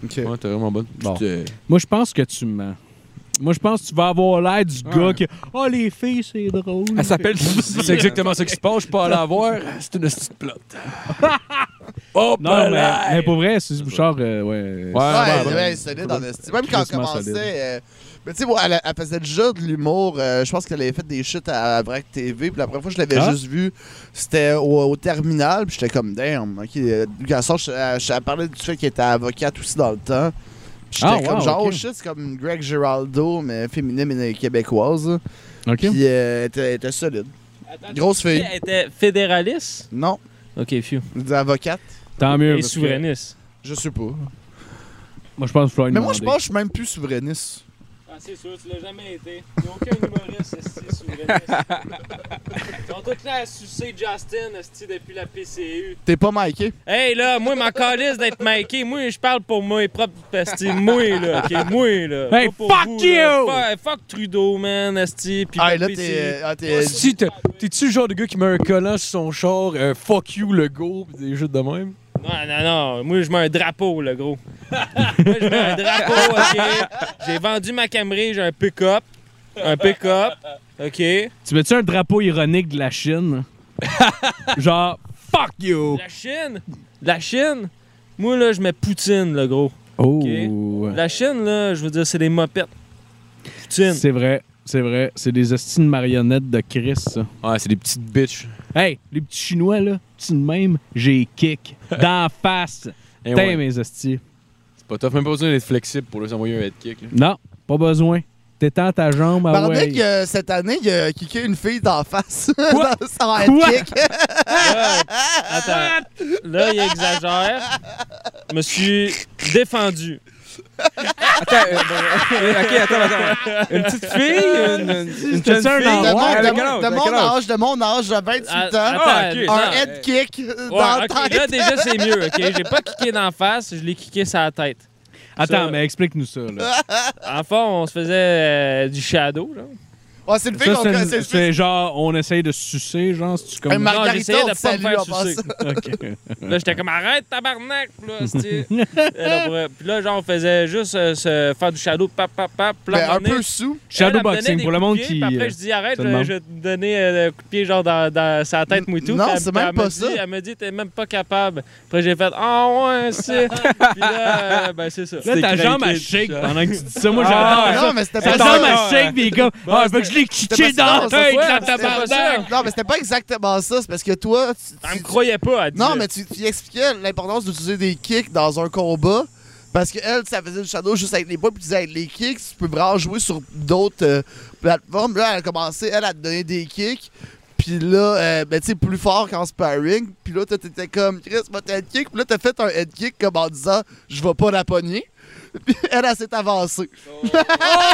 Ok. Ouais, elle était vraiment bonne. euh, Bon. Tu te- Moi, je pense que tu mens. Moi, je pense que tu vas avoir l'air du gars qui. Oh, les filles, c'est drôle. Elle s'appelle Suzy. C'est exactement ça qui se passe, je peux aller la voir, c'est une petite plate. oh, Non, mais, palais! mais pour vrai, Suzy Bouchard, euh, ouais. Ouais. Ouais, Ah, ouais, ouais, ouais, solide en esti. Même quand elle Crissement solide. commençait. euh, mais tu sais, moi, elle, elle faisait déjà de l'humour. euh, je pense qu'elle avait fait des chutes à, à Vrac TV. Puis la première fois que je l'avais Ah? juste vue, c'était au, au terminal. Puis j'étais comme, damn. ok, euh, Quand ça, je, elle- je- elle parlait du fait qu'elle était avocate aussi dans le temps. Puis J'étais Ah, wow, comme, genre, ok. oh shit, c'est comme Greg Giraldo, mais féminine mais québécoise. Ok. Puis euh, elle, était, elle était solide. Grosse fille. Elle était fédéraliste? Non, Ok, phew. je dis avocate. Tant mieux. Et parce que- souverainiste. Je sais pas. Moi, je pense que Floyd. Mais moi, je pense que je suis même plus souverainiste. Ah, c'est sûr, tu l'as jamais été. Il n'y a aucun humoriste esti souverainiste. Ils ont tous là à sucer Justin esti depuis la PCU. T'es pas Mikey. Hey là, moi, ma calisse d'être Mikey, moi, je parle pour moi propre esti. Moi là, ok, moi là. Hey, Pas pour fuck vous, là. you! Fuck, fuck Trudeau, man, esti. Puis Ah, la là, PCU. t'es. Ah, t'es. Si t'es- t'es-tu le genre de gars qui met un collant sur son char, euh, fuck you, le go, pis des jeux de même? Non, non, non. Moi, je mets un drapeau, le gros. Moi, je mets un drapeau, OK? J'ai vendu ma Camry, j'ai un pick-up. Un pick-up, OK? Tu veux-tu un drapeau ironique de la Chine? Genre, fuck you! La Chine! La Chine! Moi, là, je mets Poutine, le gros. Oh! La Chine, là, je veux dire, c'est des mopettes. Poutine. C'est vrai, c'est vrai. C'est des hosties de marionnettes de Chris, ça. Ouais, c'est des petites bitches. Hey, les petits Chinois, là, petits de même, j'ai kick. D'en face. Eh T'es ouais, mes hosties. c'est pas tough, même pas besoin d'être flexible pour les envoyer un headkick. là. Non, pas besoin. T'étends ta jambe à Barnick, Ah ouais. euh, cette année, il a kické une fille d'en face. Quoi? Dans- sans Quoi? headkick. Là, attends. Là, il exagère. Je me suis défendu. Attends, euh, euh, ok, attends, attends. Une petite fille, une, une, une jeune un fille. De Ah ouais, mon- Elle a de quel mon- âge? de Elle a mon quel âge? âge, de mon âge, de 28 Ah, ans. attends, ok. non. Un head kick dans Ouais, la ok, tête. Là, déjà, c'est mieux, OK? J'ai pas kické d'en face, je l'ai kické sur la tête. Attends, ça. mais explique-nous ça, là. Ah, En fond, on se faisait euh, du shadow, là. Ouais, Ah, c'est le fait Ça, qu'on c'est- connaissait le c'est fait. genre, on essaye de sucer, genre, si tu Un comme. Non, margarita, j'essayais on de te pas me salue faire en sucer. passant. Ok. Là, j'étais comme arrête, tabarnak! Puis là, c'était- Là, pour- Puis là, genre, on faisait juste euh, se faire du shadow, pap, pap, pap. Puis là, Ben, à un un moment donné, peu sous. elle, elle me donnait Shadowboxing, des pour le coups de monde pied, qui. puis après, euh, je dis arrête, se là, demande. je vais te donner euh, un coup de pied, genre, dans, dans sa tête, moi et tout. Non, Puis elle- c'est puis même elle me pas dit- ça. Elle me dit, t'es même pas capable. Après, j'ai fait, ah ouais, c'est. Puis là, euh, ben, c'est ça. Là, ta C'était jambe, craqué elle du shake chat. pendant que tu dis ça. Moi, Ah, j'adore ça. Non, mais c'était Ta pas jambe, ça. elle shake, pis les gars. Ah, fait que je l'ai kitché C'était pas ça, dans la ça, tête, ouais, la c'était pas ça. tabarnak! Non, mais c'était pas exactement ça. C'est parce que toi. tu- Elle me tu- croyait pas, elle Non, disait. mais tu, tu expliquais l'importance d'utiliser des kicks dans un combat. Parce que elle, ça faisait du shadow juste avec les points, puis tu disais, Hey, les kicks, tu peux vraiment jouer sur d'autres euh, plateformes. Là, elle a commencé, elle, à te donner des kicks. Puis là, euh, ben, tu sais, plus fort qu'en sparring. Puis là, toi, t'étais comme, Chris, moi, t'as head kick. Puis là, t'as fait un head kick comme en disant, je vais pas la pogner. Puis elle, elle s'est avancée. Ah,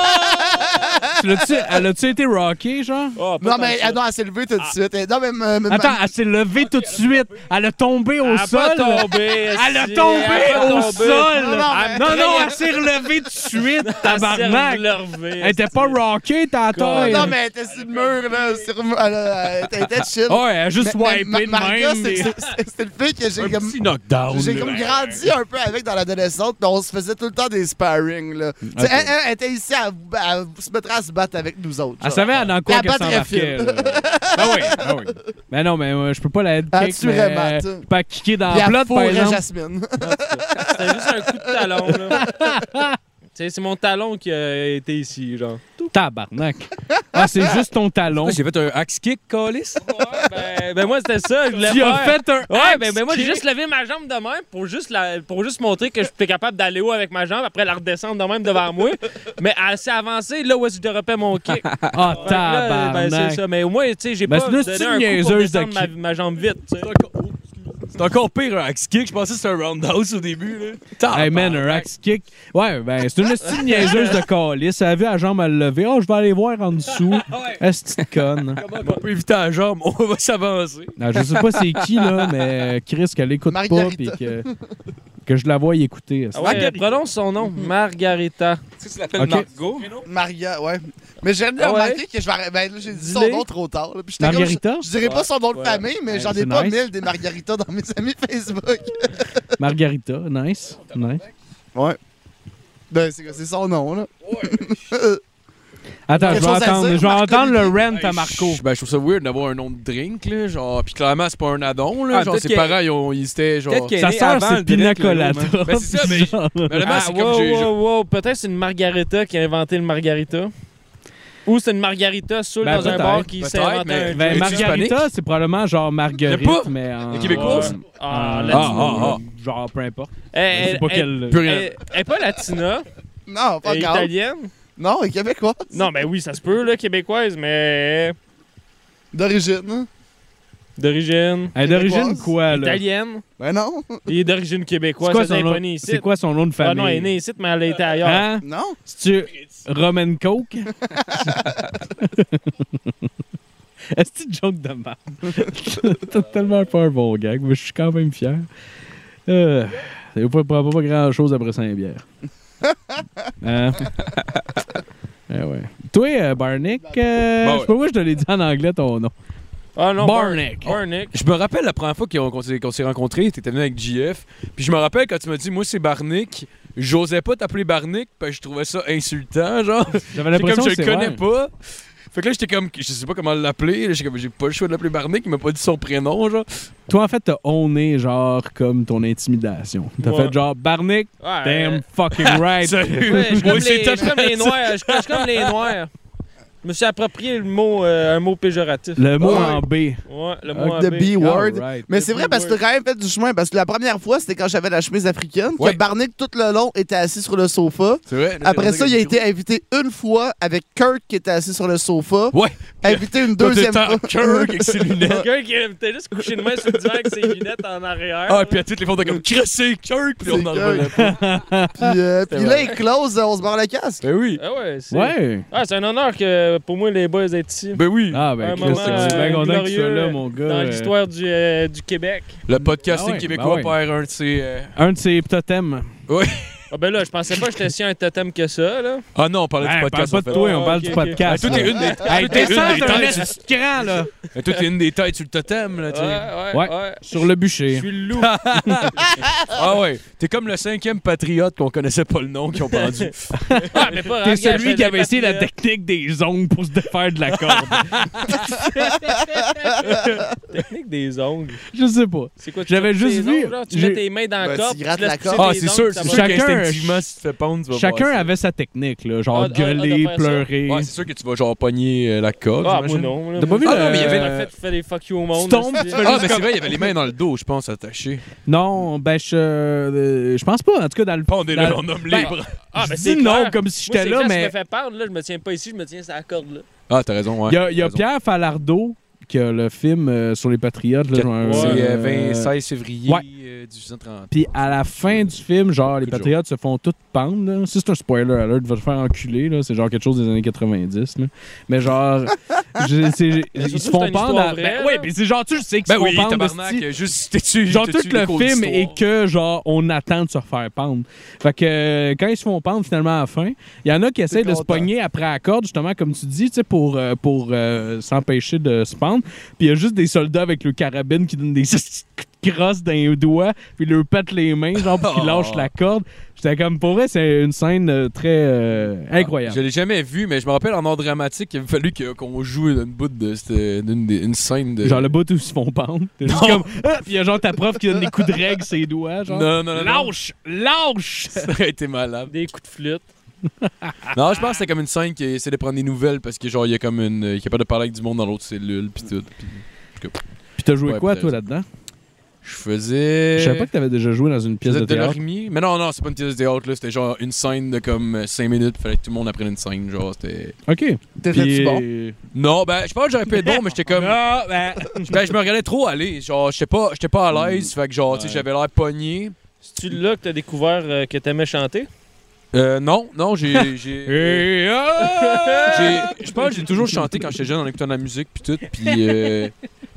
Tu l'as-tu- Elle a-tu été rockée, genre? Oh, pas Non, tant mais que ça. Ah. elle, non, elle s'est levée tout de suite. Elle- Non, mais. ma- ma- Attends, elle s'est levée tout de suite. Elle a tombé au Elle a pas sol. là. tombé. Elle a esti. tombé Elle a au pas tombé. sol. Non, non, mais- Non, non, elle s'est relevée tout de suite, tabarnak. Elle était pas rockée, ta Non, tête. non, mais elle était sur le mur, là. Sur le mur. Elle, a- elle était chill. Ouais, elle a juste Mais- mais wipé de Ma- Marga, même. c'est- mais- c'est- c'est- C'est le fait que j'ai comme. Petit knockdown. J'ai là. comme grandi un peu avec dans l'adolescente, mais on se faisait tout le temps des sparring. Là. Tu sais, Elle, elle était ici à, à- se mettre à se battre avec nous autres. Elle genre. savait dans quoi La qu'elle batterie s'embarquait. là. Ben oui, ben oui. Ben non, mais euh, je peux pas la head Ah, kick, tu mais vraiment, euh, tu- je peux pas kicker dans Puis la elle plot, par fourrait exemple. Jasmine. C'était juste un coup de talon, là. Tu sais, c'est mon talon qui a été ici, genre. Tabarnak. Ah, c'est juste ton talon. Ouais, J'ai fait un axe kick, Calis. ben, ben moi, c'était ça. Je voulais Tu as faire. fait un Ouais, ben, ben moi, j'ai kick. juste levé ma jambe de même pour juste, la, pour juste montrer que j'étais capable d'aller haut avec ma jambe, après la redescendre de même devant moi. Mais elle s'est avancée là où est-ce que je repais mon kick. Ah, Fait que là, ben, tabarnak. c'est ça. Mais au moins, tu sais, j'ai Ben, pas c'est là, donné c'est une un coup pour niaiseuse de descendre ma, kick. ma jambe vite, tu sais. C'est encore- oh, excuse. C'est encore pire un axe kick. Je pensais que c'était un roundhouse au début. Là. Hey man, un axe kick. Ouais, ben c'est une petite niaiseuse de calice. Elle a vu la jambe à le lever. Oh, je vais aller voir en dessous. Est-ce conne? Comment on peut éviter la jambe? On va s'avancer. Non, je sais pas c'est qui, là, mais euh, Chris, qu'elle écoute pas puis Margarita. que, que je la vois y écouter. esti. Ah ouais, prononce son nom, Mhm. Margarita. Tu sais, tu l'appelles Ok. Margot. Maria, ouais. Mais j'ai Ah ouais? remarqué que je vais- ben, là, j'ai dit son Dis-les. nom trop tard. là. Puis j'étais comme, je, Margarita? je dirais pas son nom de Ouais. famille, mais Ouais, j'en c'est ai pas nice. mille des margaritas dans mes amis Facebook. Margarita, nice. nice. Ouais. Ben, c'est c'est son nom, là. Attends, je Quelque vais chose à entendre, dire, je vais Marco entendre le rent à Hey, Marco. je- Ben, je trouve ça weird d'avoir un nom de drink, là. Genre, puis clairement, c'est pas un addon, là. Ah, genre, peut-être ses qu'elle- parents, ils, ont, ils étaient genre. Peut-être qu'elle est Sa née sœur, avant c'est le drink, Pina le gars, man. Colada. Ben, c'est ça, mais- Genre- Mais là-bas, Ah, c'est comme wow, j'ai. wow, wow. Peut-être c'est une Margarita qui a inventé le Margarita. Ou c'est une Margarita seule Ben, dans un peut-être, bar qui peut-être, s'est inventé mais- un Mais Ben, tu Margarita, hispanique? c'est probablement genre Marguerite, pas. mais en... Les Québécois, ça? Ah, Eh, en- latino. ah, ah. euh, Genre, peu importe. Elle- Ah. Je sais pas elle- quelle... euh, Plus elle- rien. elle- eh, elle est pas latina, Non, pas elle est grave. italienne. Non, elle est québécoise. Non, ben oui, ça se peut, là, québécoise, mais. D'origine. hein. D'origine. Elle est d'origine quoi, là? Italienne. Ben non. Il est d'origine québécoise. C'est quoi ça, son n'est nom- pas né ici. C'est quoi son nom de famille? Ah non, elle est née ici, mais elle était ailleurs. Hein? Non. C'est-tu Roman Coke? Est-ce que joke de merde? T'as tellement pas un bon gag, mais je suis quand même fier. Euh, ça ne pas, pas, pas grand-chose après Saint-Bière. Hein? Eh ouais. Toi, euh, Barnick, euh, Bah je ouais. sais pas pourquoi je te l'ai dit en anglais ton nom. Ah non, Barnick. Barnick. Je me rappelle la première fois qu'on qu'on s'est qu'on s'est rencontrés, t'étais venu avec JF. Puis je me rappelle quand tu m'as dit, moi c'est Barnick. J'osais pas t'appeler Barnick, parce que je trouvais ça insultant, genre. J'avais C'est l'impression comme que je c'est le connais ouais. pas. Fait que là, j'étais comme, je sais pas comment l'appeler. là, J'ai comme, j'ai pas le choix de l'appeler Barnick. Il m'a pas dit son prénom, genre. Toi, en fait, t'as honné, genre, comme ton intimidation. T'as Ouais. Euh, fait genre, Barnick, Ouais. damn fucking right. Sérieux. Ouais, je suis Moi, comme, c'est les- je top- suis comme les noirs. Je je suis comme les noirs. Je me suis approprié le mot, euh, un mot péjoratif. Le mot Ouais. en B. Ouais, le mot Avec The B-word. Alright. Mais c'est vrai parce que t'as quand même fait du chemin. Parce que la première fois, c'était quand j'avais la chemise africaine. Ouais. Que Barnick, tout le long, était assis sur le sofa. C'est vrai. Après ça, il a été invité une fois avec Kirk qui était assis sur le sofa. Ouais. Invité une deuxième fois. Kirk avec ses lunettes. Quelqu'un qui était juste couché de main sur le divan avec ses lunettes en arrière. Ah, puis à toutes les fois, t'es comme, Chris, c'est Kirk. Puis on C'est en Kirk. revenait pas. Puis, euh, puis là, il close, euh, on se barre le casque. Ben oui. Ah ouais, c'est Ouais. ah, c'est un honneur que pour moi les boys d'être ici. Ben oui. Ah, ben, Un Chris, moment, je suis bien euh, content que tu sois glorieux, là, mon gars. Dans Euh, l'histoire du, euh, du Québec. Le podcasting Ah ouais, québécois ben ouais. perd un de ses. euh, Un de ses totems. Ah ben là, je pensais pas que j'étais si un totem que ça là. Ah non, on parlait Hey, du on Ben, parle podcast. pas en de fait. toi, Ah Ah, on parle ok, du ok. podcast. Ben, tout est une des, hey, t'es descends, une des t'as un têtes sur- esti de cran, là. ben, toi, t'es une des têtes sur le totem, là, tu sais. ouais, Ouais. Sur le bûcher. suis le loup. Ah ouais. T'es comme le cinquième patriote qu'on connaissait pas le nom, qui ont pendu. Ah, T'es mais pas grave, gars, je celui qui avait l'ai essayé fait, la euh, technique des ongles pour se défaire de la corde. technique des ongles. Je sais pas. C'est quoi tu J'avais coupes tes juste vu- ongles, genre? Tu j'ai- mets tes mains dans Ben, le tu corps. grattes tu laisses la pousser corde. Ah, tes c'est sûr, ongles, ça c'est va- sûr Chacun- qu'instinctivement, si tu te fais pondre, tu vas Chacun passer. avait sa technique, là. Genre Ah, ah, gueuler, ah, de faire ça. pleurer. Ouais, c'est sûr que tu vas genre pogner euh, la corde. Ah, moi j'imagine. non. là. T'as pas vu Ah, le- non, mais il y avait le fait de faire des fuck you au monde. tombes, aussi. tu fais Ah, mais c'est vrai, il y avait les mains dans le dos, je pense, attachées. Non, ben, je. euh, Je pense pas. En tout cas, dans le. Pendez-le, dans- on homme Ben, libre. Ah, je mais dis c'est non, clair. comme si Moi, j'étais c'est là, quand mais. je me fais perdre, là, je me tiens pas ici, je me tiens sur la corde, là. Ah, t'as raison, ouais. Il y a, il y a T'as raison. Pierre Falardeau qui a le film euh, sur les Patriotes. Là, genre, C'est euh, euh, 26 février ouais. euh, 1830. Puis à la fin du film, genre, les Coup de Patriotes se font toutes pendre. là. Si c'est un spoiler alert, va te faire enculer. là. C'est genre quelque chose des années 90. là. Mais genre, je- c'est- ils surtout, se c'est font une pendre. histoire à- vraie, ben, là. ouais, mais c'est genre, tu sais qu'ils Ben se font oui, pendre. tabarnak, esti. euh, juste t'es-tu. Genre, t'es-tu tout le cours film d'histoire? est que, genre, on attend de se faire pendre. Fait que euh, quand ils se font pendre, finalement, à la fin, il y en a qui essayent de se content. pogner après la corde, justement, comme tu dis, tu sais, pour, euh, pour euh, s'empêcher de se pendre. Puis il y a juste des soldats avec le carabine qui donnent des crosses dans les doigts, puis ils leur pètent les mains, genre, pour qu'ils lâchent la corde. J'étais comme, pour vrai, c'est une scène euh, très euh, Je incroyable. l'ai jamais vu, mais je me rappelle en ordre dramatique, il a fallu que- qu'on joue une bout de cette- d'une des- une scène de. Genre, le bout où ils se font pendre. T'es juste Non. comme, ah! Puis il y a genre ta prof qui donne des coups de règle ses doigts, genre. Non, non, non. non. Lâche! Lâche! Ça aurait été malade. Des coups de flûte. Non, je pense que c'était comme une scène qui essaie de prendre des nouvelles parce que genre il y a comme une il est capable de parler avec du monde dans l'autre cellule puis tout. Puis Puis t'as joué Ouais, quoi, peut-être. toi, là-dedans? je faisais Je savais pas que t'avais déjà joué dans une Je pièce faisais de théâtre. Delormier. Mais non non, c'est pas une pièce de théâtre là, c'était genre une scène de comme 5 minutes, fallait que tout le monde apprenne une scène, genre c'était OK. T'étais-tu bon? Non, ben je pense que j'aurais pu être bon, mais j'étais comme Ah, ben... ben je me regardais trop aller, genre j'étais pas j'étais pas Hmm. à l'aise, fait que genre tu sais j'avais l'air pogné. C'est-tu là que t'as découvert euh, que t'aimais chanter? Euh, non, non, j'ai j'ai Et euh, ah! J'ai- Je pense que j'ai toujours chanté quand j'étais jeune en écoutant de la musique puis tout. Puis euh,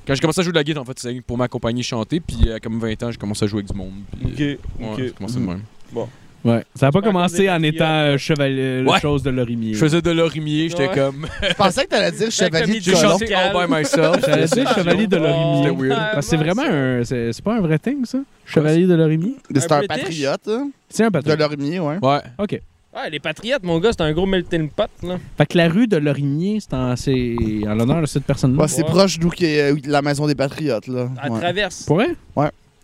quand j'ai commencé à jouer de la guitare, en fait, c'est pour m'accompagner chanter. Puis à comme 20 ans, j'ai commencé à jouer avec du monde. Puis, Ok, euh, ouais, ok. j'ai commencé de Hmm. même. Ouais, ça a pas commencé en Patriotes. étant euh, chevalier, la Ouais. chose de l'orimier. Je faisais de l'orimier, j'étais Ouais. comme. Je pensais que t'allais dire chevalier comédie de J'ai Colon. colon. chanté All by myself. J'allais dire C'était- chevalier de C'était l'orimier. Ah, weird. Parce que c'est vraiment un... C'est c'est pas un vrai thing, ça? Chevalier de l'orimier? C'est un British? patriote, hein, C'est un de patron. l'ormier, ouais. Ouais. OK. Ah, les Patriotes, mon gars, c'est un gros melting pot, là. Fait que la rue de l'orimier, c'est en, c'est en l'honneur de cette personne-là. Ouais, c'est Ouais. proche d'où qu'est euh, la maison des patriotes, là. Elle Ouais. traverse. Pour vrai?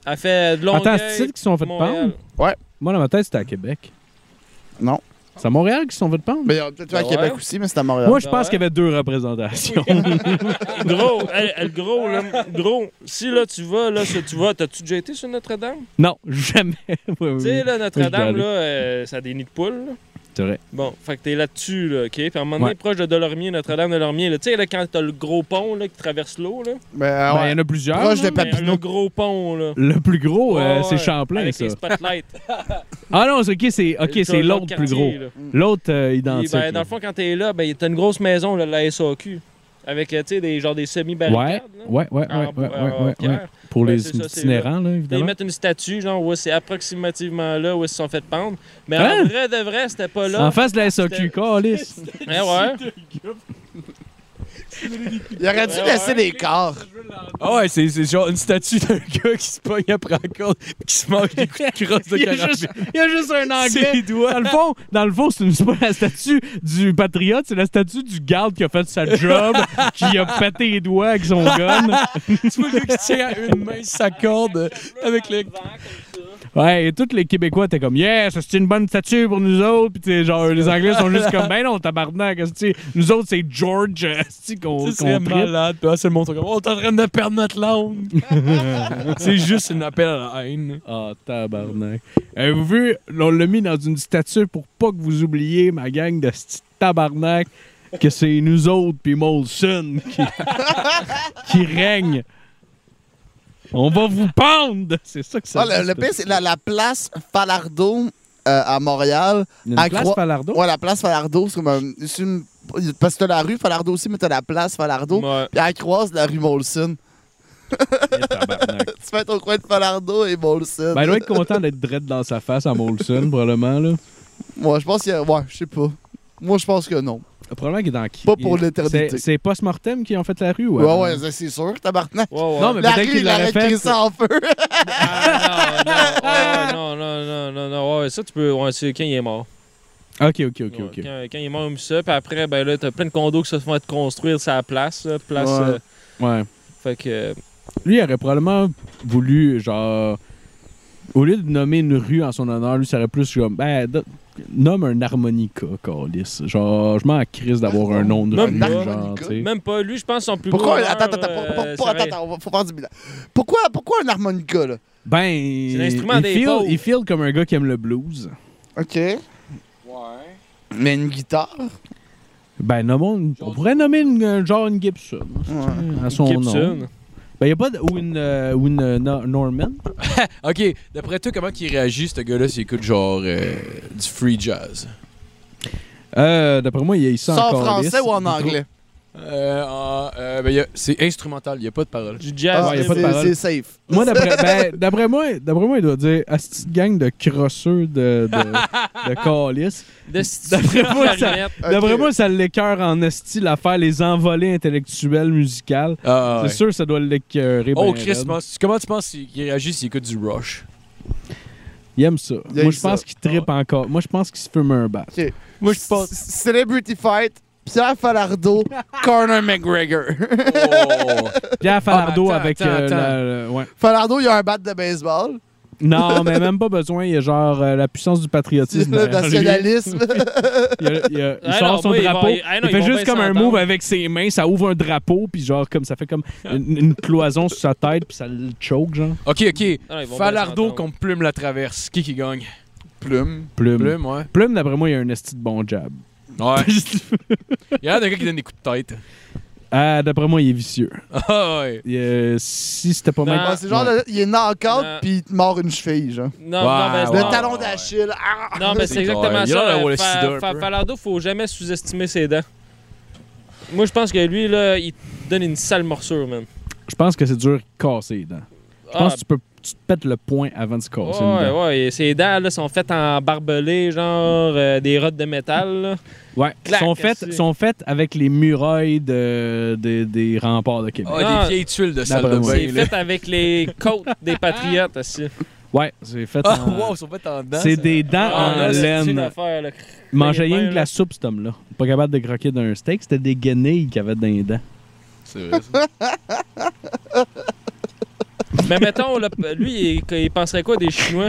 Elle fait de longueuil. Attends, c'est ici qu'ils sont fait Montréal. pendre? Moi, dans ma tête, c'était à Québec. Non. C'est à Montréal qu'ils se sont fait pendre? Mais il y a peut-être à Ouais. Québec aussi, mais c'est à Montréal. Moi, je Ah ouais? pense qu'il y avait deux représentations. Ah, Gros, elle, elle, gros, là, gros, si là tu vas, là, si tu vas, t'as-tu déjà été sur Notre-Dame? non, jamais. Ouais, ouais, Tu ouais. sais, là, Oui, Euh, je dois Notre-Dame, aller. là, euh, ça a des nids de poules, là. C'est vrai. Bon, fait que t'es là-dessus, là, OK? Puis à un moment donné, Ouais. proche de Delormier, Notre-Dame-Delormier, là, tu sais, là, quand t'as le gros pont, là, qui traverse l'eau, là, Ben, ah Ben, Il ouais. y en a plusieurs. Proche de là, mais- ben, le gros pont, là. Le plus gros, euh, Ouais, c'est ouais, Champlain, avec ça. les spotlights. Ah non, c'est- ok, c'est ok, T'as c'est l'autre plus gros. quartier, là. L'autre euh, Puis, identique. ben, dans là. le fond, quand t'es là, ben, t'as une grosse maison, là, de la SAQ, avec, euh, tu sais, des, genre des Ouais, semi-barricades, là, Ah, ouais, ouais, ouais, en- ouais, ouais, en ouais, pierre. ouais. Pour Ben, les c'est ça, c'est itinérants, là, Ils évidemment. mettent une statue, genre, ouais, c'est approximativement là où ils se sont fait pendre. Mais Hein? en vrai de vrai, c'était pas là. En face de la SAQ, C'était- calice. Ouais, ouais. Il aurait dû Ouais, laisser ouais. des corps. Ah ouais, c'est c'est genre une statue d'un gars qui se pogne après la corde pis qui se mange des coups de crosse de Il y, a carabine. juste, il y a juste un anglais. Ses doigts. Dans le fond, dans le fond, c'est une- c'est pas la statue du patriote, c'est la statue du garde qui a fait sa job, qui a pété les doigts avec son gun. Tu vois le gars qui tient à une main sa corde euh, avec le... Ouais, et tous les Québécois étaient comme Yes, c'est une bonne statue pour nous autres. Puis, tu sais, genre, les Anglais sont juste comme Ben non, tabarnak. esti. Nous autres, c'est George euh, esti, qu'on Ça qu'on serait tripe. malade. Puis là, c'est le monde sont comme « On est en train de perdre notre langue! » C'est juste un appel à la haine. Ah, tabarnak. Avez-vous vu, on l'a mis dans une statue pour pas que vous oubliez, ma gang de sti- tabarnak, que c'est nous autres puis Molson qui, qui règne. On va vous pendre! C'est ça que ça Ah, le, le pire, c'est la, la place Falardeau euh, à Montréal. Une à place Croix- Falardeau? Ouais, la place Falardeau, c'est comme un- c'est une- Parce que t'as la rue Falardeau aussi, mais t'as la place Falardeau. Ouais. Puis elle croise la rue Molson. Tabarnak. Tu fais ton coin de Falardeau et Molson. Ben, il doit être content d'être drette dans sa face à Molson, probablement, là. Moi, je pense qu'il y a... Ouais, je sais pas. Moi, je pense que non. Le problème qu'il est dans qui Pas pour il- l'éternité. c'est- C'est post-mortem qui ont fait la rue, ouais. Ouais, ouais, ça, c'est sûr, tabarnak. Ouais, ouais. Non, mais La peut-être rue, qu'il il l'aurait aurait fait. créé ça en feu. Ah, non, non, ouais, ouais, non, non, non, non, non, ouais, ça, tu peux. Ouais, c'est quand il est mort. Ok, ok, ok, Ouais, ok. Quand, quand il est mort, on met ça. Puis après, ben là, t'as plein de condos qui se font être construire sa place. là, place Ouais. euh, Ouais. fait que. euh, Lui, il aurait probablement voulu, genre. Au lieu de nommer une rue en son honneur, lui, ça aurait plus comme. Ben, do- nomme un harmonica, Calis. Genre, je m'en crise d'avoir un nom de Nomme rue, pas. genre, Harmonica. tu sais. Même pas lui, je pense, son plus Pourquoi... gros. honneur, Attends, attends, attends, euh, pour- pour- pour- ça aurait- attends, on va- faut faire du bilan. Pourquoi, pourquoi un harmonica, là? Ben. un instrument il des feel, pauvres. il feel comme un gars qui aime le blues. OK. Ouais. Mais une guitare? Ben, nommons. une- On pourrait nommer une, euh, genre une Gibson. Ouais. À son nom. Gibson. Ben, y a pas de. Ou une, euh, ou une euh, No- Norman. OK, d'après toi, comment il réagit, ce gars-là, s'il écoute genre euh, du free jazz? Euh, d'après moi, il y a ici Ça en encore. français ou en anglais? Euh, en- euh, ben, il y a- c'est instrumental, il n'y a pas de parole. Du jazz. Ah, ouais, y a c'est- pas de parole. C'est safe. Moi, d'après ben, d'après moi, d'après moi, il doit dire à cette gang de crosseux de, de, de calice. de sti- D'après moi, ça- clarinette. D'après Ok. moi, ça l'écœure en esti l'affaire, les envolées intellectuelles musicales. Ah, ouais. C'est sûr, ça doit l'écœurer. Oh, ben Chris, raide. pense- comment tu penses qu'il réagit s'il écoute du Rush? Il aime ça. Il aime moi, je ça. pense qu'il trippe encore. Moi, je pense qu'il se fume un bat. Moi, je pense... C- Celebrity Fight, Pierre Falardeau, Conor McGregor. Oh. Pierre Falardeau mais attends, avec. attends, euh, attends. la- la- ouais. Falardeau, il a un bat de baseball. Non, mais même pas besoin. Il y a genre euh, la puissance du C'est patriotisme. le derrière lui. nationalisme. Il, a- il a- il Ah sort non, son moi, il va- drapeau. il- ah non, il ils fait vont juste bien comme un s'entendre. move avec ses mains. Ça ouvre un drapeau, puis genre, comme ça fait comme une, une cloison sur sa tête, puis ça le choke, genre. OK, OK. Ah, ils vont bien Falardo s'entendre. contre Plume la traverse. Qui qui gagne? Plume. Plume. Plume, Plume, ouais. d'après moi, il y a un esti de bon jab. Ouais. Il y a un gars qui donne des coups de tête. Ah, d'après moi, il est vicieux. Ah ouais. Il, euh, si c'était pas mal. Ah, Ouais, c'est genre, le- il est Non. knock-out puis il te mord une cheville, genre. Non, Ouais, non, mais Le ouais. non, talon d'Achille. ah! non, mais c'est C'est clair. exactement Il a l'air ça. d'avoir le euh, sida un Fa- Fa- peu. Falardo, faut jamais sous-estimer ses dents. Moi, je pense que lui, là, il te donne une sale morsure, man. Ah, Je pense que c'est dur de casser les dents. Je pense que tu peux tu te pètes le poing avant de se casser. une Ouais, dent. ouais, et ses dents là, sont faites en barbelé, genre euh, des rottes de métal. là. Ouais. Clac, sont, faites, assis. sont faites avec les murailles de, de- des remparts de Québec. Ah, Non. des vieilles tuiles de salle de D'après moi. C'est bain. là. fait avec les côtes des patriotes aussi. Ouais, c'est fait. Ah, en- wow, ils sont fait en dedans. c'est ça. des dents Ah, en là, c'est une laine. affaire, là. Il mangeait Ben, rien que de là. la soupe, cet homme-là. Pas capable de croquer d'un steak, c'était des guenilles qu'il avait dans les dents. C'est vrai, ça. Mais mettons, là, p- lui, il, il penserait quoi des Chinois?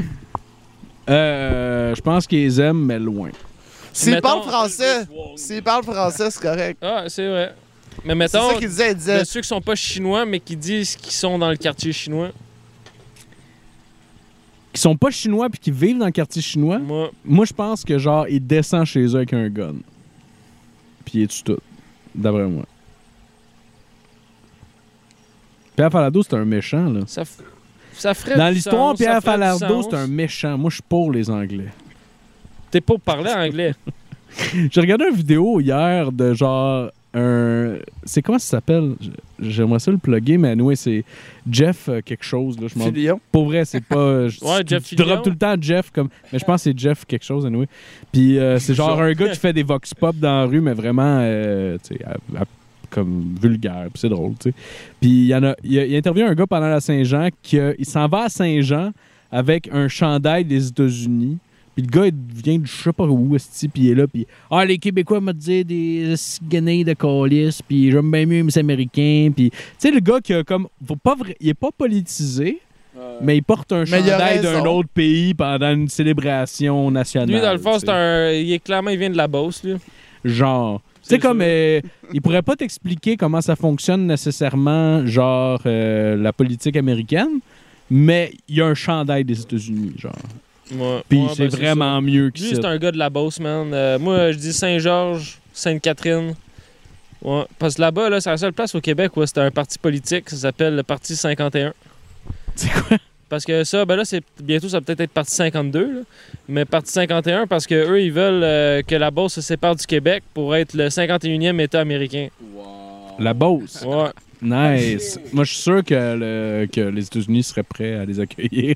Euh, je pense qu'ils les aiment, mais loin. S'il Mettons- parle français, s'il parle français, c'est correct. Ah, c'est vrai. Mais C'est mettons, ça qu'il disait, il de disait. ceux qui sont pas chinois, mais qui disent qu'ils sont dans le quartier chinois. Qui qui sont pas chinois puis qui vivent dans le quartier chinois, Moi, moi je pense que genre il descend chez eux avec un gun. Puis il tue tout. D'après moi. Pierre Falardeau, c'est un méchant, là. ça, f- ça ferait Dans du l'histoire, sens, ça Pierre ferait du Falardeau, sens. c'est un méchant. Moi, je suis pour les Anglais. T'es pas pour parler anglais. J'ai regardé une vidéo hier de genre un. C'est comment ça s'appelle J- J'aimerais ça le plugger, mais anyway, c'est Jeff euh, quelque chose. Là, je m'en- Filion. Pour vrai, c'est pas. je- Ouais, tu- Jeff tu droppes Fillion. tout le temps Jeff comme. Mais je pense que c'est Jeff quelque chose, anyway. Puis euh, c'est genre un gars qui fait des vox pop dans la rue, mais vraiment, euh, tu sais, à- à- comme vulgaire. Puis c'est drôle, tu sais. Puis il y en a. Il a, il a interviewé un gars pendant la Saint-Jean qui euh, il s'en va à Saint-Jean avec un chandail des États-Unis. Puis le gars, il vient de je sais pas où, esti, puis il est là, puis « Ah, les Québécois me disaient des guenilles de colis, puis j'aime bien mieux les Américains, puis... » Tu sais, le gars qui a comme... faut pas vra- Il est pas politisé, mais il porte un Mais il a chandail d'un raison. autre pays pendant une célébration nationale. Lui, dans le fond, tu c'est sais. un. Il est clairement, il vient de la Beauce, lui. Genre... Tu sais, C'est comme... sûr. euh, il pourrait pas t'expliquer comment ça fonctionne nécessairement, genre, euh, la politique américaine, mais il y a un chandail des États-Unis, genre. Ouais. Puis Ouais, c'est ben, vraiment mieux ça. que Lui, c'est un gars de la Beauce, man. Euh, moi, je dis Saint-Georges, Sainte-Catherine. Ouais. Parce que là-bas, là, c'est la seule place au Québec où c'était un parti politique. Ça s'appelle le Parti 51. C'est quoi? Parce que ça, ben là, c'est bientôt, ça va peut-être être Parti 52, là. mais Parti 51, parce que eux, ils veulent euh, que la Beauce se sépare du Québec pour être le 51e État américain. La Beauce. Ouais. Nice. Moi, je suis sûr que, le- que les États-Unis seraient prêts à les accueillir.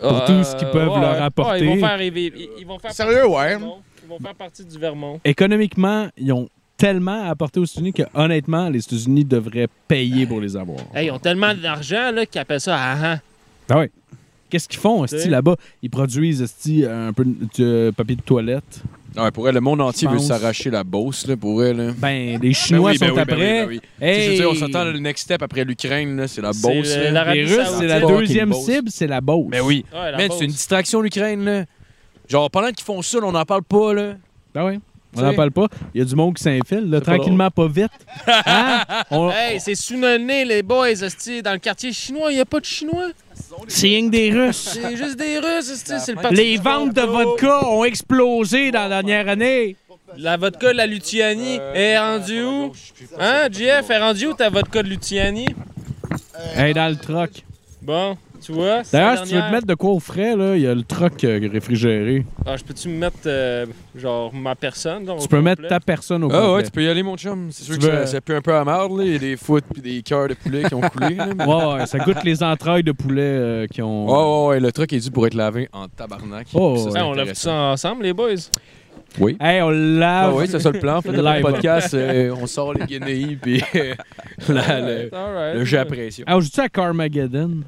Pour tout ce qu'ils peuvent leur apporter. Euh, Ah, ils vont faire, ils, ils- ils vont faire Sérieux, partie du ouais. Vermont. Ils vont faire partie du Vermont. Économiquement, ils ont tellement apporté aux États-Unis que, honnêtement, les États-Unis devraient payer pour les avoir. Hey, ils ont tellement d'argent là, qu'ils appellent ça ah, ah. Ah ouais. Qu'est-ce qu'ils font, esti, T'sais. là-bas? Ils produisent, esti, un peu de de papier de toilette. Ouais, pour elle, le monde entier veut pense. s'arracher la bosse, là, pour elle. là. Ben, les Ben Chinois oui, ben sont oui, ben après. oui, ben oui. Tu sais, Je Hey! veux dire, on s'entend, là, le next step après l'Ukraine, là, c'est Ah, la C'est bosse. le- là. l'Arabie les Russes, Saoudite. c'est la Fucking deuxième Beauce. cible, c'est la Beauce. Ben oui. Ouais, la Man, Beauce. c'est une distraction, l'Ukraine, là. Genre, pendant qu'ils font ça, là, on n'en parle pas, là. Ah ouais. On T'sais. n'en parle pas. Il y a du monde qui s'infile, là, C'est pas tranquillement, pas vite. Hein? On- Hey, c'est Sunonné, les boys, esti. Dans le quartier chinois, il n'y a pas de chinois. C'est rien que des Russes. C'est juste des Russes, esti. C'est le parti Les du ventes de Vermont. vodka ont explosé dans la dernière année. La vodka de la Lutiani Euh, est rendue où? Hein, JF, est rendue où ta vodka de Lutiani? Hey, dans le troc. Bon, tu vois. c'est la D'ailleurs, si tu veux te dernière. mettre de quoi au frais, là, il y a le troc euh, réfrigéré. Ah, je peux-tu me mettre, euh, genre, ma personne? donc, Tu au peux mettre complet? ta personne au Ah complet. ouais, tu peux y aller, mon chum. C'est sûr que Tu veux- ça, ça pue un peu à marde, là. Il y a des foot puis des cœurs de poulet qui ont coulé, là. mais- Ouais, ouais, ça goûte les entrailles de poulet euh, qui ont. Ouais, ouais, ouais, le truc est dû pour être lavé en tabarnak. Oh, Puis ça, c'est Hey, on lève intéressant. ça ensemble, les boys? Hey, on Ah lave. oui, c'est ça le plan. En fait, Le après le live. podcast, euh, on sort les guenilles, puis euh, la- le, Alright. le jeu à pression. Ah, on joue-tu à Carmageddon?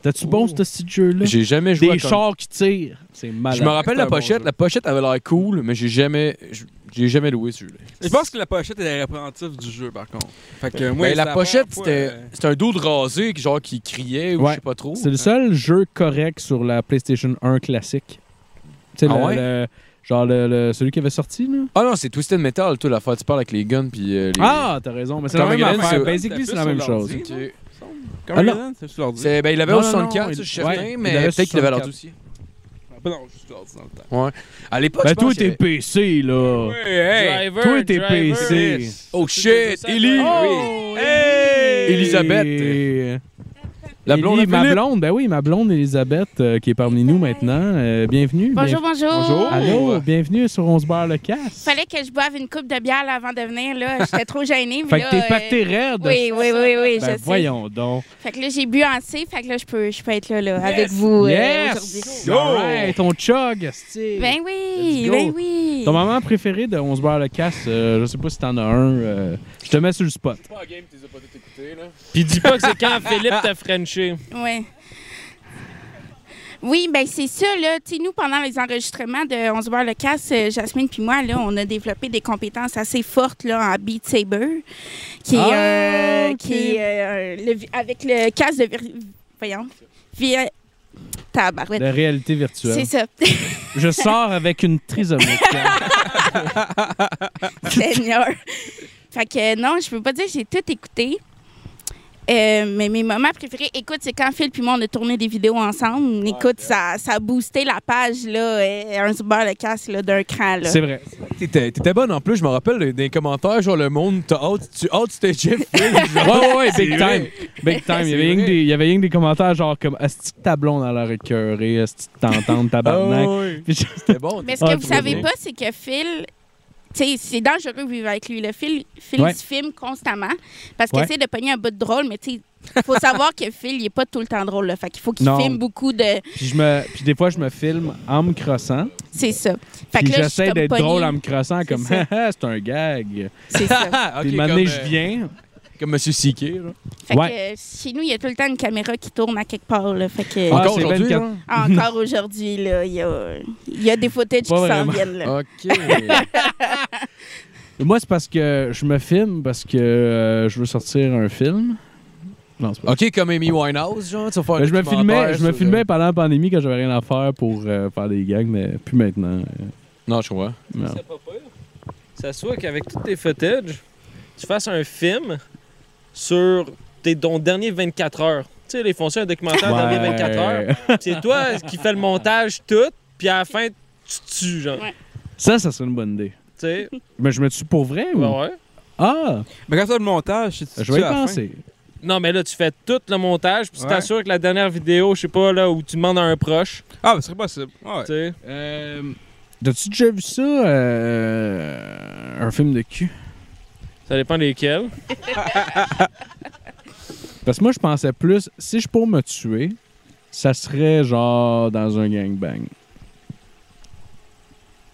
T'as-tu bon, ce petit jeu-là? J'ai jamais joué à Des Con- chars qui tirent. C'est malade. Je me rappelle C'est la un bon pochette. jeu. la pochette avait l'air cool, mais j'ai jamais, j- j'ai jamais loué celui-là. Je pense que la pochette est répréhensive du jeu, par contre. Fait que, moi, Ben, c'est la pochette, première fois, c'était c'était un dos de rasé qui, genre, qui criait ou Ouais. je sais pas trop. C'est le seul jeu correct sur la PlayStation 1 classique. Tu sais, Ah le- ouais? le- genre le- le- celui qui avait sorti, là. Ah non, c'est Twisted Metal, toi, la fois tu parles avec les guns puis euh, les. Ah, t'as raison, mais c'est la même Carmageddon, affaire. c'est- Basically, c'est la même chose. Ok. Comme Ah, non. Resident, c'est sur l'ordi. C'est- ben, il avait Non, au non, 64, non, ça, je suis il- ouais, certain, il mais l'avait au peut-être qu'il avait l'ordi 64. aussi. Ah, ben non, je suis sur l'ordi dans le temps. À l'époque, Ben, je pense toi, qu'il y t'es avait- PC, là. Hey, Driver, Toi, t'es driver. PC. Oh shit, C'est- Ellie! Oh, Hey! Elisabeth. La blonde Ellie, à ma Philippe. blonde, ben oui, ma blonde Elisabeth euh, qui est parmi nous maintenant. Euh, bienvenue. Bonjour, bonjour. Bonjour. Bien- Allô, bienvenue sur On se barre le casse. Fallait que je boive une coupe de bière là, avant de venir, là. J'étais trop gênée. mais Fait là, que t'es euh, pâté raide. Oui, oui, oui, oui, Ben je voyons donc. sais. Fait que là, j'ai bu assez, fait que là, je peux, je peux être là, là avec vous euh, aujourd'hui. yes! Alright, on chug, esti. Ben oui, Let's go. ben oui. Ton moment préféré de On se barre le casse, euh, je sais pas si t'en as un, euh, je te mets sur le spot. Pis dis pas que c'est quand Philippe t'a frenché. Ouais. Oui, ben c'est ça, là. Tu sais, nous, pendant les enregistrements de On se voit le casse, euh, Jasmine puis moi, là, on a développé des compétences assez fortes, là, en Beat Saber, qui est, Ah, euh, ok. qui est, euh, le vi- avec le casque de... vir- Voyons. Vi- Tabarouette. La réalité C'est virtuelle. ça. Je sors avec une trisomique. Seigneur. fait que euh, non, je peux pas dire que j'ai tout écouté. Euh, mais mes moments préférés, écoute, c'est quand Phil puis moi, on a tourné des vidéos ensemble. Écoute, ça, ça a boosté la page, là, euh, un super le casse là, d'un cran, là. C'est vrai. T'étais t'étais bonne en plus, je me rappelle des- des commentaires, genre le monde, t'as out, tu out c'était Jeff. Ouais, ouais, ouais, big C'est time. vrai. Big time. Il y C'est avait rien que vrai. des- il y avait rien que des commentaires genre comme Asti que ta blonde à l'air écœurée, Asti que t'entends, Oh. tabarnak. Puis je- Ah, C'était bon. Mais ce que Ah, vous tu vois savez bien. pas, c'est que Phil, tu sais, c'est dangereux de vivre avec lui. Le Phil, Phil Ouais. se filme constamment parce qu'il Ouais. essaie de pogner un bout de drôle, mais tu sais, faut savoir que Phil, il est pas tout le temps drôle. Là. Fait qu'il faut qu'il Non. filme beaucoup de. Puis, je me, puis des fois, je me filme en me crossant. C'est ça. Fait Puis que là, je suis j'essaie comme d'être pognée. drôle en me crossant, comme ça. Haha, c'est un gag. C'est ça. Ah, ok, puis maintenant, je viens. Comme Monsieur Siké, là. Fait que Ouais. euh, chez nous, il y a tout le temps une caméra qui tourne à quelque part. Là. Fait que, Ah, Encore c'est aujourd'hui, 24. genre? encore aujourd'hui, là, il y a, il y a des footages qui Pas s'en vraiment. Ah. viennent. Là. OK. Moi, c'est parce que je me filme parce que euh, je veux sortir un film. Non, c'est pas OK, comme Amy Winehouse, genre, tu vas faire Ben, un je me documentaire filmais, je me sur- euh, filmais pendant la pandémie quand j'avais rien à faire pour euh, faire des gags, mais plus maintenant. euh, Non, je crois. non. C'est pas pire. Ça se voit qu'avec tous tes footages, tu fasses un film sur tes, ton dernier 24 heures. Tu sais, les fonctions un documentaire dernier 24 heures. Ouais. Puis C'est toi qui fais le montage tout, puis à la fin, tu te tues, genre. Ouais. Tu Ça, ça serait une bonne idée. sais, Mais je me tue pour vrai ou ouais, ouais. Ah, Mais quand t'as le montage, c'est je vais y penser. Non, mais là, tu fais tout le montage, puis tu Ouais. t'assures que la dernière vidéo, je sais pas, là, où tu demandes à un proche, Ah, mais ce serait possible. Ah ouais. tu sais. Euh, T'as-tu déjà vu ça euh, un film de cul Ça dépend desquels. Parce que moi, je pensais plus si je pour me tuer, ça serait genre dans un gangbang.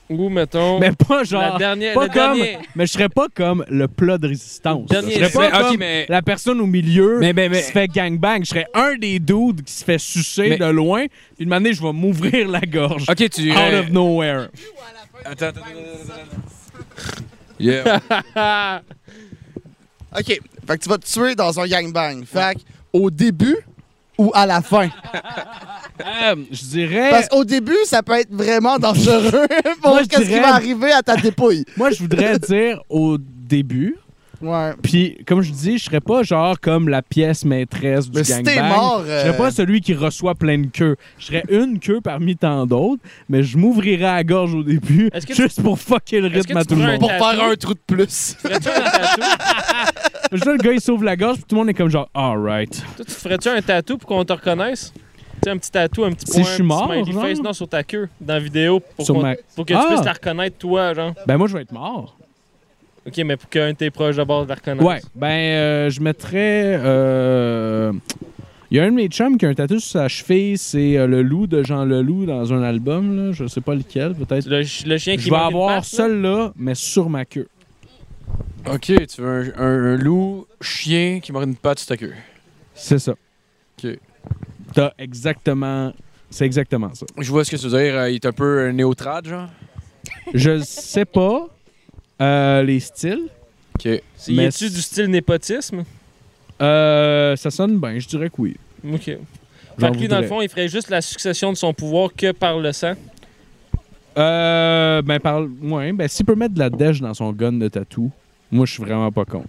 Ou, mettons, Mais pas la genre. dernière, pas le comme- dernier. Mais je serais pas comme le plat de résistance. là. Je Dernier serais pas essai. comme mais... la personne au milieu Mais, mais, qui se fait gangbang. Je serais un des dudes qui se fait sucer ben, Mais- de loin, puis une année, je vais m'ouvrir la gorge. OK, tu... Out of nowhere. Attends, attends, Yeah. OK. Fait que tu vas te tuer dans un gangbang. Fait que au début ou à la fin? Euh, je dirais. Parce qu'au début, ça peut être vraiment dangereux pour Moi, je qu'est-ce qui dirais- va arriver à ta dépouille. Moi, je voudrais dire au début. Ouais. Puis, comme je dis, je serais pas genre comme la pièce maîtresse du Mais si gangbang. t'es mort... Je euh, serais pas celui qui reçoit plein de queues. Je serais une queue parmi tant d'autres, mais je m'ouvrirais à la gorge au début Est-ce que tu- juste pour fucker le Est-ce rythme que à tu tout le ferais un monde. Pour faire un trou de plus. Ferais-tu un tatou? Juste le gars, il s'ouvre la gorge, puis tout le monde est comme genre, alright. Toi, tu ferais-tu un tatou pour qu'on te reconnaisse? Tu sais, un petit tatou, un petit Si point, je suis un petit mort, smiley genre? face, non, sur ta queue, dans la vidéo, pour, Sur qu'on- ma- pour que Ah! tu puisses la reconnaître, toi, genre. Ben, moi, je vais être mort. OK, mais pour qu'un de tes proches d'abord la reconnaisse. Ouais, ben, euh, je mettrais. euh, Il y a un de mes chums qui a un tatou sur sa cheville, c'est euh, le loup de Jean Leloup dans un album, là. je sais pas lequel, peut-être. Le, ch- le chien qui Je vais manque une avoir patte, là. celle-là, mais sur ma queue. OK, tu veux un, un- un loup chien qui mord une patte sur ta queue. C'est ça. Ok. T'as exactement. C'est exactement ça. Je vois ce que tu veux dire. euh, Il est un peu euh, néo-trad, genre. Je sais pas euh, les styles. OK. Si- Y Mais tu c- du style népotisme? Euh, ça sonne bien, je dirais que oui. OK. Fait J'en que lui, dans le voudrais. fond, il ferait juste la succession de son pouvoir que par le sang. Euh, ben, par... ouais, ben, s'il peut mettre de la dèche dans son gun de tatou, moi, je suis vraiment pas con.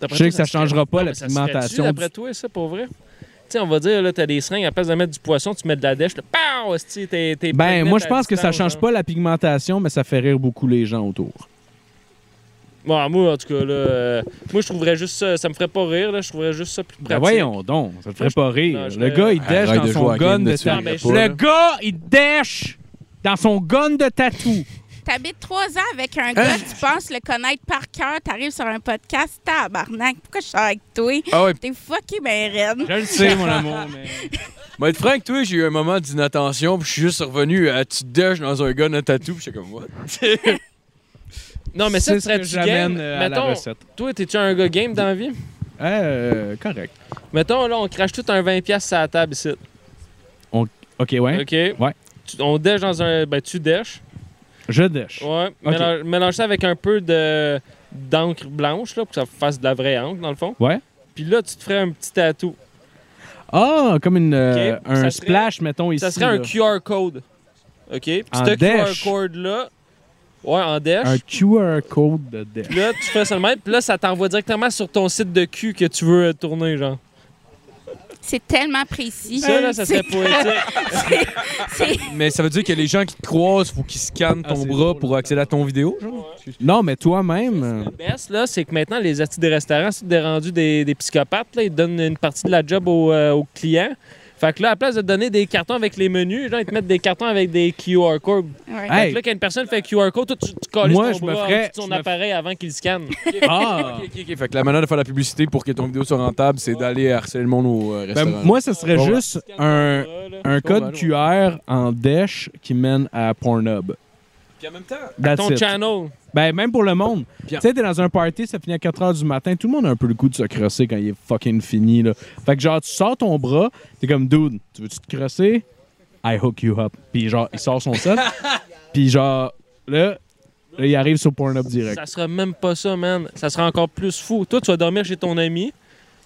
D'après Je sais toi, que ça se ferait- changera pas Non, la mais ça se ferait-tu, pigmentation D'après du- toi, ça, pour vrai? Tu sais, on va dire, là, t'as des seringues, à place de mettre du poisson, tu mets de la dèche, là, pow! esti, t'es- t'es Ben, pregnant moi, je à pense que ça distance, hein. change genre. pas la pigmentation, mais ça fait rire beaucoup les gens autour. Ben, Ouais, moi, en tout cas, là, euh, moi, je trouverais juste ça, ça me ferait pas rire, là, je trouverais juste ça plus pratique. Ben, voyons donc, ça te ferait pas rire. Non, je le vais- gars, il dèche Arrête dans de son jouer à la gun game de de Non, tatou. mais tatou. Le Là. gars, il dèche dans son gun de tatou. T'habites trois ans avec un gars, tu penses le connaître par cœur, t'arrives sur un podcast, tabarnak, pourquoi je suis avec toi? Ah ouais, T'es fucking ben raide. Je le sais, mon amour, mais. Moi, être franc avec toi, j'ai eu un moment d'inattention, puis je suis juste revenu à tu dèches dans un gun à tatou, puis j'étais comme what? Non, mais ça, C'est tu ce que serais-tu game? j'amène euh, à la Mettons, recette. toi, t'es-tu un gars game dans la vie? Euh, correct. Mettons, là, on crache tout un 20$ sur la table ici. Ok, ouais. OK? Ouais. on dèche dans un. Ben, tu dèches. Je dèche. Ouais. Mélange, mélange ça avec un peu de d'encre blanche, là, pour que ça fasse de la vraie encre, dans le fond. Ouais. Puis là, tu te ferais un petit tatou. Ah, comme une, euh, Ok, un ça serait- splash, mettons, ici. Ça serait un là. QR code. OK? Puis En ce QR dèche. code-là, Ouais, en dèche. Un QR code de death. Puis là, tu fais seulement, puis là, ça t'envoie directement sur ton site de cul que tu veux euh, tourner, genre. C'est tellement précis. Ça, là, ça serait poétique. Mais ça veut dire que les gens qui te croisent, faut qu'ils scannent Ah, ton c'est bras drôle, pour accéder à ton vidéo. genre. Non, mais toi-même. euh, Le best, là, c'est que maintenant, les artistes des restaurants, c'est des rendus des, des psychopathes, là, ils donnent une partie de la job aux, euh, aux clients. Fait que là, à la place de donner des cartons avec les menus, genre, ils te mettent des cartons avec des QR codes. Ouais. Fait euh, Hey. que là, quand une personne fait QR code, toi, tu, tu colles Moi, ton je me bras en ferais- dessous de son je me f- appareil avant qu'il scanne. Ah! Ok, ok, ok. Fait que la manière de faire la publicité pour que ton vidéo soit rentable, c'est d'aller harceler le monde au euh, Ben, restaurant. moi, ce serait Bon, ouais. juste un, un Bon, code QR en dèche qui mène à Pornhub. Puis en même temps, That's Ton it. channel. Ben, même pour le monde. Tu Bien. sais, t'es dans un party, ça finit à 4 h du matin, tout le monde a un peu le goût de se crosser quand il est fucking fini, là. Fait que genre, tu sors ton bras, t'es comme, dude, tu veux-tu te crosser? I hook you up. Puis genre, il sort son set. Puis genre, là, là, il arrive sur Pornhub direct. Ça sera même pas ça, man. Ça sera encore plus fou. Toi, tu vas dormir chez ton ami.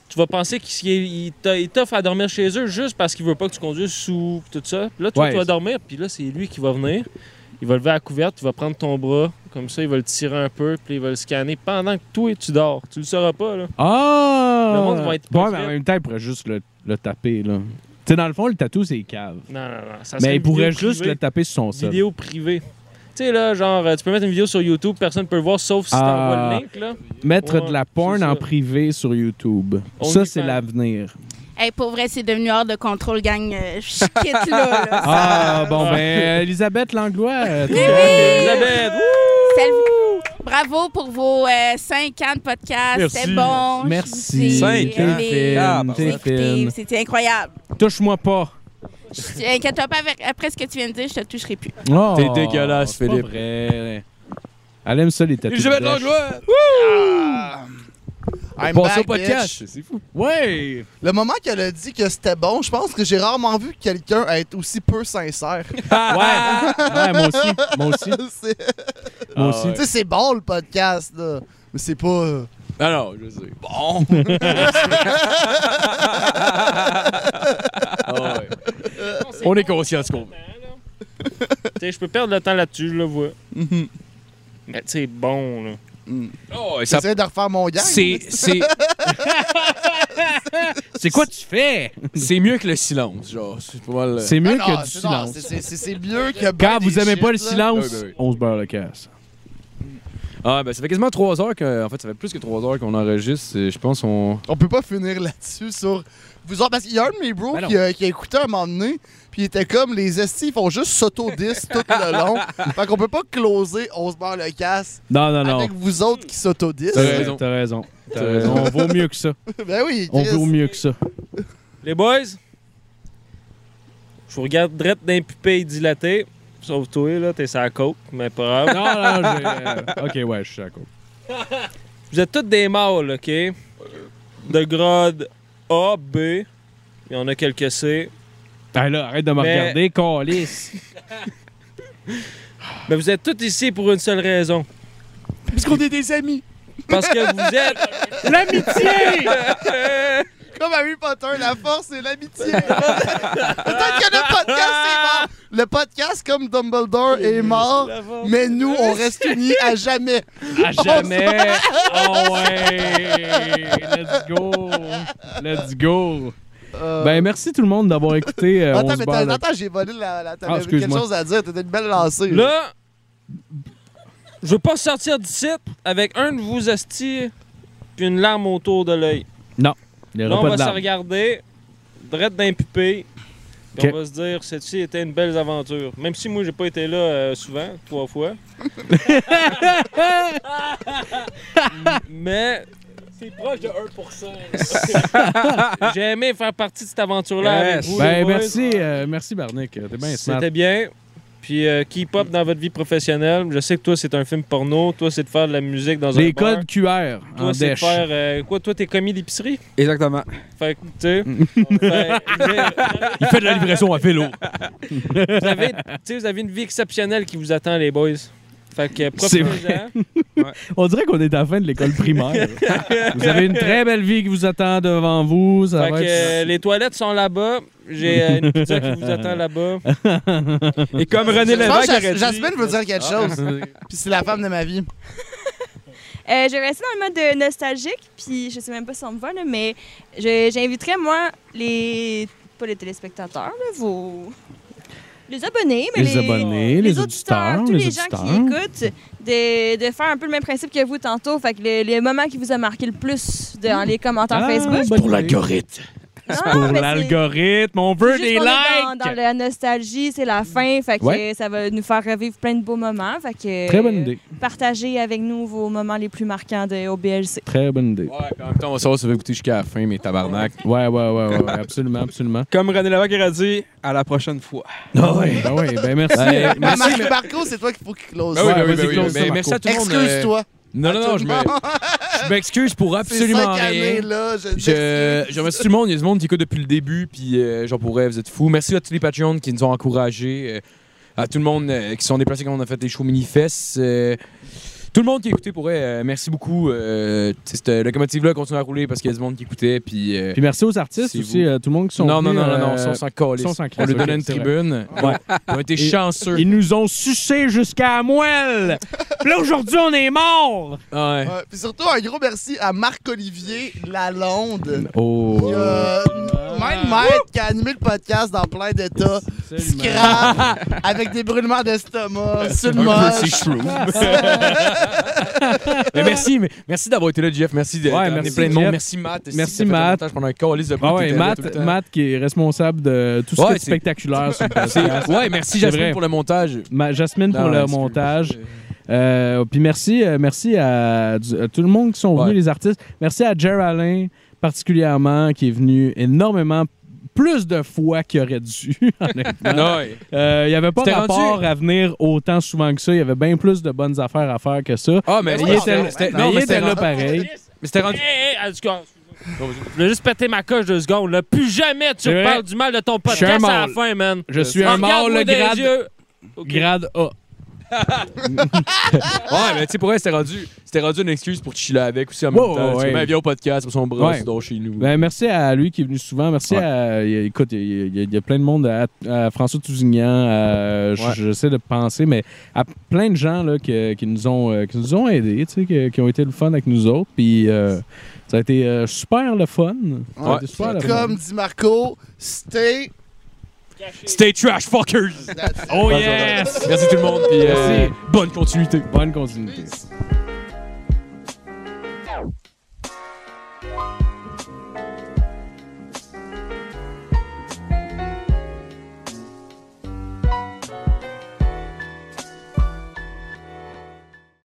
Tu vas penser qu'il il t'a- il t'offre à dormir chez eux juste parce qu'il veut pas que tu conduises sous pis tout ça. Puis là, toi, Ouais. tu vas dormir, puis là, c'est lui qui va venir. Il va lever la couverte, il va prendre ton bras. Comme ça, il va le tirer un peu, puis il va le scanner pendant que toi, tu dors. Tu le sauras pas, là. Ah! Le monde va être Ouais, pas mais en fait. même temps, il pourrait juste le, le taper, là. Tu sais, dans le fond, le tatou, c'est cave. Non, non, non. Ça serait Mais il une pourrait vidéo juste le privée. taper sur son set. Vidéo privée. Tu sais, là, genre, euh, tu peux mettre une vidéo sur YouTube, personne peut le voir sauf si t'envoies Ah. le link, là. Mettre Ouais, de la porn c'est en ça. privé sur YouTube. ça, OnlyFans. c'est l'avenir. Hey, pour vrai, c'est devenu hors de contrôle, gang. Euh, Je quitte là. là. Ah, bon, ben, Elisabeth Langlois. euh, Oui! Elisabeth, Salut. Bravo pour vos 5 ans de podcast. Merci. C'est bon. Merci. Cinq ans. Allez, Ah, bah, T'es vous fine, t'es écoutez, fine. C'était incroyable. Touche-moi pas. Je- Inquiète-toi pas avec- après ce que tu viens de dire, je te toucherai plus. Oh, Ah, T'es dégueulasse, c'est pas Philippe. vrai. Elle aime ça, les tatouages. Elisabeth Langlois! Ah, I'm Passe au back, podcast. bitch. C'est fou. Ouais! Le moment qu'elle a dit que c'était bon, je pense que j'ai rarement vu quelqu'un être aussi peu sincère. Ouais! Ah! ouais, moi aussi. Moi aussi. C'est- tu Moi aussi. sais, c'est bon le podcast, là. Mais c'est pas. euh, Non, non, je sais. Bon. Ah ouais. On est conscient de ce qu'on veut. Tu sais, je peux perdre le temps là-dessus, je le vois. Mais tu sais, bon, là. Oh, et ça- J'essaie de refaire mon gang. C'est c'est- C'est quoi tu fais? c'est mieux que le silence, genre. C'est pas mal. euh, C'est Ah mieux non, que du c'est- non, silence. c'est- c'est- C'est c'est mieux que. Quand ben vous des aimez pas le shit, là. silence, Ah oui, ben oui. on se beurre le casse. Ah, ben ça fait quasiment trois heures que. En fait, ça fait plus que trois heures qu'on enregistre. et Je pense qu'on. On peut pas finir là-dessus sur. Vous autres, parce qu'il y a un de mes bros Ben qui, a, qui a écouté un moment donné, puis il était comme les estis, ils font juste s'auto-dis tout le long. Fait qu'on peut pas closer, on se barre le casse Non, non, Ah non. avec vous autres qui s'autodis. T'as Euh, raison. T'as raison. T'as T'as raison. On vaut mieux que ça. ben oui, On Chris. vaut mieux que ça. Les boys, je vous regarde drette d'un pupille dilaté. Sauf toi, là, t'es sur la côte, mais pas grave. Non, non, non. j'ai- euh, Ok, ouais, je suis d'accord. Vous êtes tous des mâles, OK? De grade A, B, et on a quelques C. Ah là, arrête de me Mais- regarder, calice. Mais Ben, vous êtes tous ici pour une seule raison. Parce qu'on est des amis. Parce que vous êtes... L'amitié! Comme Harry Potter, la force et l'amitié. Peut-être que le podcast est mort. Le podcast, comme Dumbledore, est mort. Oh, Mais nous, on reste unis à jamais. À jamais! Oh ouais! Let's go! Let's go! Euh, Ben, merci tout le monde d'avoir écouté. euh, on attends, se mais barre t'as- là- Ah, attends, j'ai volé la. la T'avais quelque excuse-moi. chose à dire, t'étais une belle lancée. Là, je veux pas sortir d'ici avec un de vous astis puis une larme autour de l'œil. Il y Là, aura on pas va de se larmes. regarder, drette d'un pupille, puis Ok. on va se dire, celle-ci était une belle aventure. Même si moi, j'ai pas été là euh, souvent, trois fois. M- Mais. C'est proche de 1%. j'ai aimé faire partie de cette aventure-là avec Yes. vous. les Ben, boys. merci, euh, merci Barnick. T'es bien smart. C'était bien. Puis, euh, keep up dans votre vie professionnelle. Je sais que toi, c'est un film porno. Toi, c'est de faire de la musique dans un Les bar. codes QR en Toi, c'est de dèche. faire... euh, quoi, toi, t'es commis d'épicerie? Exactement. Fait que, tu sais... Mm. ben, je veux dire, Il fait de la livraison à vélo. Vous avez, tu sais, vous avez une vie exceptionnelle qui vous attend, les boys. Fait que C'est profitez-en. On dirait qu'on est à la fin de l'école primaire. vous avez une très belle vie qui vous attend devant vous. Ça Fait va que être... euh, les toilettes sont là-bas. J'ai euh, une pizza qui vous attend là-bas. Et comme Je René pense Lévesque que Jas- aurait dit... Jasmine veut dire quelque chose. Puis c'est la femme de ma vie. Euh, je vais rester dans le mode de nostalgique, puis je sais même pas si on me voit, là, mais je- j'inviterais, moi, les. pas les téléspectateurs, là, vos. les abonnés, mais les. les abonnés, les, auditeurs, tous les, les gens auditeurs. qui écoutent, de, de faire un peu le même principe que vous tantôt. Fait que le, le moment qui vous a marqué le plus de- dans les commentaires Ah, Facebook. bonne idée. Non, Pour mais c'est- l'algorithme, on c'est veut juste des qu'on est likes! Dans, dans la nostalgie, c'est la fin. Fait que Ouais. euh, ça va nous faire revivre plein de beaux moments. Fait que, Très bonne idée. euh, Partagez avec nous vos moments les plus marquants de OBLC. Très bonne idée. Ouais, puis en même temps, on va savoir si ça va goûter jusqu'à la fin, mais tabarnak. Ouais, ouais, ouais, ouais, ouais, absolument, absolument. Comme René Lévesque aurait dit, à la prochaine fois. Ah ouais. Ben ouais, ben merci. Ben, Mar- merci, mais- Marco, c'est toi qu'il faut qu'il close. Ben oui, ben oui, vas-y, ben oui, close ça, ben Marco. merci à tout le monde. euh, Excuse-toi. Non, non, non, je me- je m'excuse pour C'est absolument cinq rien. années, là. Je, Je, je remercie tout le monde. Il y a du monde qui écoute depuis le début. Puis, euh, genre, pour vrai, vous êtes fous. Merci à tous les Patreons qui nous ont encouragés. euh, à tout le monde euh, qui se sont déplacés quand on a fait les shows mini-fesses. euh, tout le monde qui a écouté pour vrai, euh, merci beaucoup. Euh, cette euh, locomotive-là continue à rouler parce qu'il y a du monde qui écoutait. Puis, euh, Puis merci aux artistes C'est aussi, vous. euh, tout le monde qui sont non, non, venus, non, non, non, euh, ils sont sans calice. ils sont sans On calice, leur donnait ok, une c'est vrai. tribune. Ouais. Ils ont été Et- chanceux. Ils nous ont sucés jusqu'à la moelle. Puis là, aujourd'hui, on est morts. Ah Ouais. Ouais, puis surtout, un gros merci à Marc-Olivier Lalonde. Oh. qui, euh, Ah. Même maître qui a animé le podcast dans plein d'états. Scrap, avec des brûlements d'estomac, sur le Un peu, moche. c'est chelou. Mais merci, mais- merci d'avoir été là, Jeff. Merci de Ouais, d'amener merci, plein de monde. Jeff. Merci, Matt. Esti, Merci, ça fait Matt. longtemps que Je prends un calice de bout Ah que ouais, t'étais là tout le Matt, temps. Matt qui est responsable de tout ce Ouais, qui est c'est- spectaculaire sur le podcast. C'est- Ouais, merci C'est Jasmine vrai. pour le montage. Ma- Jasmine pour Non, le excuse. montage. Euh, puis merci, euh, merci à, du- à tout le monde qui sont venus, Ouais. les artistes. Merci à Jer Alain particulièrement qui est venu énormément plus de fois qu'il aurait dû. honnêtement. Ouais. Euh, Il n'y avait pas C'était rapport rendu- à venir autant souvent que ça. Il y avait bien plus de bonnes affaires à faire que ça. Ah, mais Mais oui, il non, était, mais- c'était- mais mais non, il mais était c'était là rendu- pareil. Mais c'était rendu. Hey, hey, hey, excuse-moi. eh, Je voulais juste péter ma coche deux secondes. Là. Plus jamais tu C'est vrai. reparles du mal de ton Je suis un podcast à mâle. la fin, man. Je suis un mort, Regarde-moi le dans les grade, yeux. grade A. Ouais, mais tu sais, pour elle, c'était rendu, c'était rendu une excuse pour chiller avec aussi en même Ouais, ouais, temps. Tu sais, ouais. ben, viens au podcast, on brosse, Ouais. donc chez nous. Ben, merci à lui qui est venu souvent. Merci Ouais. à. y- Écoute, il y, il y a- il y a plein de monde. À, à François Tousignan, à- j- Ouais. j'essaie de penser, mais à plein de gens là, que- qui, nous ont, euh, qui nous ont aidés, tu sais, que- qui ont été le fun avec nous autres. Puis euh, ça a été euh, super le fun. Ça a Ouais. été super le fun. Comme dit Marco, stay. Stay trash, fuckers! Oh yes! Merci tout le monde, puis euh, Merci. bonne continuité. Bonne continuité. Peace.